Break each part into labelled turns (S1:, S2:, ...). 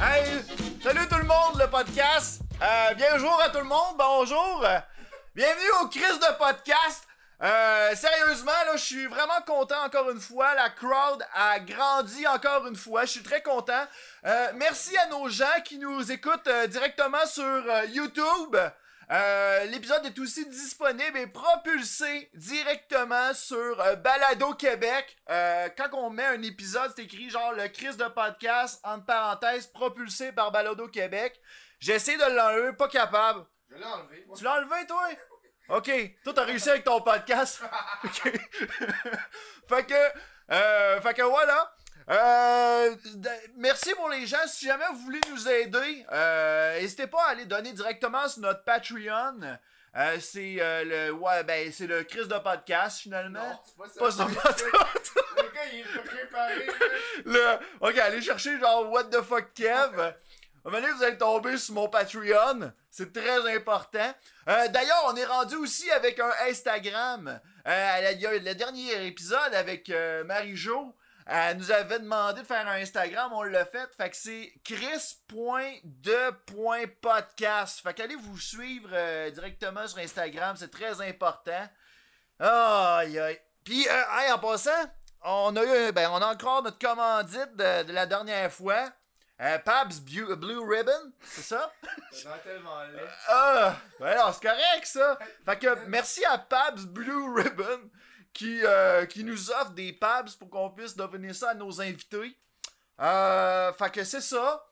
S1: Hey! Salut tout le monde, le podcast! Euh, bonjour à tout le monde, bonjour! Euh, Bienvenue au Chris de podcast! Euh, sérieusement, là, je suis vraiment content encore une fois. La crowd a grandi encore une fois. Je suis très content. Euh, merci à nos gens qui nous écoutent euh, directement sur euh, YouTube. Euh, L'épisode est aussi disponible et propulsé directement sur euh, Balado Québec. Euh, quand on met un épisode, c'est écrit genre le Chris de podcast, entre parenthèses, propulsé par Balado Québec. J'essaie de l'enlever, pas capable.
S2: Je l'ai enlevé.
S1: Tu l'as enlevé, toi? OK. Toi, t'as réussi avec ton podcast. OK. fait que... euh, fait que voilà. Euh, d- merci pour les gens. Si jamais vous voulez nous aider, euh, n'hésitez pas à aller donner directement sur notre Patreon. Euh, c'est euh, le ouais ben c'est le Chris de podcast finalement.
S2: c'est pas ça.
S1: Pas sur Patreon.
S2: Le gars, il est pas préparé. là.
S1: Le- Ok, allez chercher genre What the fuck Kev. À un moment donné, vous allez tomber sur mon Patreon. C'est très important. Euh, D'ailleurs, on est rendu aussi avec un Instagram. Euh, elle a- il y a eu le dernier épisode avec euh, Marie-Jo. Elle nous avait demandé de faire un Instagram, on l'a fait. Fait que c'est chris.de.podcast. Fait qu'allez vous suivre euh, directement sur Instagram, c'est très important. Aïe aïe. Puis, euh, hey, en passant, on a eu, ben, on a encore notre commandite de, de la dernière fois. Euh, Pabs Bu- Blue Ribbon, c'est ça?
S2: Ça sent tellement laid.
S1: Ah! ben non, c'est correct ça! Fait que merci à Pabs Blue Ribbon qui, euh, qui nous offre des Pabs pour qu'on puisse devenir ça à nos invités. Euh, fait que c'est ça.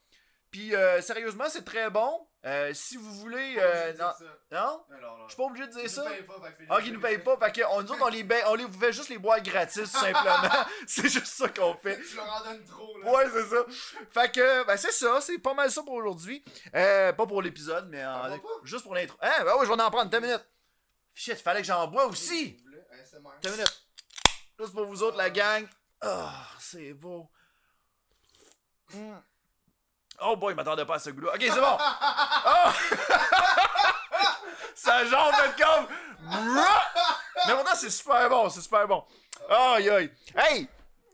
S1: Puis euh, sérieusement, c'est très bon. Euh, si vous voulez.
S2: Ah,
S1: euh, non, non?
S2: Non, non, non.
S1: Je suis pas obligé de
S2: Ils
S1: dire
S2: nous
S1: ça.
S2: payent pas, fait que
S1: Ah, qui nous paye pas, fait que on, nous autres, on les, ba- on les vous fait juste les boire gratis, tout simplement. c'est juste ça qu'on fait.
S2: Tu leur en donnes trop, là.
S1: Ouais, c'est ça. Fait que, ben, c'est ça, c'est pas mal ça pour aujourd'hui. Euh, pas pour l'épisode, mais en-
S2: va pas?
S1: juste pour l'intro. Hein, ben oui, je vais en prendre, 10 minutes. Shit, fallait que j'en bois aussi.
S2: S'il vous plaît, ASMR.
S1: 10 minutes. Juste pour vous autres, la gang. Ah, c'est beau. Mm. Oh boy, il m'attendait pas à ce goût-là. Ok, c'est bon. Oh! Sa jambe fait comme. Mais pourtant, c'est super bon, c'est super bon. Aïe, aïe. Hey,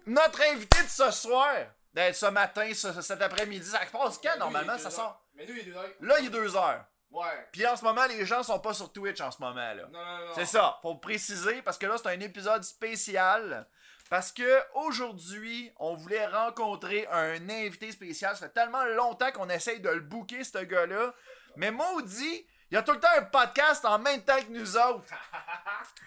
S1: notre invité de ce soir, ben, ce matin, ce- cet après-midi, ça passe
S2: Mais
S1: quand
S2: nous, il
S1: normalement
S2: est
S1: Ça
S2: deux
S1: sort.
S2: heures. Mais nous, il est deux heures.
S1: Là, il est 2h.
S2: Ouais.
S1: Puis en ce moment, les gens sont pas sur Twitch en ce moment. là.
S2: Non, non, non.
S1: C'est ça, faut préciser, parce que là, c'est un épisode spécial. Parce que aujourd'hui, on voulait rencontrer un invité spécial. Ça fait tellement longtemps qu'on essaye de le booker, ce gars-là. Mais maudit, il y a tout le temps un podcast en même temps que nous autres.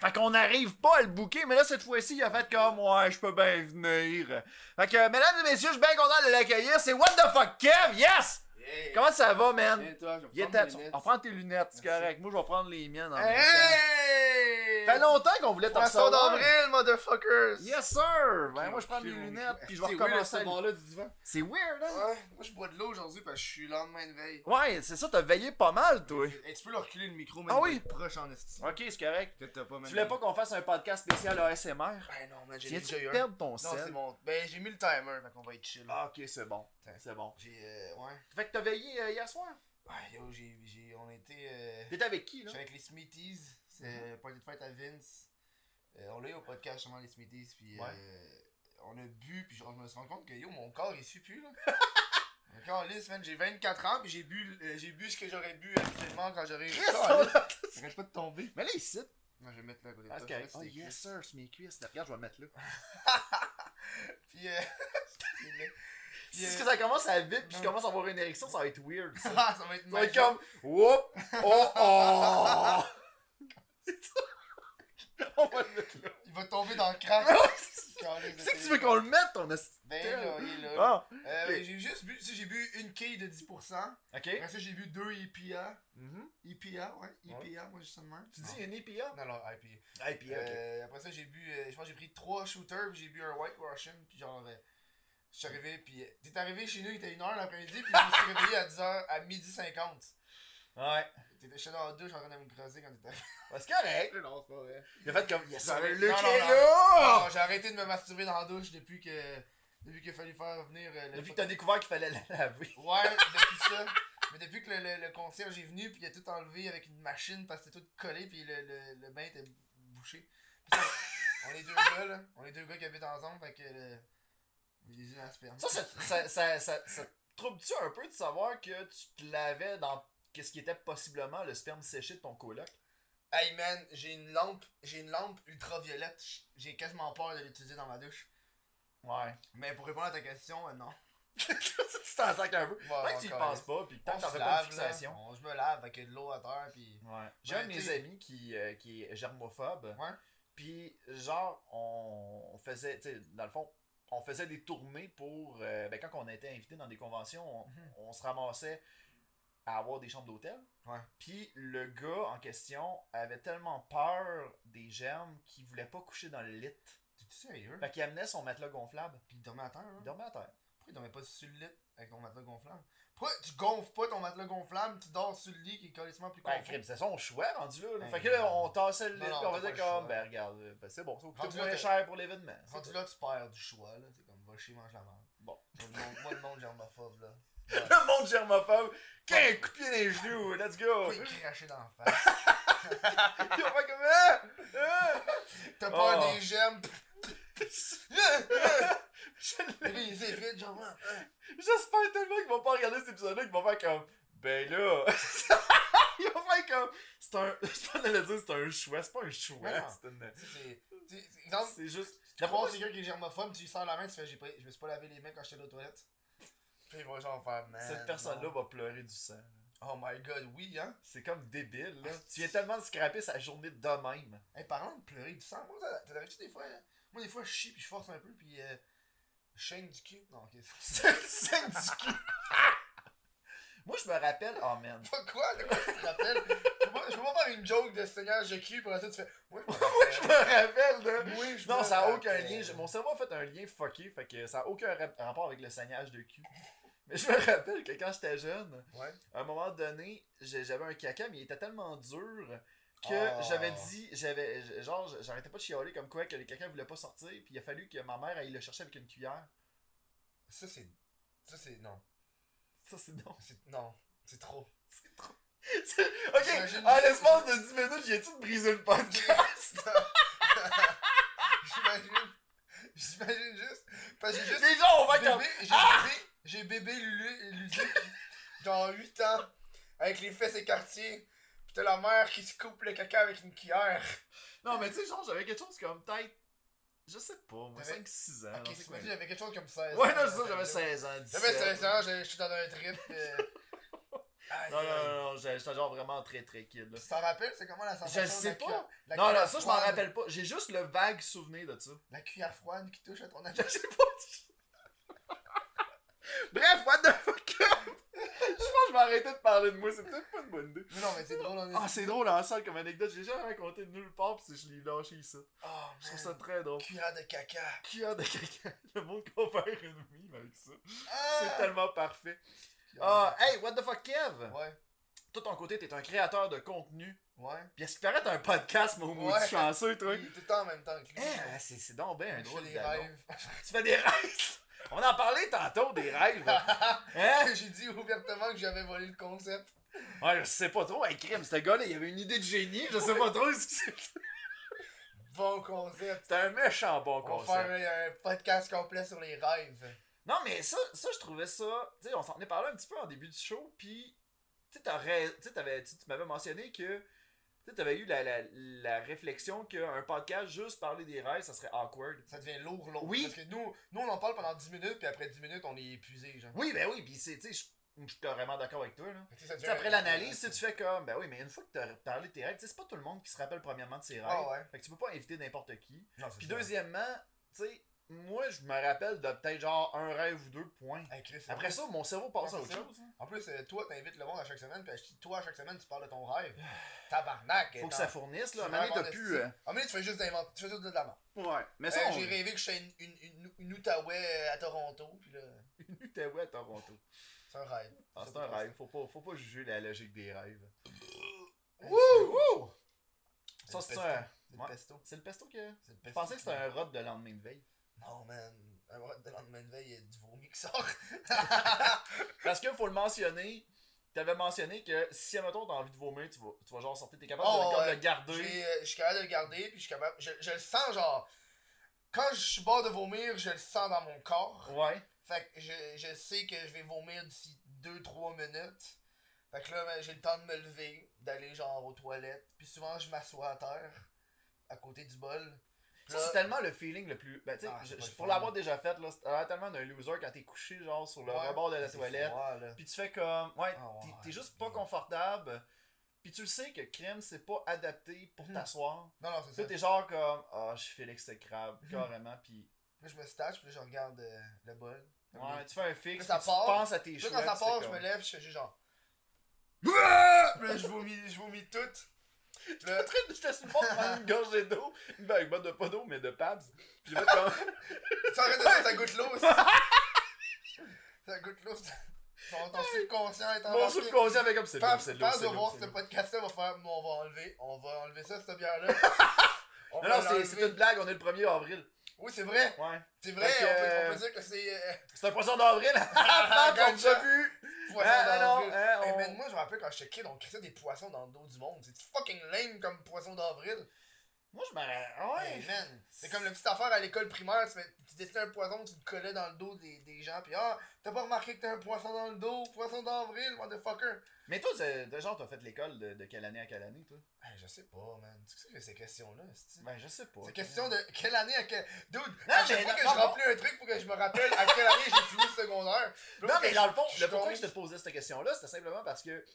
S1: Fait qu'on n'arrive pas à le booker, mais là, cette fois-ci, il a fait comme, ouais, je peux bien venir. Fait que, mesdames et messieurs, je suis bien content de l'accueillir. C'est What the fuck, Kev? Yes!
S2: Yeah.
S1: Comment ça va, man?
S2: Viens, toi, je vais
S1: Il était-
S2: prendre mes lunettes.
S1: On prend tes lunettes, c'est
S2: Merci.
S1: correct. Moi, je vais prendre les miennes en même temps.
S2: Hey!
S1: Ça fait longtemps qu'on voulait te
S2: Poisson
S1: recevoir.
S2: d'avril, motherfuckers!
S1: Yes, sir! Ben, moi, je prends mes lunettes, puis je vais recommencer. à-
S2: là du divan.
S1: C'est weird, hein?
S2: Ouais, moi je bois de l'eau aujourd'hui parce que je suis le lendemain de veille.
S1: Ouais, c'est ça, t'as veillé pas mal, toi.
S2: Et tu peux leur reculer le micro,
S1: Ah oui?
S2: t'es proche en estime.
S1: Ok, c'est correct.
S2: Que t'as pas,
S1: Tu voulais pas qu'on fasse un podcast spécial ASMR?
S2: Ben non, man, j'ai
S1: Viens-tu
S2: déjà eu un.
S1: perdre ton
S2: Non, c'est
S1: sel?
S2: bon. Ben j'ai mis le timer, fait qu'on va être chill.
S1: Ah, ok, c'est bon. C'est bon.
S2: J'ai. Euh, ouais.
S1: Fait que t'as veillé euh, hier soir?
S2: Ouais, yo, j'ai. j'ai- On était. Euh...
S1: T'étais avec qui, là? Mhm.
S2: J'étais avec les Smithies. C'est euh, party de fête à Vince. Euh, on l'a eu au podcast, justement, les Smithies. Puis
S1: Ouais.
S2: euh, on a bu, puis genre, je me suis rendu compte que yo, mon corps il suit plus là. Mon corps lisse, man, j'ai 24 ans, puis j'ai bu, euh, j'ai bu ce que j'aurais bu actuellement quand j'aurais.
S1: Chris,
S2: Caliste,
S1: on a-
S2: Arrête pas de tomber.
S1: Ah, Mais là, il cite.
S2: Non, je vais mettre là à côté de
S1: Ah,
S2: toi.
S1: c'est
S2: Je vais
S1: correct.
S2: mettre
S1: Oh,
S2: sur tes
S1: yes, sir, sur mes cuisses. Regarde, je vais le mettre là.
S2: Puis, euh... c'est laid.
S1: Si
S2: Puis,
S1: est-ce
S2: euh,
S1: que ça commence à vite, puis je
S2: non.
S1: commence à avoir une érection, ça va être weird, ça.
S2: ah, ça va être
S1: Ça va être
S2: magique.
S1: comme, whoop, oh, oh. On va le mettre là.
S2: Il va tomber dans le crack.
S1: Tu sais que tu veux qu'on le mette, ton esti-
S2: Ben là, il est là.
S1: Ah,
S2: Euh,
S1: ok.
S2: J'ai juste bu, tu sais, j'ai bu une quille de 10%.
S1: ok.
S2: Après ça, j'ai bu deux IPA. IPA, ouais, IPA,
S1: Ouais.
S2: moi justement.
S1: Tu dis une E IPA?
S2: Non, non, IPA.
S1: IPA,
S2: Euh, après ça, j'ai bu, euh, je pense que j'ai pris trois shooters, puis j'ai bu un White Russian, puis genre, euh, je suis arrivé, puis euh, t'es arrivé chez nous, il était 1h l'après-midi, puis je me suis réveillé à 10h, à 12h50.
S1: Ouais.
S2: T'étais chez dans la douche en train de me creuser quand t'étais arrivé.
S1: Bah, c'est correct.
S2: Non, c'est pas vrai.
S1: Il a fait comme, yes,
S2: Non,
S1: sir,
S2: non,
S1: le
S2: non.
S1: qui est là!
S2: Alors, J'ai arrêté de me masturber dans la douche depuis que depuis qu'il a fallu faire venir euh, le
S1: Depuis que t'as découvert qu'il fallait la laver.
S2: Ouais, depuis ça. Mais depuis que le, le- le concierge est venu, puis il a tout enlevé avec une machine parce que c'était tout collé, puis le, le, le bain était bouché. Puis on est deux gars, là. On est deux gars qui habitent ensemble, fait que. euh, les yeux dans la sperme.
S1: Ça, ça, ça, ça, ça- ça te trouble-tu un peu de savoir que tu te lavais dans qu'est-ce qui était possiblement le sperme séché de ton coloc?
S2: Hey man, j'ai une lampe, j'ai une lampe ultraviolette. J'ai quasiment peur de l'utiliser dans ma douche.
S1: Ouais.
S2: Mais pour répondre à ta question, euh, non.
S1: tu t'en sacres un peu.
S2: Bah,
S1: Tant que tu y
S2: encore,
S1: penses pas, puis tant
S2: on
S1: que t'en
S2: se
S1: fais pas
S2: lave,
S1: de
S2: là.
S1: fixation.
S2: On- je me lave avec de l'eau à terre, puis.
S1: Ouais. J'ai
S2: Ouais,
S1: un de mes
S2: t'sais-
S1: amis qui, euh, qui est germophobe.
S2: Ouais.
S1: Puis, genre, on, on faisait, tu sais, dans le fond, on faisait des tournées pour. euh, ben, quand on était invité dans des conventions, on,
S2: Mhm.
S1: on se ramassait à avoir des chambres d'hôtel.
S2: Ouais.
S1: Puis, le gars en question avait tellement peur des germes qu'il voulait pas coucher dans le lit.
S2: T'es-tu sérieux?
S1: Fait qu'il amenait son matelas gonflable.
S2: Puis il dormait à terre, hein?
S1: Il dormait à terre.
S2: Pourquoi il dormait pas sur le lit avec ton matelas gonflable? Pourquoi tu gonfles pas ton matelas gonflable, tu dors sur le lit qui est carrément plus
S1: Ben,
S2: confortable?
S1: crime, c'est son choix rendu là. là.
S2: Ben,
S1: fait que là, on tassait le lit,
S2: non,
S1: puis
S2: non,
S1: on
S2: t'as
S1: faisait
S2: pas le choix.
S1: comme, ben, regarde, euh, ben, c'est bon, ça coûte
S2: Rendu là,
S1: moins
S2: t'as-
S1: cher pour l'événement. c'est
S2: Rendu
S1: tout.
S2: là, tu perds du choix, là. C'est comme, va chier, mange la merde.
S1: Bon.
S2: Moi, le monde- Moi, le monde germophobe, là.
S1: Le monde germophobe, qu'un coup de pied dans les genoux, let's go!
S2: Pourquoi il crachait dans la face?
S1: Ils ont fait comme, Ah! Ah!
S2: T'as peur
S1: Oh.
S2: des gemmes?
S1: Je l'ai-
S2: Puis c'est vite, genre, ouais.
S1: J'espère tellement qu'ils vont pas regarder cet épisode-là, qu'ils vont faire comme, ben là, ils vont faire comme, c'est un, je t'en allais dire, c'est un choix, c'est pas un choix,
S2: Ouais, non.
S1: c'est une-
S2: Tu sais, c'est. c'est- c'est- Exemple,
S1: c'est juste,
S2: la première fois, c'est quelqu'un qui est germophobe, tu lui sors la main, tu fais, j'ai pas- je me suis pas lavé les mains quand j'étais aux toilettes. Puis il va genre faire, man.
S1: cette
S2: Ah,
S1: personne-là va pleurer du sang.
S2: non. Oh my god, oui, hein.
S1: C'est comme débile,
S2: Ah,
S1: là. Tu viens tellement de scraper sa journée de même.
S2: Hey, parlant de pleurer du sang, moi, t'as- t'as l'habitude des fois. hein? Moi, des fois, je chie puis je force un peu puis euh, je saigne du cul. Non, ok.
S1: C'est le sang du cul. Moi, je me rappelle, oh man.
S2: Pas quoi, de quoi tu te rappelles? Je peux pas- je peux pas faire une joke de saignage de cul pour la suite, tu fais. Oui, je me
S1: Je me
S2: rappelle.
S1: rappelle, là.
S2: Oui, je
S1: Non,
S2: me
S1: ça a aucun
S2: rappelle.
S1: lien. J'ai- Mon cerveau a fait un lien fucké, fait que ça a aucun rap- rapport avec le saignage de cul. Mais je me rappelle que quand j'étais jeune,
S2: Ouais.
S1: à un moment donné, j'ai- j'avais un caca, mais il était tellement dur que
S2: Ah.
S1: j'avais dit, j'avais j- genre, j- j'arrêtais pas de chialer comme quoi que le caca voulait pas sortir, puis il a fallu que ma mère aille le chercher avec une cuillère.
S2: Ça, c'est. Ça, c'est. Non.
S1: Ça, c'est non.
S2: C'est- Non. C'est trop.
S1: C'est- ok,
S2: J'imagine-
S1: en l'espace de 10 minutes, j'ai-tu de briser le podcast?
S2: J'imagine. J'imagine juste. Parce que j'ai juste.
S1: Les gens, on va
S2: bébé,
S1: comme.
S2: j'ai bébé, j'ai bébé Lulu, Ludic, dans 8 ans, avec les fesses écartées, pis t'as la mère qui se coupe le caca avec une cuillère.
S1: Non, mais tu sais, genre, j'avais quelque chose comme peut-être. Je sais pas, moi,
S2: T'avais-
S1: 5-6 ans.
S2: Ok,
S1: dans
S2: c'est
S1: ce
S2: quoi,
S1: coin-là.
S2: j'avais quelque chose comme 16
S1: Ah, Ouais, non, c'est ça, j'avais 16 ans. 17.
S2: J'avais 16 ans, j'avais- j'étais dans un trip. euh, aïe,
S1: Non, non,
S2: aïe.
S1: non, non, j'étais j'étais genre vraiment très très kid. Là.
S2: Tu t'en rappelles, c'est comment la sensation
S1: Je le sais
S2: de
S1: pas.
S2: la cu- la
S1: Non, non,
S2: cuillère
S1: ça je m'en
S2: froide-
S1: rappelle pas. J'ai juste le vague souvenir de ça.
S2: La cuillère froide qui touche à ton âge.
S1: Je sais pas. Bref, what the fuck? je pense que je vais arrêter de parler de moi, c'est peut-être pas une bonne idée.
S2: Mais non, mais c'est drôle, on est.
S1: Ah, c'est drôle en salle comme anecdote, j'ai jamais raconté de nulle part, pis je l'ai lâché ici.
S2: Oh,
S1: Ah, Je trouve ça
S2: man.
S1: très drôle.
S2: Cuillère de caca.
S1: Cuillère de quelqu'un, le monde qui va faire une mime avec ça. C'est
S2: Ah!
S1: tellement parfait.
S2: Cuillère de
S1: Ah, hey, what the fuck, Kev?
S2: caca. Ouais,
S1: Toi, ton côté, t'es un créateur de contenu.
S2: ouais.
S1: Puis est-ce qu'il paraît t'as un podcast, mon maudit
S2: Ouais.
S1: chanceux, toi?
S2: Il est tout le temps en même temps que
S1: Eh,
S2: lui.
S1: c'est, c'est donc bien un
S2: Je fais
S1: drôle
S2: des
S1: d'annonce.
S2: rêves.
S1: Tu fais des rêves? On en parlait tantôt, des rêves.
S2: Ah.
S1: Hein?
S2: J'ai dit ouvertement que j'avais volé le concept.
S1: Ouais, je sais pas trop. Hey, crime, ce gars-là, il avait une idée de génie. Je sais pas trop ce que c'est.
S2: Bon concept.
S1: C'était un méchant bon
S2: On va
S1: concept.
S2: faire un podcast complet sur les rêves.
S1: Non, mais ça, ça, je trouvais ça... Tu sais, on s'en est parlé un petit peu en début du show, puis... Tu sais, t'as rais- tu sais, t'avais- tu- tu m'avais mentionné que... Tu sais, t'avais eu la, la, la réflexion qu'un podcast juste parler des rêves, ça serait awkward.
S2: Ça devient lourd, lourd.
S1: Oui.
S2: Parce que nous, nous, on en parle pendant 10 minutes, puis après 10 minutes, on est épuisé, genre.
S1: Oui, ben oui, puis c'est... Tu sais, je- je suis carrément d'accord avec toi, là.
S2: Fait que ça
S1: Tu
S2: devient-
S1: sais, après l'analyse, tu sais, tu fais comme, ben oui, mais une fois que t'as parlé de tes règles, tu sais, c'est pas tout le monde qui se rappelle premièrement de ses règles.
S2: Ah ouais.
S1: Fait que tu peux pas inviter n'importe qui.
S2: Non, c'est
S1: Puis
S2: ça.
S1: deuxièmement, tu sais, moi, je me rappelle de peut-être genre un rêve ou deux points.
S2: Hey, Chris, c'est
S1: Après
S2: bon.
S1: ça, mon cerveau passe à
S2: Ouais,
S1: autre
S2: c'est ça.
S1: chose.
S2: En plus, euh, toi, t'invites le monde à chaque semaine, puis ach- toi, à chaque semaine, tu parles de ton rêve. Tabarnak.
S1: Ah. Faut que
S2: étant-
S1: ça fournisse, là.
S2: tu
S1: À un moment donné,
S2: vraiment
S1: t'as
S2: investi.
S1: plus. euh,
S2: En minute, tu fais juste d'inventer. Tu fais juste de la merde.
S1: Ouais. Mais
S2: Euh,
S1: ça,
S2: J'ai
S1: on...
S2: rêvé que j'étais une, une, une, une Outaouais euh, à Toronto, puis là.
S1: une Outaouais à Toronto.
S2: C'est un rêve.
S1: Ah, c'est un rêve. Faut pas, faut pas juger la logique des rêves.
S2: Wouh!
S1: Wouh! Ça,
S2: le
S1: c'est
S2: pesto.
S1: un.
S2: C'est
S1: Ouais.
S2: le pesto.
S1: C'est le pesto que.
S2: C'est le
S1: Je
S2: pesto
S1: pensais que
S2: qui-
S1: c'était un rod de lendemain de veille.
S2: Non, man. Un rod de lendemain de veille, il y a du vomi qui sort.
S1: Parce que faut le mentionner, t'avais mentionné que si, admettons, t'as envie de vomir, tu vas, tu vas genre sortir, t'es capable
S2: Oh,
S1: de, comme,
S2: ouais.
S1: le garder.
S2: J'ai- euh, Je suis capable de le garder, puis je suis capable. Je, je le sens, genre. Quand je suis bord de vomir, je le sens dans mon corps.
S1: Ouais.
S2: Fait que je, je sais que je vais vomir d'ici 2-3 minutes. Fait que là, ben, j'ai le temps de me lever, d'aller genre aux toilettes. Puis souvent, je m'assois à terre, à côté du bol. Puis
S1: Ça, c'est
S2: là,
S1: tellement le feeling le plus. Ben, tu sais,
S2: Ah, c'est
S1: je-
S2: pas
S1: je-
S2: le
S1: pour
S2: fun.
S1: l'avoir déjà fait, là, c'est t'as l'air tellement d'un loser quand t'es couché, genre, sur le
S2: Ouais, Ah,
S1: rebord de la
S2: c'est
S1: toilette.
S2: froid, là.
S1: Puis tu fais comme. Ouais,
S2: Ah,
S1: t'es-
S2: ouais.
S1: t'es juste pas confortable. Puis tu le sais que crème, c'est pas adapté pour
S2: Mhm.
S1: t'asseoir.
S2: Non, non, c'est ça.
S1: Tu t'es genre comme. Ah, je filex ce crabe,
S2: Mhm.
S1: carrément. Puis.
S2: Là, je me stache, puis là, je regarde euh, le bol.
S1: Ouais, tu fais un fixe,
S2: Là, ça
S1: puis
S2: part.
S1: tu penses à tes
S2: Puis là,
S1: cheveux.
S2: quand ça part, je me lève, je fais juste genre. Puis là, je vomis, je vomis tout. Puis là,
S1: J'étais sur le bord de prendre une gorgée d'eau, ben, avec botte de pas d'eau, mais de Pabs. Puis j'ai fait comme.
S2: tu arrêtes de dire ça goûte l'eau. c'est- Ça goûte l'eau. c'est- Ton, ton subconscient est en
S1: Mon subconscient fait comme c'est
S2: Pas
S1: l'eau, c'est l'eau. c'est
S2: de
S1: l'eau,
S2: voir
S1: c'est
S2: ce
S1: l'eau.
S2: podcast-là, on va faire, bon, on va enlever, on va enlever ça, cette bière-là.
S1: Non,
S2: On va
S1: non, c'est-
S2: l'enlever.
S1: c'est une blague, on est le 1er avril.
S2: Oui, c'est vrai,
S1: Ouais.
S2: c'est vrai,
S1: Fait que,
S2: on, peut, on
S1: euh,
S2: peut dire que c'est. euh,
S1: C'est un poisson d'avril. Ah,
S2: Gotcha.
S1: on t'a vu.
S2: poisson
S1: Ah,
S2: dans
S1: non,
S2: le
S1: hein,
S2: Hey,
S1: on-
S2: man, moi, je me rappelle quand j'étais kid, on crissait des poissons dans le dos du monde. C'est fucking lame comme poisson d'avril.
S1: Moi, je m'en.
S2: Hey, Ben, man. C'est comme la petite affaire à l'école primaire. Tu, mets- tu dessinais un poisson, tu le collais dans le dos des, des gens. Puis, ah, t'as pas remarqué que t'as un poisson dans le dos, poisson d'avril, motherfucker.
S1: Mais toi, c'est- de genre, t'as fait l'école de, de quelle année à quelle année, toi
S2: Hey, je sais pas, man. Tu sais que ces questions-là, c'est
S1: Ben, je sais pas.
S2: C'est question de quelle année à quelle. Dude,
S1: Non,
S2: à chaque
S1: mais
S2: fois
S1: non,
S2: que
S1: non,
S2: je remplis un truc pour que je me rappelle à quelle année j'ai fini le secondaire. Puis
S1: Non,
S2: là,
S1: mais dans le fond,
S2: je
S1: le pourquoi
S2: compte.
S1: que je te posais cette question-là, c'était simplement parce que.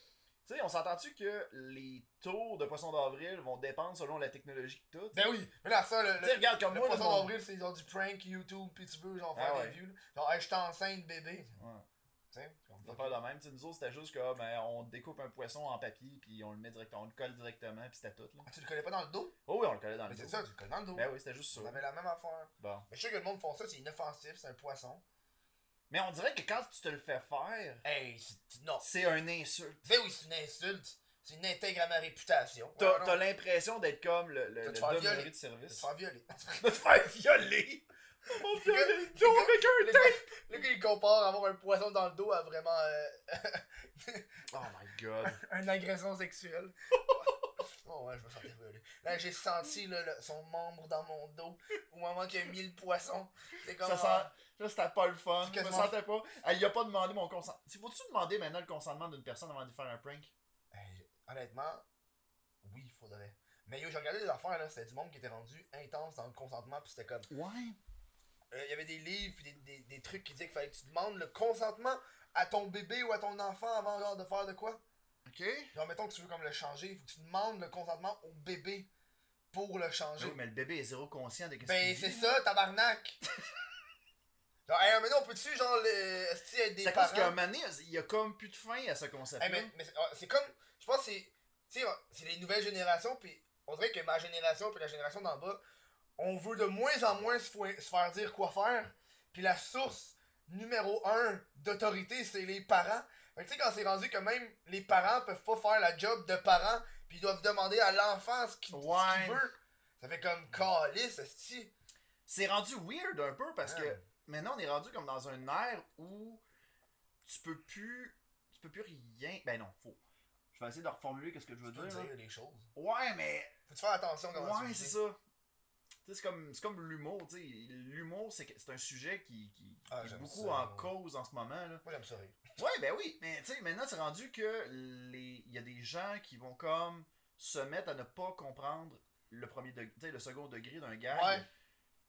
S1: Tu sais, on s'entend-tu que les taux de poisson d'avril vont dépendre selon la technologie que t'as?
S2: Ben oui, mais là, ça, le,
S1: Tu sais,
S2: le,
S1: regarde, comme
S2: le
S1: moi, là,
S2: poisson
S1: mon-
S2: d'avril, c'est genre du prank YouTube, puis tu veux genre
S1: Ah
S2: faire
S1: ouais.
S2: des views. là. Genre, hey, je t'enseigne, bébé.
S1: Ouais.
S2: Tu sais, comme-
S1: On va faire de même. Tu sais, nous autres, c'était juste comme ben, on découpe un poisson en papier, puis on le met directement, on le colle directement, puis c'était tout. Là.
S2: Ah, tu le collais pas dans le dos?
S1: Oh oui, on le collait dans le
S2: Mais c'est
S1: dos.
S2: ça, tu le colles dans le dos.
S1: Ben oui, c'était juste ça.
S2: On avait la même affaire.
S1: Bon.
S2: Mais je sais que le monde font ça, c'est inoffensif, c'est un poisson.
S1: Mais on dirait que quand tu te le fais faire,
S2: Hey, c'est- non.
S1: c'est un insulte.
S2: Ben oui, c'est une insulte. C'est une intègre à ma réputation.
S1: T'as
S2: Ouais,
S1: t'as
S2: non.
S1: l'impression d'être comme le, le,
S2: De
S1: le
S2: te faire
S1: demeuré
S2: violer.
S1: de
S2: Tu te
S1: service.
S2: fais violer.
S1: De te faire violer! Mon violet!
S2: gars-
S1: Joe avec un
S2: Le gars, le gars, il compare avoir un poisson dans le dos à vraiment euh,
S1: Oh my god.
S2: une agression sexuelle. oh ouais, je me sentais violé. Là, j'ai senti là, le- son membre dans mon dos au moment qu'il a mis le poisson. C'est comme.
S1: Ça
S2: ah,
S1: sent. Là, c'était pas le fun. Je me
S2: Quasiment.
S1: sentais pas. Elle, il a pas demandé mon consentement. Faut-tu demander maintenant le consentement d'une personne avant de faire un prank?
S2: hey, honnêtement, oui, il faudrait. Mais yo, j'ai regardé les affaires, là, c'était du monde qui était rendu intense dans le consentement, puis c'était comme.
S1: Ouais.
S2: Euh, Il y avait des livres, puis des, des, des trucs qui disaient qu'il fallait que tu demandes le consentement à ton bébé ou à ton enfant avant genre de faire de quoi.
S1: Ok.
S2: Genre, mettons que tu veux comme le changer, il faut que tu demandes le consentement au bébé pour le changer.
S1: Oui, mais le bébé est zéro conscient de qu'est-ce
S2: Ben,
S1: qu'il
S2: c'est
S1: vit.
S2: ça, tabarnak! genre, hey, mais non, on peut-tu, genre, le... si être des
S1: C'est parce qu'à un
S2: parents...
S1: moment donné, il y a comme plus de fin à ce concept-là.
S2: Hey, mais mais c'est- ah, c'est comme... Je pense que c'est... Tu sais, c'est les nouvelles générations, puis on dirait que ma génération, puis la génération d'en bas, on veut de moins en moins se, fo- se faire dire quoi faire, puis la source numéro un d'autorité, c'est les parents. Fait que tu sais, quand c'est rendu que même les parents peuvent pas faire la job de parents, puis ils doivent demander à l'enfant ce qu'il ce qu'il
S1: Ouais.
S2: veut, ça fait comme calice, esti. Ah,
S1: C'est rendu weird un peu parce
S2: Ouais.
S1: que maintenant on est rendu comme dans un air où tu peux plus. Tu peux plus rien. Ben non, faut. Je vais essayer de reformuler qu'est-ce que je veux
S2: Tu peux
S1: dire. là.
S2: dire les choses.
S1: Ouais, mais.
S2: Faut-tu faire attention comment tu
S1: Ouais,
S2: le
S1: c'est
S2: dis.
S1: ça. Tu sais, c'est comme, c'est comme l'humour, tu sais. L'humour, c'est, que- c'est un sujet qui, qui,
S2: Ah,
S1: qui est
S2: j'aime
S1: beaucoup
S2: ça,
S1: en
S2: ouais.
S1: cause en ce moment, là.
S2: Moi, j'aime ça rire.
S1: Ouais, ben oui, mais tu sais, maintenant c'est rendu que les il y a des gens qui vont comme se mettre à ne pas comprendre le premier degré, tu sais, le second degré d'un gars.
S2: Ouais.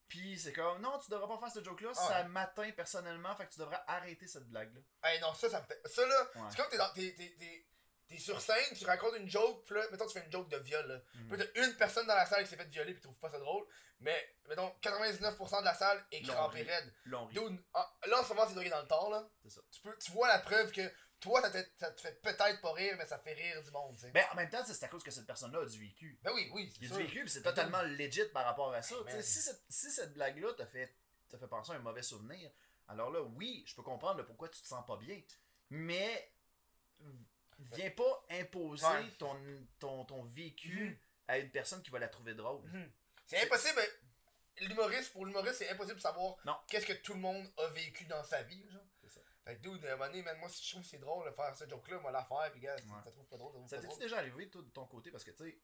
S1: Puis c'est comme non, tu devrais pas faire ce joke là,
S2: Ah
S1: ça
S2: ouais.
S1: m'atteint personnellement, fait que tu devrais arrêter cette blague là.
S2: Hey, non, ça, ça me fait. Ça, là,
S1: Ouais.
S2: c'est comme t'es, dans, t'es, t'es, t'es, t'es sur scène, tu racontes une joke, puis là, mettons, tu fais une joke de viol, là.
S1: Mhm.
S2: Puis là, t'as une personne dans la salle qui s'est fait violer, puis tu trouves pas ça drôle. Mais, mettons, 99% de la salle est
S1: Non,
S2: crampée
S1: oui.
S2: raide.
S1: Là, on rit.
S2: Dude, ah, là, en ce moment, c'est drogué dans le temps, là.
S1: C'est ça.
S2: Tu, peux, tu vois la preuve que toi, ça te, ça te fait peut-être pas rire, mais ça fait rire du monde, tu sais. Ben,
S1: Ben en même temps, c'est à cause que cette personne là a du vécu.
S2: oui, oui, c'est
S1: Il a
S2: sûr. Ben
S1: du vécu, puis c'est totalement legit par rapport à ça.
S2: Hey,
S1: Tu sais,
S2: man.
S1: si cette, si cette blague là t'a fait t'a fait penser à un mauvais souvenir, alors là oui, je peux comprendre le pourquoi tu te sens pas bien, mais viens pas imposer
S2: Ouais.
S1: ton, ton, ton vécu
S2: Mhm.
S1: à une personne qui va la trouver drôle.
S2: Mhm. C'est impossible. L'humoriste, pour l'humoriste, c'est impossible de savoir
S1: Non.
S2: qu'est-ce que tout le monde a vécu dans sa vie. Genre.
S1: C'est ça.
S2: Fait que, dude, à un moment donné, man, moi, si je trouve que c'est drôle de faire ce joke-là, moi, la faire, pis gars, si
S1: Ouais.
S2: ça trouve pas drôle, ça trouve
S1: Ça
S2: pas
S1: t'est-tu
S2: drôle.
S1: déjà arrivé, toi, de ton côté Parce que, tu sais.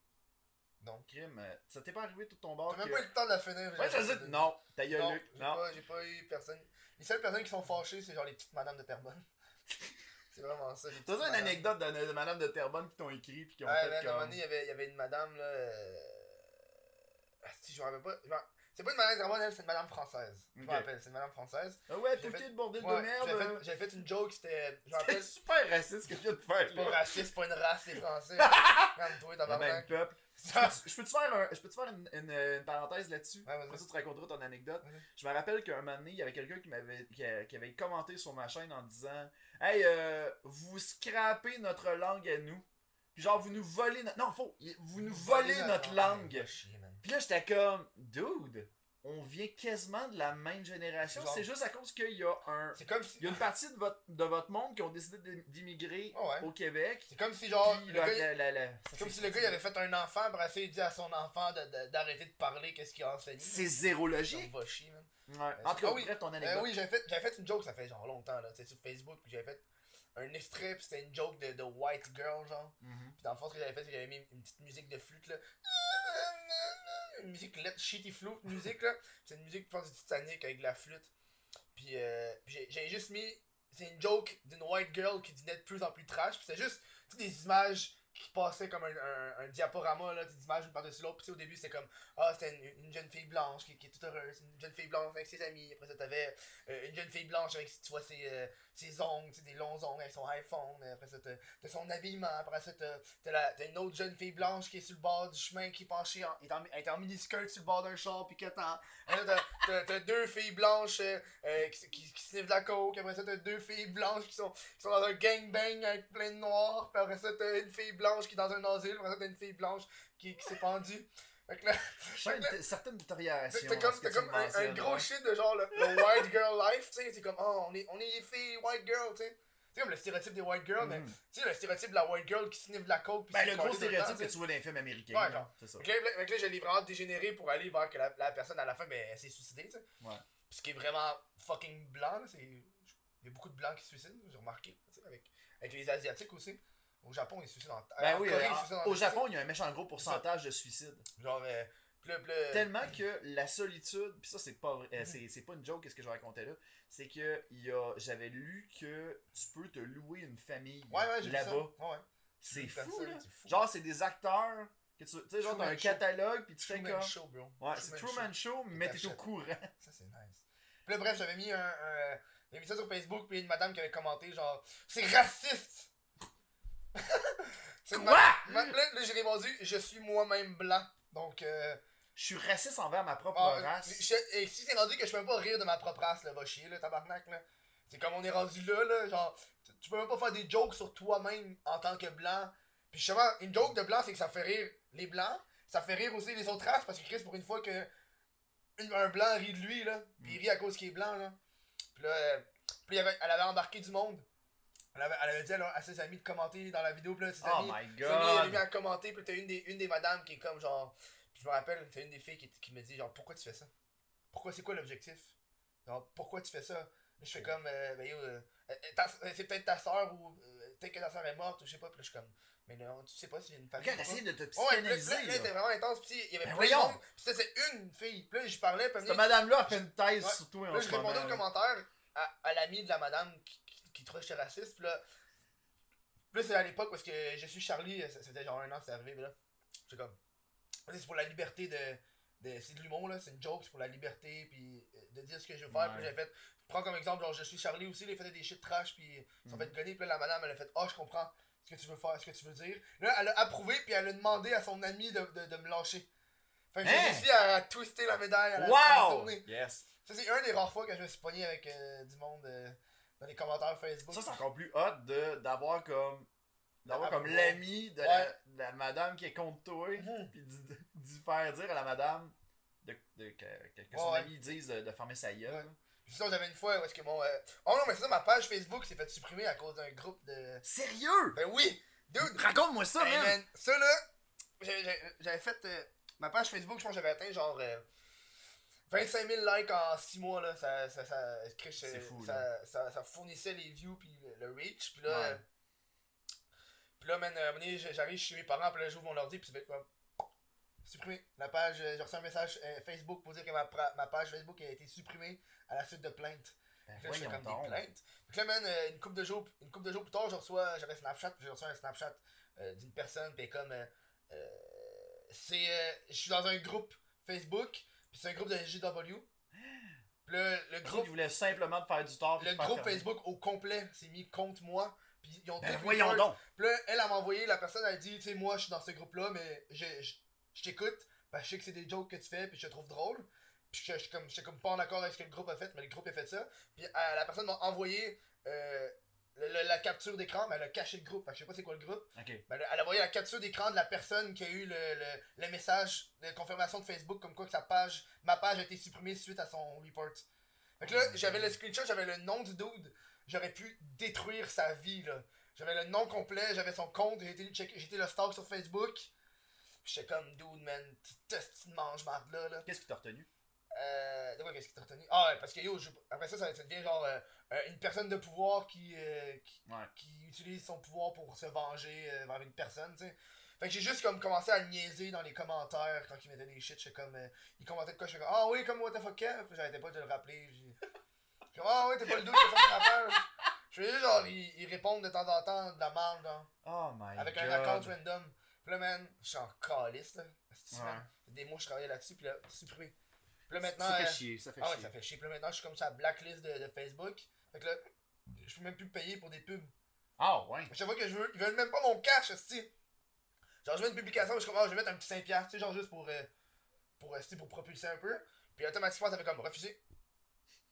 S2: Non.
S1: Crime, euh, ça t'est pas arrivé tout ton bord
S2: T'as même
S1: que-
S2: pas eu le temps de la finir.
S1: Ouais,
S2: j'ai-
S1: je sais. Non, ta gueule,
S2: Non,
S1: Luc.
S2: j'ai
S1: Non.
S2: pas- j'ai pas eu personne. Les seules personnes qui sont fâchées, c'est genre les petites madames de Terrebonne. c'est vraiment ça. les petites
S1: T'as ça une
S2: madames.
S1: anecdote de, de Madame de Terrebonne qui t'ont écrit puis qui ont
S2: Ouais,
S1: fait
S2: ben, à un moment
S1: comme...
S2: donné, il y avait- il y avait une madame, là. euh, ah, Si je me rappelle pas. je me- C'est pas une madame de Terrebonne, elle, c'est une madame française. Je me
S1: Ok.
S2: rappelle, c'est une madame française.
S1: Ah ouais,
S2: J'ai
S1: tout
S2: fait-
S1: le bordel de
S2: Ouais,
S1: merde.
S2: j'avais fait-
S1: euh.
S2: J'avais fait une joke, c'était. Je me rappelle,
S1: C'est super raciste ce que tu viens de faire.
S2: c'est pas
S1: là.
S2: raciste, c'est pas une race, les Français. Calme-toi,
S1: Le même
S2: tabarnak.
S1: peuple. Je
S2: Ça-
S1: peux- Je peux te faire, un- je peux te faire une, une- une parenthèse là-dessus.
S2: Ouais, vas-y.
S1: Après ça, tu raconteras ton anecdote.
S2: Vas-y.
S1: Je me rappelle qu'un moment donné, il y avait quelqu'un qui m'avait qui, a- qui avait commenté sur ma chaîne en disant Hey, euh, vous scrapez notre langue à nous. Puis genre, vous nous volez notre. Non, faux. Vous nous volez notre langue.
S2: Va chier, man.
S1: Puis là, j'étais comme Dude, on vient quasiment de la même génération.
S2: Genre-
S1: C'est juste à cause qu'il y a un.
S2: C'est comme si.
S1: Il y a une partie de votre, de votre monde qui ont décidé d'im- d'immigrer
S2: Ah ouais.
S1: au Québec.
S2: C'est comme si, genre.
S1: oh, Puis
S2: Ah, le
S1: la- la-
S2: gars,
S1: la- la-
S2: C'est comme si le gars il avait fait un enfant, après ça il dit à son enfant de- de- d'arrêter de, parler qu'est-ce qu'il a enseigné.
S1: C'est zéro
S2: Genre,
S1: logique.
S2: va chier, man.
S1: Ouais. En tout cas,
S2: Ah oui.
S1: après ton
S2: Euh,
S1: anecdote.
S2: oui, j'avais fait, j'avais fait une joke, ça fait genre longtemps, là, tu sais, sur Facebook, puis j'avais fait un extrait, puis c'était une joke de, de White Girl, genre.
S1: Mhm.
S2: Puis dans le fond, ce que j'avais fait, c'est que j'avais mis une petite musique de flûte, là. Une musique let shitty flute musique, là. C'est une musique, je pense, du Titanic avec de la flûte. Puis, euh, puis j'ai- j'avais juste mis. C'est une joke d'une white girl qui devenait de plus en plus trash. Puis c'était juste tu sais, des images qui passaient comme un, un, un diaporama, là, des images une par-dessus l'autre. Puis tu sais, au début, c'était comme. Ah, c'était une, une jeune fille blanche qui, qui est toute heureuse. Une jeune fille blanche avec ses amis. Après ça, t'avais euh, une jeune fille blanche avec, tu vois, ses, euh, ses ongles, tu sais, des longs ongles avec son iPhone. Après ça, t'as t'as son habillement. Après ça, t'as T'as la- t'as une autre jeune fille blanche qui est sur le bord du chemin, qui est penchée, en, est en, elle est en miniskirt sur le bord d'un char, puis que t'as. Après ça, t'as- T'as t'as deux filles blanches euh, euh, qui, qui, qui sniffent de la coke, après ça, t'as deux filles blanches qui sont, qui sont dans un gangbang avec plein de noirs, puis après ça, t'as une fille blanche qui est dans un asile, après ça, t'as une fille blanche qui, qui s'est pendue. Fait que là,
S1: Je sens une t- certaine détérioration.
S2: T'as t'as
S1: à
S2: comme,
S1: ce que
S2: t'as
S1: tu
S2: comme
S1: me
S2: un, un
S1: mentionnes,
S2: gros
S1: ouais.
S2: shit de genre le, le white girl life, tu sais, c'est comme oh on est on est les filles white girl, tu sais. C'est comme le stéréotype des white girls, mais
S1: Mhm.
S2: tu sais le stéréotype de la white girl qui sniffe de la coke. puis
S1: Ben,
S2: qui
S1: le
S2: se
S1: gros
S2: colle tout temps,
S1: stéréotype
S2: tu sais.
S1: que tu vois dans les films américains.
S2: Ouais,
S1: là.
S2: genre.
S1: C'est ça.
S2: Fait que là, fait que là, je l'ai vraiment dégénéré pour aller voir que la, la personne à la fin, ben, elle s'est suicidée, tu sais.
S1: Ouais.
S2: Puis Ce qui est vraiment fucking blanc, là, c'est. Il y a beaucoup de blancs qui se suicident, j'ai remarqué, tu sais, avec, avec les Asiatiques aussi. Au Japon, ils se suicident en
S1: Ben
S2: en
S1: oui,
S2: Corée,
S1: euh,
S2: ils se suicident en
S1: au
S2: Asie.
S1: Japon, il y a un méchant gros pourcentage de suicides.
S2: Genre, euh, mm. Mm-hmm. pis là, pis là-
S1: Tellement que la solitude, puis ça c'est pas vrai, euh, c'est c'est pas une joke ce que je racontais là, c'est que il y a, j'avais lu que tu peux te louer une famille
S2: Ouais, ouais, j'ai vu ça.
S1: là-bas.
S2: Ouais, ouais.
S1: C'est
S2: Une
S1: fou
S2: personne,
S1: là.
S2: c'est fou.
S1: Genre c'est des acteurs que tu tu sais genre t'as un
S2: Truman Show.
S1: catalogue puis tu fais
S2: Truman
S1: comme
S2: Show, bro.
S1: Ouais, c'est
S2: Show.
S1: Truman Show, mais t'es au
S2: t'achètes.
S1: courant.
S2: Ça, c'est nice. Puis là, bref, j'avais mis un. un- j'avais mis ça sur Facebook, puis une madame qui avait commenté, genre, c'est raciste! C'est une
S1: Quoi?
S2: ma- ma- Là, là, j'ai répondu, je suis moi-même blanc. Donc, euh,
S1: Je suis raciste envers ma propre
S2: ah,
S1: race.
S2: je- et si c'est rendu que je peux même pas rire de ma propre race, là, va chier, là, tabarnak, là. C'est comme on est rendu là, là, genre, tu- tu peux même pas faire des jokes sur toi-même en tant que blanc. Puis justement, une joke de blanc, c'est que ça fait rire les blancs, ça fait rire aussi les autres races, parce que Chris, pour une fois que une- un blanc rit de lui, là, puis il rit à cause qu'il est blanc, là. Puis là, euh, puis il y avait- elle avait embarqué du monde. Elle avait, elle avait dit à, leur- à ses amis de commenter dans la vidéo, puis là, ses
S1: Oh
S2: amis,
S1: my
S2: elle est venue
S1: god.
S2: à commenter, puis t'as une des, une des madames qui est comme genre. Je me rappelle, t'as une des filles qui, qui me dit genre pourquoi tu fais ça Pourquoi c'est quoi l'objectif Genre pourquoi tu fais ça Je fais comme euh, ben yo, euh, euh, ta- euh, c'est peut-être ta soeur ou euh, peut-être que ta soeur est morte ou je sais pas, puis là, je suis comme mais non, tu sais pas si j'ai une famille.
S1: Regarde,
S2: ou pas.
S1: essaye de te
S2: Ouais, ouais, puis
S1: psychanalyser.
S2: là, là,
S1: là.
S2: c'était vraiment intense, puis il y avait
S1: Ben
S2: plein de
S1: voyons.
S2: monde, puis c'était c'est une fille. Puis là, je parlais, puis elle me
S1: Cette
S2: dit-
S1: madame-là a fait une thèse
S2: Ouais.
S1: sur toi hein,
S2: Là,
S1: en
S2: je
S1: ce moment.
S2: répondais aux
S1: là.
S2: commentaires à, à l'ami de la madame qui, qui, qui trouvait que j'étais raciste. Puis là, puis là, c'est à l'époque parce que je suis Charlie, ça- c'était genre un an que c'est arrivé. mais Là, j'étais comme, Tu sais, c'est pour la liberté de. de- c'est de l'humour, là, c'est une joke, c'est pour la liberté, puis euh, de dire ce que je veux faire.
S1: Ouais.
S2: Puis j'ai fait, prends comme exemple, genre, je suis Charlie aussi, il faisait des shit trash, puis ils se sont
S1: Mhm.
S2: fait gonner. Puis là, la madame, elle a fait, oh, je comprends ce que tu veux faire, ce que tu veux dire. Là, elle a approuvé, puis elle a demandé à son ami de, de, de me lâcher. Fait que j'ai
S1: Hein?
S2: réussi à, twister la médaille, à la, à la
S1: Wow!
S2: tourner.
S1: Yes.
S2: Ça, c'est un des rares fois que je me suis pogné avec euh, du monde euh, dans les commentaires Facebook.
S1: Ça, c'est encore plus hot de- d'avoir comme. D'avoir
S2: Ah,
S1: comme
S2: bon.
S1: l'ami de, la- de la madame qui est contre toi,
S2: Mhm.
S1: puis d'y- d'y faire dire à la madame de, de- que, que- que son
S2: Ouais.
S1: ami dise de, de fermer sa gueule.
S2: Puis sinon, j'avais une fois où est-ce que mon. euh, Oh non, mais c'est ça, ma page Facebook s'est fait supprimer à cause d'un groupe de.
S1: Sérieux?
S2: Ben oui! Dude!
S1: Raconte-moi ça,
S2: Hey,
S1: man!
S2: man, Ça là, j'ai- j'ai- j'avais fait. euh, ma page Facebook, je pense que j'avais atteint genre euh, 25 000 likes en 6 mois, là, ça, ça, ça, Chris,
S1: C'est
S2: euh,
S1: fou,
S2: ça, ça- ça fournissait les views puis le, le reach. Puis là,
S1: Ouais.
S2: euh, puis là, man, euh, à un moment donné, j'arrive chez mes parents, puis là, j'ouvre mon ordi, puis c'est fait comme. Supprimé. La page, euh, j'ai reçu un message euh, Facebook pour dire que ma, pra- ma page Facebook a été supprimée à la suite de plaintes.
S1: Ben,
S2: Puis là, j'étais
S1: voyons
S2: comme
S1: donc.
S2: des plaintes. Puis là, man, euh, une couple de jours, une couple de jours plus tard, je reçois, j'avais Snapchat, puis j'ai reçu un Snapchat euh, d'une personne, puis elle est comme, euh, euh, c'est, euh, je suis dans un groupe Facebook, puis c'est un groupe de SGW. Puis là, le
S1: Le groupe
S2: groupe,
S1: voulait simplement te faire du tort. puis
S2: le
S1: te faire
S2: groupe
S1: fermer.
S2: Facebook au complet s'est mis contre moi. Puis ils ont
S1: Ben
S2: tous
S1: voyons
S2: report.
S1: donc.
S2: Puis là, elle, elle m'a envoyé, la personne, elle dit, tu sais, moi, je suis dans ce groupe-là, mais je, je, je t'écoute, parce que je sais que c'est des jokes que tu fais, puis je te trouve drôle. Puis je je suis comme, je suis comme pas en accord avec ce que le groupe a fait, mais le groupe a fait ça. Puis euh, la personne m'a envoyé euh, le- le- la capture d'écran, mais elle a caché le groupe, Fait que je sais pas c'est quoi le groupe.
S1: Ok.
S2: Mais Ben, elle, elle a envoyé la capture d'écran de la personne qui a eu le, le, le message de confirmation de Facebook, comme quoi que sa page, ma page a été supprimée suite à son report. Fait que là, j'avais le screenshot, j'avais le nom du dude, j'aurais pu détruire sa vie, là. J'avais le nom complet, j'avais son compte, j'étais le, check- j'étais le stalk sur Facebook. J'étais comme, dude, man, tu de mange marde là, là.
S1: Qu'est-ce qui t'a retenu
S2: Euh, de quoi, qu'est-ce qui t'a retenu? Ah ouais, parce que yo, je- après ça, ça ça devient genre euh, euh, une personne de pouvoir qui, euh, qui,
S1: Ouais.
S2: qui utilise son pouvoir pour se venger euh, vers une personne, tu sais. Fait que j'ai juste comme commencé à niaiser dans les commentaires quand ils mettaient des shit, j'étais comme, euh, ils commentaient de quoi, j'étais comme, ah oui, comme what the fuck, Kev? Puis J'arrêtais pas de le rappeler. j'ai- j'étais comme, ah oui, t'es pas le doute qui a fait mon affaire. Je veux juste genre, ils, ils répondent de temps en temps de la merde, genre.
S1: Oh my
S2: Avec
S1: god.
S2: un account random. Puis là, man, je suis en calice, là. C'est
S1: Ouais.
S2: Des mois, je travaillais là-dessus, puis là, supprimé. Puis là, maintenant.
S1: Ça fait
S2: euh,
S1: chier, ça fait
S2: ah ouais,
S1: chier.
S2: ça fait chier. Puis là, maintenant, je suis comme ça, blacklist de, de Facebook. Fait que là, je peux même plus payer pour des pubs.
S1: Ah ouais.
S2: À chaque fois que je veux, ils veulent même pas mon cash, esti. Genre, je mets une publication, je suis comme, ah, je vais mettre un petit 5$, piastres, tu sais, genre juste pour, euh, pour, esti, pour propulser un peu. Puis automatiquement, ça fait comme, refusé.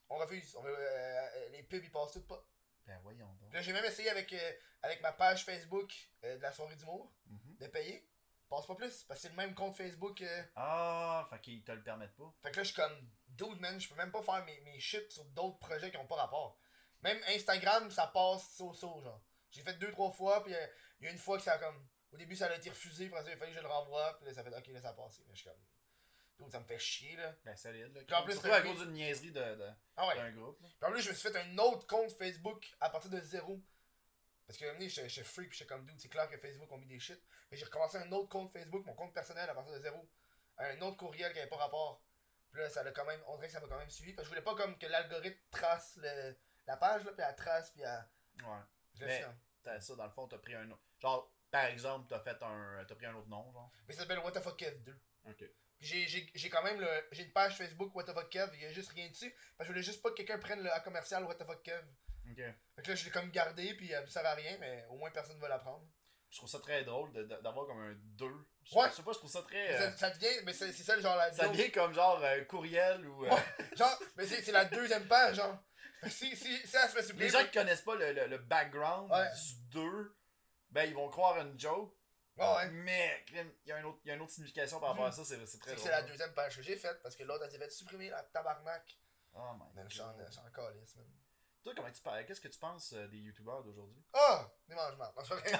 S2: On refuse. On veut, euh, les pubs, ils passent toutes pas.
S1: Ben voyons donc.
S2: Puis là, j'ai même essayé avec, euh, avec ma page Facebook euh, de la soirée d'humour
S1: Mhm.
S2: de payer. Passe pas plus, parce que c'est le même compte Facebook. euh.
S1: Ah, fait qu'ils te le permettent pas.
S2: Fait que là, je suis comme, dude, man, je peux même pas faire mes, mes shit sur d'autres projets qui ont pas rapport. Même Instagram, ça passe so-so, genre. J'ai fait deux, trois fois, puis euh, il y a une fois que ça a comme. Au début, ça a été refusé, puis après, ça, il fallait que je le renvoie, puis là, ça fait, ok, là, ça a passé. Mais je suis comme, dude, ça me fait chier, là.
S1: Ben solide. Là,
S2: Puis en plus,
S1: Surtout
S2: le-
S1: à cause d'une niaiserie de- de-
S2: Ah ouais.
S1: d'un groupe. là.
S2: Puis en plus, je me suis fait un autre compte Facebook à partir de zéro. Parce que un moment donné, j'étais j'étais free, puis j'étais comme dude, c'est clair que Facebook ont mis des shit. Mais j'ai recommencé un autre compte Facebook, mon compte personnel à partir de zéro. Un autre courriel qui avait pas rapport. Puis là, ça l'a quand même, on dirait que ça m'a quand même suivi. Parce que je voulais pas comme que l'algorithme trace le- la page, là, puis elle trace, puis elle.
S1: Ouais.
S2: je l'ai
S1: Mais-
S2: fait, hein.
S1: T'as ça, dans le fond, t'as pris un autre. Genre, par exemple, t'as fait un. T'as pris un autre nom, genre.
S2: Mais ça s'appelle What the fuck Kev 2.
S1: Ok.
S2: Puis j'ai- j'ai j'ai quand même le- j'ai une page Facebook What the fuck Kev, il y a juste rien dessus. Parce que je voulais juste pas que quelqu'un prenne le A commercial What the fuck Kev.
S1: Ok.
S2: Fait que là, je l'ai comme gardé, puis elle ne sert à rien, mais au moins personne ne va la prendre.
S1: Je trouve ça très drôle de- de- d'avoir comme un 2. Je
S2: Ouais.
S1: je sais pas, je trouve ça très. euh,
S2: Ça, ça devient, mais c'est c'est ça le genre la
S1: Ça
S2: joke.
S1: devient comme genre euh, courriel ou. euh,
S2: Genre, mais c'est c'est la deuxième page, genre. Si, si, si elle se fait supprimer.
S1: Les gens qui connaissent pas le, le- le background
S2: Ouais.
S1: du 2, ben ils vont croire une joke.
S2: Ouais, ouais.
S1: Mais crime, il y, a un autre- il y a une autre signification par rapport à ça, c'est c'est
S2: C'est
S1: très
S2: que
S1: drôle.
S2: c'est la deuxième page que j'ai faite parce que l'autre elle s'est fait supprimer, la tabarnak.
S1: Oh my
S2: Man,
S1: god.
S2: je suis en je suis en calice, man.
S1: Toi, comment tu parles Qu'est-ce que tu penses euh, des youtubeurs d'aujourd'hui
S2: Ah! Des mangements. Non, c'est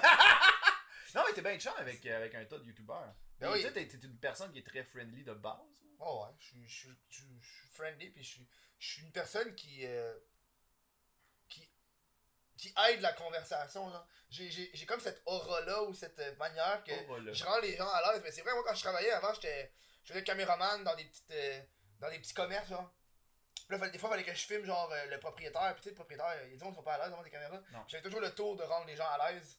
S2: pas vrai.
S1: Non, mais t'es bien chiant avec, euh, avec un tas de youtubeurs. Mais
S2: Ben oui.
S1: Tu sais, t'es- t'es une personne qui est très friendly de base. là.
S2: Oh ouais, je suis- je suis- je suis je suis friendly, puis je suis, je suis une personne qui, euh, qui, qui aide la conversation. genre. J'ai- J'ai j'ai comme cette aura-là ou cette euh, manière que
S1: Oh, là.
S2: je rends les gens à l'aise. Mais c'est vrai, moi, quand je travaillais avant, j'étais je faisais caméraman dans des, petites, euh, dans des petits commerces. Genre. Puis Là, fallait- des fois, il fallait que je filme genre euh, le propriétaire. Puis tu sais, le propriétaire, il y a des gens qui sont pas à l'aise devant des caméras.
S1: Non.
S2: J'avais toujours le tour de rendre les gens à l'aise.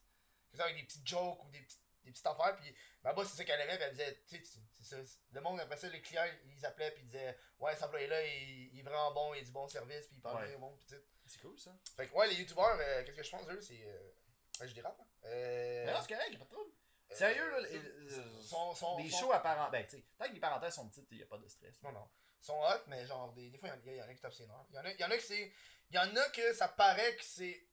S2: Que ce soit Avec des petites jokes ou des petites, des petites affaires. Puis ma boss, c'est ça qu'elle aimait. Puis elle disait, tu sais, tu- c'est ça. c'est- Le monde, après ça, les clients, ils appelaient. Puis ils disaient, ouais, cet employé-là, il, il est vraiment bon, il a du bon service. Puis il parle
S1: Ouais.
S2: bien au monde. Puis tu sais.
S1: C'est cool ça.
S2: Fait que, ouais, les youtubeurs, euh, qu'est-ce que je pense d'eux, c'est. euh, ouais, je dérape, hein. Euh,
S1: Mais non, c'est correct, y'a pas de trouble. Sérieux, là, les,
S2: euh, sont, sont,
S1: les
S2: sont-
S1: shows à parenthèse. Ben, tu sais, tant que les parenthèses sont petites, y a pas de stress. là.
S2: Non, non. Ils sont hot, mais genre, des, des fois, il y, en a qui tapent ses nerfs. Il y, en a- y en a que c'est. Il y en a que ça paraît que c'est.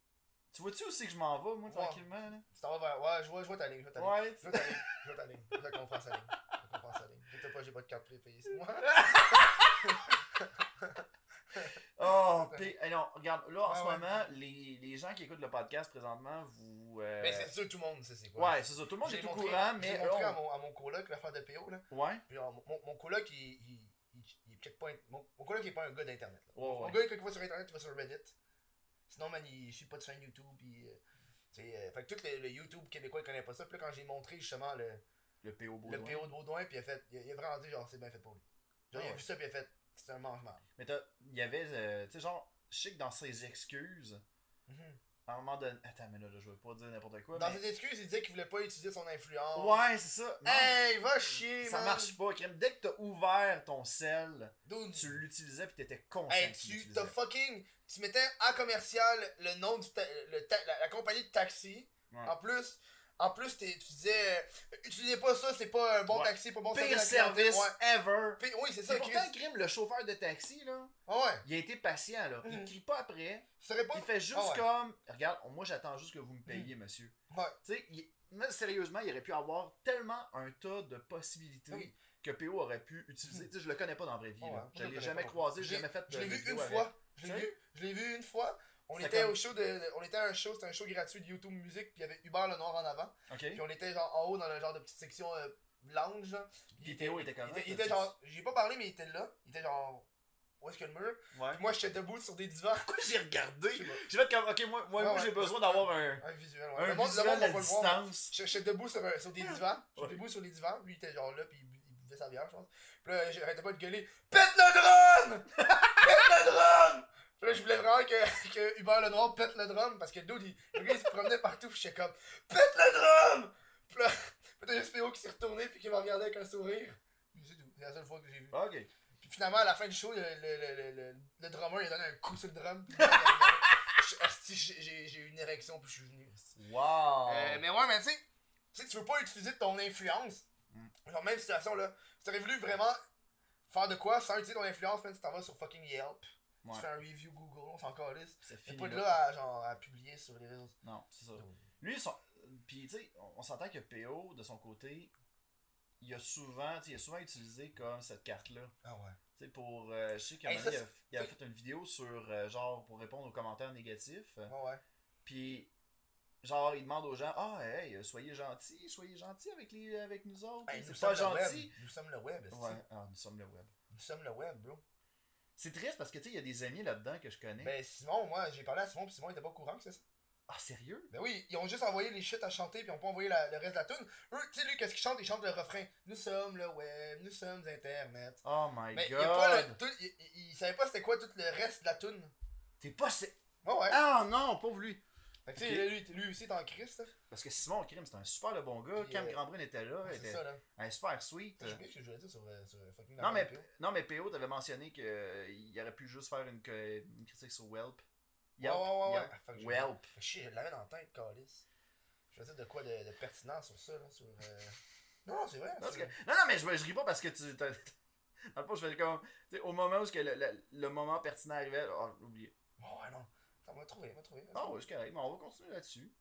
S1: Tu vois-tu aussi que je m'en vais, moi,
S2: Ouais.
S1: tranquillement là?
S2: Tu t'en vas vers. Ouais, je vois, je vois ta ligne, je vois ta ligne.
S1: Ouais, tu-
S2: Je vois ta ligne, je vois ta ligne. Je comprends sa ligne. Je comprends sa ligne. J'ai pas, j'ai pas de carte prépayée, c'est moi.
S1: Oh, pis, eh non, regarde, là, en
S2: Ouais,
S1: ce
S2: Ah ouais.
S1: moment, les, les gens qui écoutent le podcast présentement, vous. euh,
S2: Mais Ben, c'est sûr, tout le monde sait c'est quoi.
S1: ouais, c'est ça. Tout le monde
S2: J'ai
S1: est au
S2: montré-
S1: courant, mais.
S2: J'ai montré à
S1: là,
S2: mon, à mon coloc l'affaire de PO, là.
S1: on- Ouais.
S2: Puis genre, mon, mon coloc, il, il, il, il est peut-être check pas. Mon, mon coloc est pas un gars d'internet. là.
S1: Ouais,
S2: Mon
S1: ouais.
S2: gars, quand il va sur internet, il va sur Reddit. Sinon, man, il suit pas de chaîne YouTube. Puis, euh, tu sais, euh, fait que tout le, le YouTube québécois, il connaît pas ça. Puis là, quand j'ai montré justement le,
S1: Le PO
S2: le
S1: Baudouin.
S2: PO de Baudouin, puis il a, fait, il, a, il a vraiment dit, genre, c'est bien fait pour lui. Genre,
S1: Ah
S2: il a
S1: ouais.
S2: vu ça, puis il a fait, c'est un mange-mal.
S1: Mais t'as- il y avait, euh, tu sais, genre, je sais que dans ses excuses, à un moment donné. Attends, mais là, là, je veux pas dire n'importe quoi.
S2: Mhm. Dans
S1: mais-
S2: ses excuses, il disait qu'il voulait pas utiliser son influence.
S1: Ouais, c'est ça. Non,
S2: Hey, va chier,
S1: ça
S2: man.
S1: marche pas, crème. Dès que t'as ouvert ton sel,
S2: Dude,
S1: tu l'utilisais puis t'étais content.
S2: Hey,
S1: que
S2: tu
S1: l'utilisais.
S2: t'as fucking. Tu mettais en commercial le nom du ta- le ta- la, la compagnie de taxi.
S1: Ouais.
S2: En plus, en plus t'es- tu disais euh, utilisez pas ça, c'est pas un bon
S1: Ouais.
S2: taxi, pas bon
S1: Pire
S2: à la clientèle.
S1: service ever.
S2: Ouais. Pire- oui, c'est ça,
S1: C'est
S2: Chris.
S1: pourtant crime, le chauffeur de taxi, là,
S2: Ah ouais.
S1: il a été patient, là. Il
S2: Mhm.
S1: crie pas après.
S2: Tu serais pas.
S1: Il fait juste
S2: Ah ouais. Hmm.
S1: comme. Regarde, moi, j'attends juste que vous me payiez, monsieur.
S2: Ouais.
S1: Tu sais, il- mais sérieusement, il aurait pu avoir tellement un tas de possibilités
S2: Oui. Hmm.
S1: que PO aurait pu utiliser. Tu sais, je le connais pas dans la vraie vie.
S2: Ah ouais,
S1: là.
S2: moi,
S1: je
S2: je le
S1: l'ai
S2: connais
S1: jamais
S2: pas.
S1: croisé,
S2: J'ai-
S1: j'ai jamais fait
S2: Je
S1: de
S2: l'ai vu
S1: vidéo
S2: une
S1: avec.
S2: fois. Je l'ai
S1: Tu sais?
S2: vu, je l'ai vu une fois. On
S1: C'est
S2: était
S1: comme-
S2: au show de. On était à un show, c'était un show gratuit de YouTube Music, puis il y avait Hubert Lenoir en avant.
S1: Ok.
S2: Puis on était genre en haut dans le genre de petite section euh, lounge. là.
S1: Puis Théo était ah, comment,
S2: Il était, il
S1: toi,
S2: était genre. J'ai pas parlé, mais il était là. Il était genre. Où est-ce que le mur?
S1: Ouais.
S2: Puis moi, j'étais debout sur des divans.
S1: Pourquoi j'ai regardé
S2: Je sais pas.
S1: J'ai fait comme, ok, moi, moi,
S2: Ah
S1: moi,
S2: ouais.
S1: j'ai besoin d'avoir un.
S2: Un visuel, ouais.
S1: Un
S2: le monde, le
S1: visuel
S2: monde va
S1: à
S2: pas le voir. hein.
S1: distance.
S2: J'étais j'étais debout sur, un- sur des divans. J'étais
S1: Ouais.
S2: debout sur les divans. Lui, il était genre là, puis il bu- il buvait sa bière, je pense. Puis là, j'arrêtais pas de gueuler Pète le drum Pète le drum Puis là, je voulais vraiment que, que Hubert Lenoir pète le drum parce que le dude, il, le gars, il se promenait partout. Puis j'étais comme Pète le drum Puis là, puis là, il y a juste P.O. qui s'est retourné, puis qui me regardait avec un sourire. Puis C'est tout. C'est la seule fois que j'ai vu.
S1: Ok.
S2: Puis finalement, à la fin du show, le, le, le, le, le, le drummer, il donne un coup sur le drum. Puis je- asti, j'ai- j'ai j'ai eu une érection, puis je suis venu.
S1: Wow.
S2: Euh, mais ouais, mais tu sais, tu sais, tu veux pas utiliser ton influence.
S1: Mm.
S2: Genre, même situation là, si t'aurais voulu vraiment faire de quoi sans utiliser ton influence, même si t'en vas sur fucking Yelp,
S1: Ouais.
S2: tu fais un review Google, on s'en calisse.
S1: C'est
S2: T'es
S1: fini.
S2: pas de
S1: là.
S2: là à, genre, à publier sur les réseaux.
S1: Non, c'est ça. Lui, son... puis tu sais, on, on s'entend que PO, de son côté, il a souvent, tu sais, il a souvent utilisé comme cette carte-là.
S2: Ah ouais.
S1: Tu sais, pour. euh, je sais qu'à un
S2: Hey,
S1: moment donné,
S2: ça,
S1: il a, il a
S2: c'est-
S1: fait une vidéo sur, euh, genre, pour répondre aux commentaires négatifs.
S2: Ouais, Ah ouais.
S1: Puis, genre, il demande aux gens Ah, hey, soyez gentils, soyez gentils avec, les, avec nous autres.
S2: Hey, Ben, nous
S1: c'est pas
S2: sommes le
S1: gentil.
S2: web. Nous sommes le web, esti.
S1: Ouais, ah, nous sommes le web.
S2: Nous sommes le web, bro.
S1: C'est triste parce que, tu sais, il y a des amis là-dedans que je connais.
S2: Ben, Simon, moi, j'ai parlé à Simon, puis Simon, il était pas au courant, que c'est ça.
S1: Ah, sérieux
S2: Ben oui, ils ont juste envoyé les shit à chanter, puis ils ont pas envoyé la- le reste de la tune. Eux, tu sais, lui, qu'est-ce qu'ils chantent Ils chantent le refrain. Nous sommes le web, nous sommes Internet.
S1: Oh my
S2: Mais il,
S1: god.
S2: ben, a pas le, tout- il, il- il savait pas c'était quoi tout le reste de la toune.
S1: T'es pas. sé-
S2: Ouais, ouais.
S1: Ah non, pauvre lui.
S2: Fait que tu sais, lui, lui aussi est en crise, là.
S1: Parce que Simon Crime, c'était un super le bon gars.
S2: Puis,
S1: Cam
S2: euh,
S1: Grandbrun était là.
S2: Ouais,
S1: était
S2: c'est ça, là.
S1: Un super sweet.
S2: J'ai oublié ce que je voulais dire sur, euh, sur euh, fucking
S1: Non, mais-
S2: Napoléon.
S1: Non, mais PO, t'avais mentionné qu'il aurait pu juste faire une, que- une critique sur Welp.
S2: Ouais, ouais, ouais, ouais. Ah, fuck, j'ai-
S1: Welp.
S2: Fait que Shit, je l'avais dans la tête, Calis. Je veux dire de quoi de, de pertinent sur ça, là. Sur, euh, Non, c'est vrai.
S1: Parce
S2: c'est
S1: que-
S2: vrai.
S1: Non, non, mais je, je ris pas parce que tu. t'as- Dans le fond, je fais comme. tu sais, au moment où ce que le, le- le moment pertinent arrivait, oh, j'ai oublié.
S2: Oh, ouais, non. Attends, on va trouver, on va trouver. on va
S1: Ah
S2: trouver.
S1: ouais, c'est correct. Mais on va continuer là-dessus.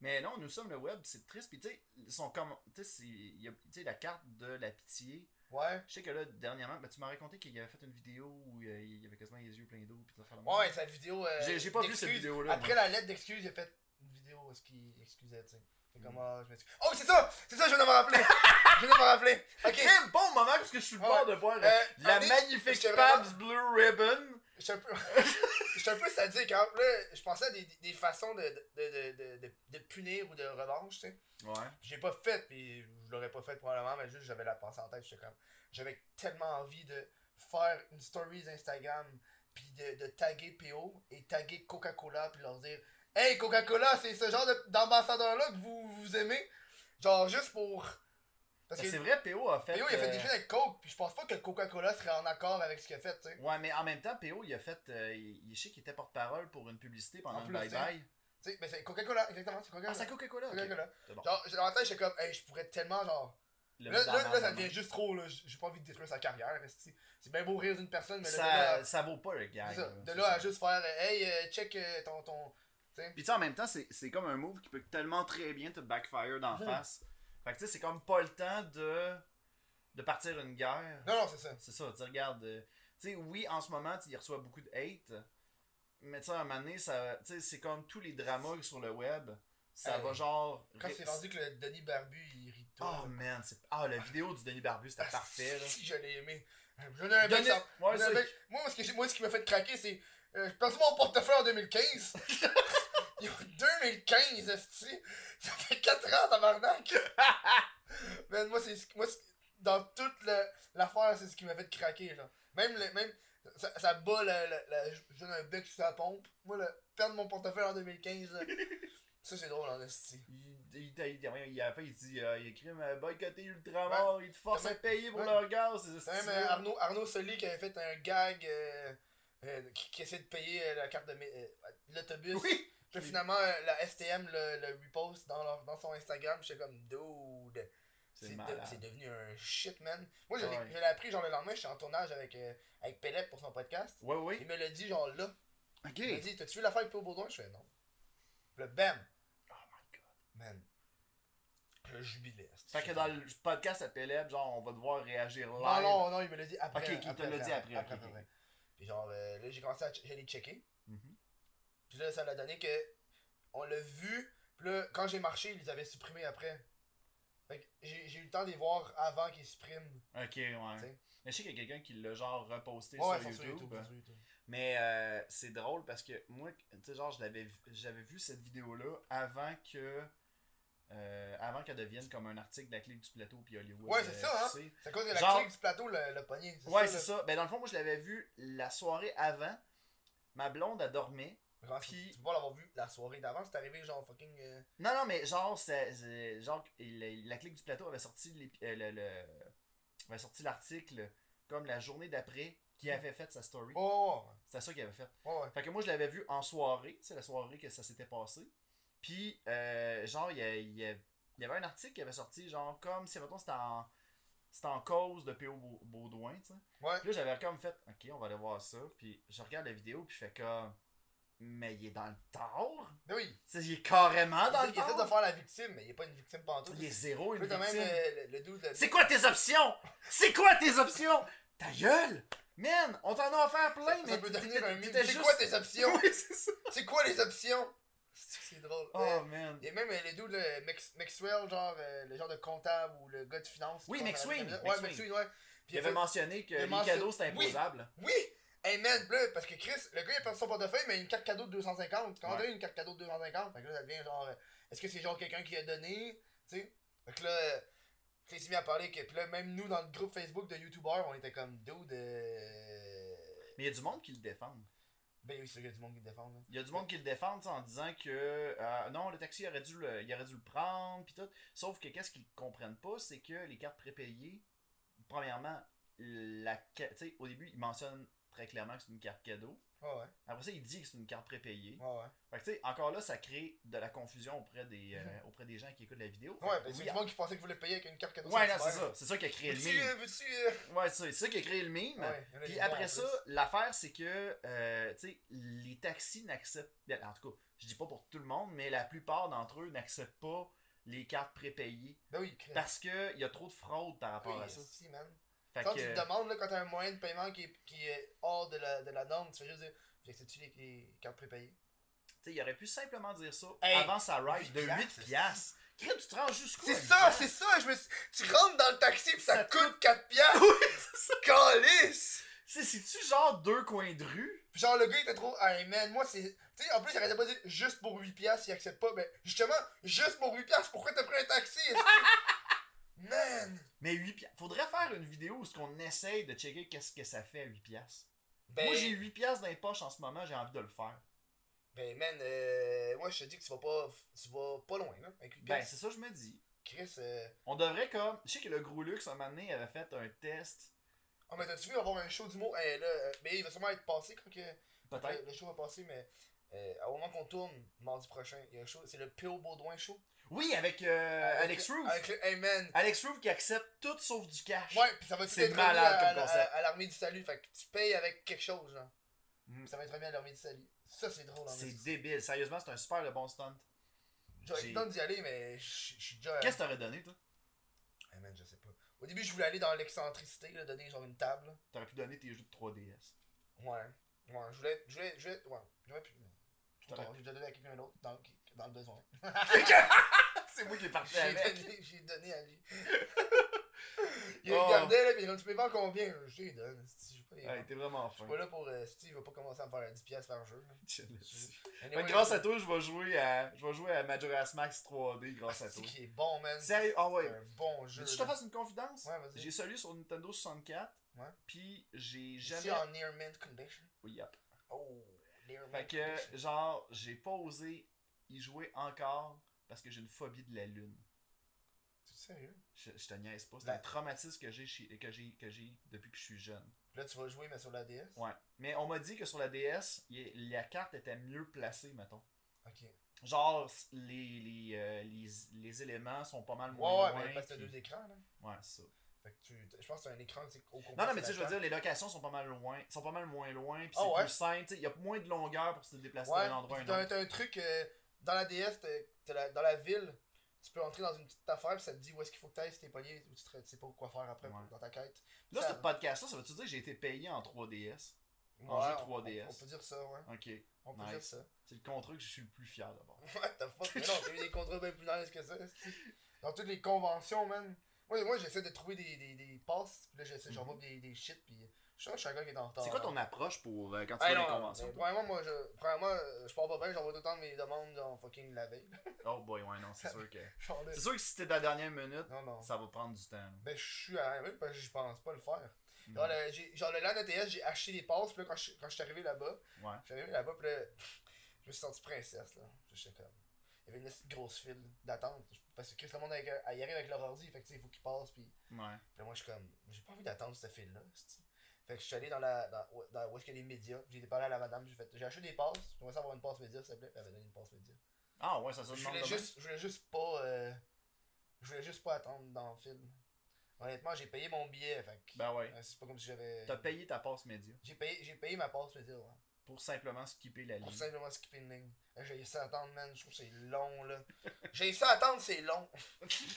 S1: Mais non, nous sommes le web, c'est triste. Puis tu sais, son comment- tu sais, c'est- il y a- tu sais, la carte de la pitié.
S2: Ouais.
S1: Je sais que là, dernièrement, ben, tu m'as raconté qu'il avait fait une vidéo où euh, il avait quasiment les yeux pleins d'eau. Puis tout ça.
S2: Ouais, ouais, cette vidéo. euh,
S1: J'ai- j'ai pas vu cette
S2: d'excuses.
S1: vidéo-là,
S2: Après
S1: moi.
S2: la lettre d'excuse, il a fait une vidéo où est-ce qu'il excusait, tu sais.
S1: Mm.
S2: Fait comme, ah, je m'excuse. Oh, c'est ça! C'est ça, je viens de me rappeler! je viens de me rappeler! Ok!
S1: Crime, bon moment parce que je suis le
S2: Ouais.
S1: bord de voir euh,
S2: Euh,
S1: la
S2: on est-
S1: magnifique
S2: j'étais vraiment-
S1: Pabs Blue Ribbon.
S2: J'étais un peu. J'étais un peu sadique, hein. Là, je pensais à des, des- des façons de, de, de, de, de, de punir ou de revanche, tu sais.
S1: Ouais.
S2: J'ai pas fait, puis je l'aurais pas fait probablement, mais juste j'avais la pensée en tête, j'étais comme. J'avais tellement envie de faire une story Instagram, puis de, de taguer PO et taguer Coca-Cola, puis leur dire Hey Coca-Cola, c'est ce genre de- d'ambassadeur-là que vous, vous aimez. Genre juste pour. Parce que
S1: C'est
S2: PO,
S1: vrai, PO a fait.
S2: il a fait des
S1: euh,
S2: choses avec Coke, puis je pense pas que Coca-Cola serait en accord avec ce qu'il a fait, tu sais.
S1: Ouais, mais en même temps, PO, il a fait. euh, il, il- je sais qu'il était porte-parole pour une publicité pendant le
S2: En plus,
S1: bye-bye.
S2: Tu sais, mais c'est Coca-Cola, exactement, c'est Coca-Cola.
S1: Ah, c'est à Coca-Cola. ok.
S2: Coca-Cola.
S1: C'est bon.
S2: Genre, dans la tête, j'étais comme, hey, je pourrais tellement, genre.
S1: Le
S2: Là,
S1: mettre dans
S2: là,
S1: la
S2: là, ça
S1: main.
S2: devient juste trop, là. J'ai pas envie de détruire sa carrière. esti. C'est bien beau rire d'une personne, mais là, de là,
S1: Ça,
S2: à-
S1: ça vaut pas le gars.
S2: c'est ça. de là à juste faire, hey, euh, check euh, ton. ton...
S1: Puis tu sais, en même temps, c'est c'est comme un move qui peut tellement très bien te backfire dans la
S2: Mhm.
S1: face. Fait que tu sais, c'est comme pas le temps de, de partir une guerre.
S2: Non, non, c'est ça.
S1: C'est ça, tu regardes. euh, tu sais, oui, en ce moment, tu sais, il reçoit beaucoup de hate. Mais tu sais, à un moment donné, ça- tu sais, c'est comme tous les dramas sur le web. Ça
S2: Hey,
S1: va genre.
S2: Quand c'est rendu que Ah. le Denis Barbu, il rit tout.
S1: ah, Oh man, c'est. Ah, la vidéo du Denis Barbu, c'était parfait là.
S2: Si je l'ai aimé. Je n'ai un bec,
S1: Gagné-
S2: ça-
S1: Ouais,
S2: je n'ai un
S1: c'est-
S2: bec. Moi, ce que j'ai- moi, ce qui m'a fait craquer, c'est. Euh, j'ai perdu mon portefeuille en 2015. Yo, 2015, esti. Ça fait 4 ans, tabarnak. Man, moi, c'est. ce qui- Moi, c'est- dans toute le- l'affaire, c'est ce qui m'a fait craquer, genre. Même. Le, même ça, ça bat le. le, le- je donne un bec sur la pompe. Moi, le, perdre mon portefeuille en 2015, là, ça, c'est drôle, en esti.
S1: Il, il, il, il, il- à la fin, il dit, euh, il écrit, mais boycotter Ultramar, ils te forcent
S2: Ouais.
S1: à payer pour
S2: Ouais.
S1: leur gaz, ces
S2: C'est Même
S1: hosties-là.
S2: euh, Arnaud, Arnaud Soli qui avait fait un gag euh, euh, qui, qui essayait de payer euh, la carte de mé- euh, l'autobus.
S1: Oui!
S2: Puis finalement, euh, la STM le, le repost dans, leur, dans son Instagram. J'étais comme, dude.
S1: C'est
S2: C'est de-
S1: malade.
S2: c'est devenu un shit, man. Moi, je l'ai
S1: Ouais.
S2: je l'ai appris genre le lendemain. J'étais en tournage avec, euh, avec Pellet pour son podcast.
S1: Ouais, ouais.
S2: Il me l'a dit, genre là.
S1: Ok.
S2: Il m'a dit, t'as-tu vu l'affaire avec Pio Baudouin Je fais non. Le bam,
S1: Oh my god.
S2: man. Je jubilais.
S1: Fait que dans le podcast à Peleb, genre, on va devoir réagir live.
S2: Non, non, non, il me l'a dit après.
S1: Ok, ok, il te l'a dit après, ok, ok.
S2: Puis genre, euh, là, j'ai commencé à ch- j'allais checker.
S1: Mhm.
S2: Puis là, ça l'a donné que on l'a vu. Puis là, quand j'ai marché, ils les avaient supprimés après. Fait que j'ai j'ai eu le temps de les voir avant qu'ils suppriment.
S1: Ok, ouais.
S2: T'sais.
S1: Mais je sais qu'il y a quelqu'un qui l'a genre reposté
S2: Ouais,
S1: sur,
S2: ils sont
S1: YouTube. hein.
S2: ils sont sur YouTube.
S1: Mais euh, c'est drôle parce que moi, tu sais, genre, je l'avais vu- j'avais vu cette vidéo-là avant que. euh, avant qu'elle devienne comme un article de la clique du plateau puis Hollywood.
S2: Ouais, c'est
S1: euh,
S2: ça, hein?
S1: tu sais.
S2: C'est à cause de la
S1: Genre-
S2: clique du plateau, le, le poignet.
S1: Ouais,
S2: ça,
S1: c'est ça. Ben, dans le fond, moi, je l'avais vu la soirée avant. Ma blonde, elle dormait.
S2: là. Genre,
S1: Puis-
S2: Tu peux pas l'avoir vu la soirée d'avant, c'est arrivé genre fucking. euh,
S1: Non, non, mais genre, c'est- c'est- genre il- la clique du plateau avait sorti l'épi- euh, le- le- avait sorti l'article comme la journée d'après qui avait fait sa story.
S2: Mm. Oh,
S1: C'était ça qu'il avait fait.
S2: ouais, ouais, ouais.
S1: Fait que moi, je l'avais vu en soirée. C'est la soirée que ça s'était passé. Puis, euh, genre, il y, a- il y a- il y avait un article qui avait sorti, genre, comme si, mettons, c'était en, c'était en cause de P.O. Bau- Baudouin, tu sais.
S2: Ouais.
S1: Puis là, j'avais comme fait, OK, on va aller voir ça. Puis, je regarde la vidéo, puis je fais comme, mais il est dans le tort.
S2: Ben oui.
S1: Tu sais, il est carrément Ah, dans
S2: Il
S1: le
S2: essaie de
S1: tort.
S2: faire la victime, mais il est pas une victime pantoute.
S1: Il est zéro, une
S2: Puis quand même,
S1: victime.
S2: euh, le, le dude. le-
S1: C'est quoi tes options? C'est quoi tes options? Ta gueule! Man, on t'en a offert plein,
S2: Ça-
S1: mais
S2: ça peut
S1: t'étais-
S2: devenir un mime.
S1: t'étais
S2: C'est
S1: juste-
S2: quoi tes options?
S1: Oui, c'est ça.
S2: C'est quoi les options? C'est c'est drôle.
S1: Oh, man.
S2: Il y a même euh, les deux, le Max- Maxwell, genre euh, le genre de comptable ou le gars de finance. qui
S1: Oui,
S2: pense à la
S1: Maxwing,
S2: comptabilité. Ouais,
S1: Maxwing.
S2: Maxwing, ouais. Puis
S1: Il avait
S2: fait-
S1: mentionné que
S2: il a
S1: les
S2: mentionné-
S1: cadeaux c'était
S2: Oui.
S1: imposable.
S2: Oui! Hey man, bleu, parce que Chris, le gars il a perdu son portefeuille, mais une carte cadeau de 250. Quand t'as une carte cadeau de 250, fait que là ça devient genre. euh, Est-ce que c'est genre quelqu'un qui a donné? Tu sais? Fait que là, euh, Chris il s'est mis à parler que. Puis là, même nous dans le groupe Facebook de YouTubers, on était comme dude. Euh...
S1: Mais il y a du monde qui le défend.
S2: Ben oui, c'est sûr qu'il y a du monde qui te défend là.
S1: Il y a du monde qui le défend tu sais, en disant que euh, non, le taxi aurait dû le, il aurait dû le prendre puis tout. Sauf que qu'est-ce qu'ils comprennent pas, c'est que les cartes prépayées, premièrement, la ca- tu sais, au début, ils mentionnent très clairement que c'est une carte cadeau.
S2: Ouais, ouais.
S1: Après ça, ils disent que c'est une carte prépayée.
S2: Ouais, ouais.
S1: Fait que, tu sais, encore là, ça crée de la confusion auprès des, euh, auprès des gens qui écoutent la vidéo. Fait
S2: Mhm. Ouais,
S1: que
S2: parce
S1: oui,
S2: qu'il
S1: ah.
S2: y a du monde qui pensait qu'il voulait payer avec une carte cadeau.
S1: ouais, non,
S2: sur
S1: c'est
S2: Uber.
S1: ça. C'est ça qui a créé le
S2: Veux-tu.
S1: meme.
S2: euh, Veux-tu. euh,
S1: Ouais, c'est ça. C'est ça qui a créé le meme.
S2: Ouais, il y en a
S1: Puis
S2: des bons, en
S1: après ça,
S2: plus.
S1: l'affaire, c'est que, euh, tu sais, les taxis n'acceptent, ben, en tout cas, je dis pas pour tout le monde, mais la plupart d'entre eux n'acceptent pas les cartes prépayées
S2: Ben oui, Chris.
S1: parce qu'il y a trop de fraude par rapport à ça.
S2: si, man.
S1: Fait
S2: Quand
S1: que,
S2: tu te demandes, là, quand t'as un moyen de paiement qui est, qui est hors de la, de la norme, tu fais juste dire J'accepte-tu les, les cartes prépayées
S1: tu sais, il aurait pu simplement dire ça
S2: Hey,
S1: avant sa ride de
S2: 8
S1: 8 piastres. Crème, tu te rends jusqu'où?
S2: C'est
S1: avec
S2: ça, c'est ça je me suis- Tu rentres dans le taxi pis ça,
S1: Ça te
S2: coûte 4 piastres
S1: Oui, c'est ça.
S2: Calice
S1: C'est- C'est-tu genre deux coins de rue?
S2: Pis genre, le gars, il était trop Hey man, moi, c'est. Tu sais, en plus, il arrêtait pas de dire juste pour 8 piastres, il accepte pas. Ben, justement, juste pour 8 piastres, pourquoi t'as pris un taxi est-ce que- Man
S1: Mais 8 piastres. Faudrait faire une vidéo où ce qu'on essaye de checker qu'est-ce que ça fait à 8 piastres.
S2: ben,
S1: Moi, j'ai 8 piastres dans les poches en ce moment, j'ai envie de le faire.
S2: Ben, man, euh, moi, je te dis que tu vas pas, tu vas pas loin, là. Avec 8
S1: Ben,
S2: piastres.
S1: c'est ça que je me dis.
S2: Chris, euh,
S1: On devrait comme. Je sais que le gros luxe, un moment donné, avait fait un test.
S2: Oh, mais t'as-tu vu avoir un show d'humour? Eh, là, euh, mais il va sûrement être passé quand que,
S1: Peut-être.
S2: le, le show va passer, mais euh, au moment qu'on tourne, mardi prochain, il y a un show, c'est le P.O. Baudouin show.
S1: Oui, avec, euh, Alex Roof.
S2: Avec le hey, man.
S1: Alex Roof qui accepte tout sauf du cash.
S2: Ouais, puis ça va
S1: C'est
S2: être remis
S1: malade
S2: à,
S1: comme
S2: à-
S1: concept.
S2: à l'armée du salut, fait que tu payes avec quelque chose, genre.
S1: Mm.
S2: Ça va être remis à l'armée du salut. Ça, c'est drôle, en
S1: C'est
S2: esti.
S1: débile. Sérieusement, c'est un super le bon stunt.
S2: J'aurais
S1: j'ai-
S2: le temps d'y aller, mais je je suis déjà.
S1: Qu'est-ce que t'aurais donné, toi
S2: Hey, man, je sais pas. Au début, je voulais aller dans l'excentricité, là, donner genre une table. là.
S1: T'aurais pu donner tes jeux de 3DS.
S2: Ouais. Ouais, je voulais. Je voulais. Je voulais. Ouais. J'aurais pu. Je
S1: T'aurais-
S2: l'ai déjà donné à quelqu'un d'autre dans, dans le besoin.
S1: c'est moi qui ai parti
S2: J'ai
S1: avec.
S2: donné, j'ai donné à lui. Il
S1: ben. Oh.
S2: regardait, là, pis il est comme, tu peux vendre combien? là? Je les donne, esti, je vais pas les
S1: Hey,
S2: vendre.
S1: t'es vraiment
S2: Je
S1: fin.
S2: suis pas là pour. euh, esti, il va pas commencer à me faire euh, 10$ piastres par jeu. là.
S1: Chill, esti. Fait
S2: Anyway,
S1: que grâce à toi, je vais jouer à, je vais jouer à Majora's Max 3D grâce à
S2: esti
S1: toi.
S2: Ah, qui est bon, man.
S1: Sérieux? Ah
S2: C'est
S1: ouais.
S2: un bon jeu.
S1: Veux-tu que je te
S2: là.
S1: fasse une confidence?
S2: Ouais, vas-y.
S1: J'ai celui sur Nintendo 64.
S2: Ouais.
S1: Puis j'ai
S2: Jamais...
S1: jamais.
S2: en near mint condition.
S1: Oui, yep.
S2: Oh, near mint
S1: Fait
S2: condition.
S1: que, genre, j'ai pas osé y jouer encore parce que j'ai une phobie de la lune.
S2: T'es sérieux?
S1: Je, je te niaise pas. C'est
S2: La-
S1: un traumatisme que j'ai chez- que j'ai que j'ai depuis que je suis jeune.
S2: Là, tu vas jouer, mais sur la DS?
S1: Ouais. Mais on m'a dit que sur la DS, il- la carte était mieux placée, mettons.
S2: Ok. Ouais,
S1: Genre, c- les, les, euh, les, les éléments sont pas mal moins
S2: ouais,
S1: loin.
S2: mais parce que t'as
S1: puis-
S2: deux écrans, là.
S1: Ouais, c'est ça.
S2: Fait que tu. Je pense que t'as un écran, c'est au complet.
S1: Non, non, mais tu
S2: c'est
S1: sais, je
S2: la
S1: veux dire, les locations sont pas mal loin, sont pas mal moins loin, puis
S2: Ah
S1: c'est
S2: ouais?
S1: plus simple, tu sais, il y a moins de longueur pour se déplacer
S2: Ouais,
S1: d'un endroit à
S2: puis
S1: un
S2: t'as un,
S1: autre.
S2: t'as un truc euh, dans la DS, t'as- t'as la- dans la ville, tu peux entrer dans une petite affaire, puis ça te dit où est-ce qu'il faut que t'ailles si t'es pogné, ou tu, te- tu sais pas quoi faire après
S1: Ouais.
S2: pour- dans ta quête.
S1: Là,
S2: ça-
S1: ce podcast-là, ça veut-tu dire que j'ai été payé en 3DS? En
S2: Ouais,
S1: jeu
S2: on-
S1: 3DS.
S2: On, on peut dire ça, ouais.
S1: Ok,
S2: On peut
S1: Nice.
S2: dire ça.
S1: c'est le contrat que je suis le plus fier d'abord.
S2: What the fuck, mais non, t'as eu des contrats bien plus nice que ça. esti. Dans toutes les conventions, man. Moi, moi j'essaie de trouver des, des, des passes, puis là, j'essaie, j'envoie des, des shit, puis je sens que chacun qui est en retard.
S1: Mhm. C'est quoi ton
S2: hein.
S1: approche pour euh, quand tu
S2: Ah
S1: fais
S2: non,
S1: des conventions?
S2: mais Premièrement, moi, je, premièrement, euh, je pars pas bien, j'envoie tout le temps mes demandes en fucking la veille.
S1: Oh boy, ouais, non, c'est sûr que.
S2: Genre là.
S1: C'est sûr que si t'es de la dernière minute,
S2: Non, non.
S1: ça va prendre du temps.
S2: Ben, je suis à la rue parce que je pense pas le faire.
S1: Mhm.
S2: Genre, le, j'ai- genre, le LAN ATS, j'ai acheté des passes, puis là, quand je, quand je suis arrivé là-bas,
S1: Ouais.
S2: je suis arrivé là-bas, puis là, je me suis senti princesse, là. J'étais comme. Il y avait une petite grosse file d'attente. Parce que Chris, le monde avec, un- il arrive avec leur ordi, fait que tu sais, il faut qu'ils passent, puis.
S1: Ouais.
S2: Puis moi, je suis comme, j'ai pas envie d'attendre cette file-là. c'ti. Fait que je suis allé dans la. Dans, où- dans- où est-ce qu'il y a les médias. J'ai été parler à la madame, j'ai fait, j'ai acheté des passes. J'aimerais ça avoir une passe média, s'il te plaît. Elle m'a donné une passe média.
S1: Ah ouais, ça se
S2: Je
S1: demande
S2: voulais
S1: de même.
S2: juste, je voulais juste pas. euh, je voulais juste pas attendre dans le film. Honnêtement, j'ai payé mon billet, fait que.
S1: Ben ouais.
S2: euh, C'est pas comme si j'avais.
S1: T'as payé ta passe média
S2: J'ai payé, j'ai payé ma passe média, ouais.
S1: pour simplement skipper la
S2: hein, Pour
S1: ligne. Hein?
S2: simplement skipper une ligne. Euh, J'ai essayé d'attendre, man. Je trouve que c'est long, là. J'ai essayé d'attendre, c'est long.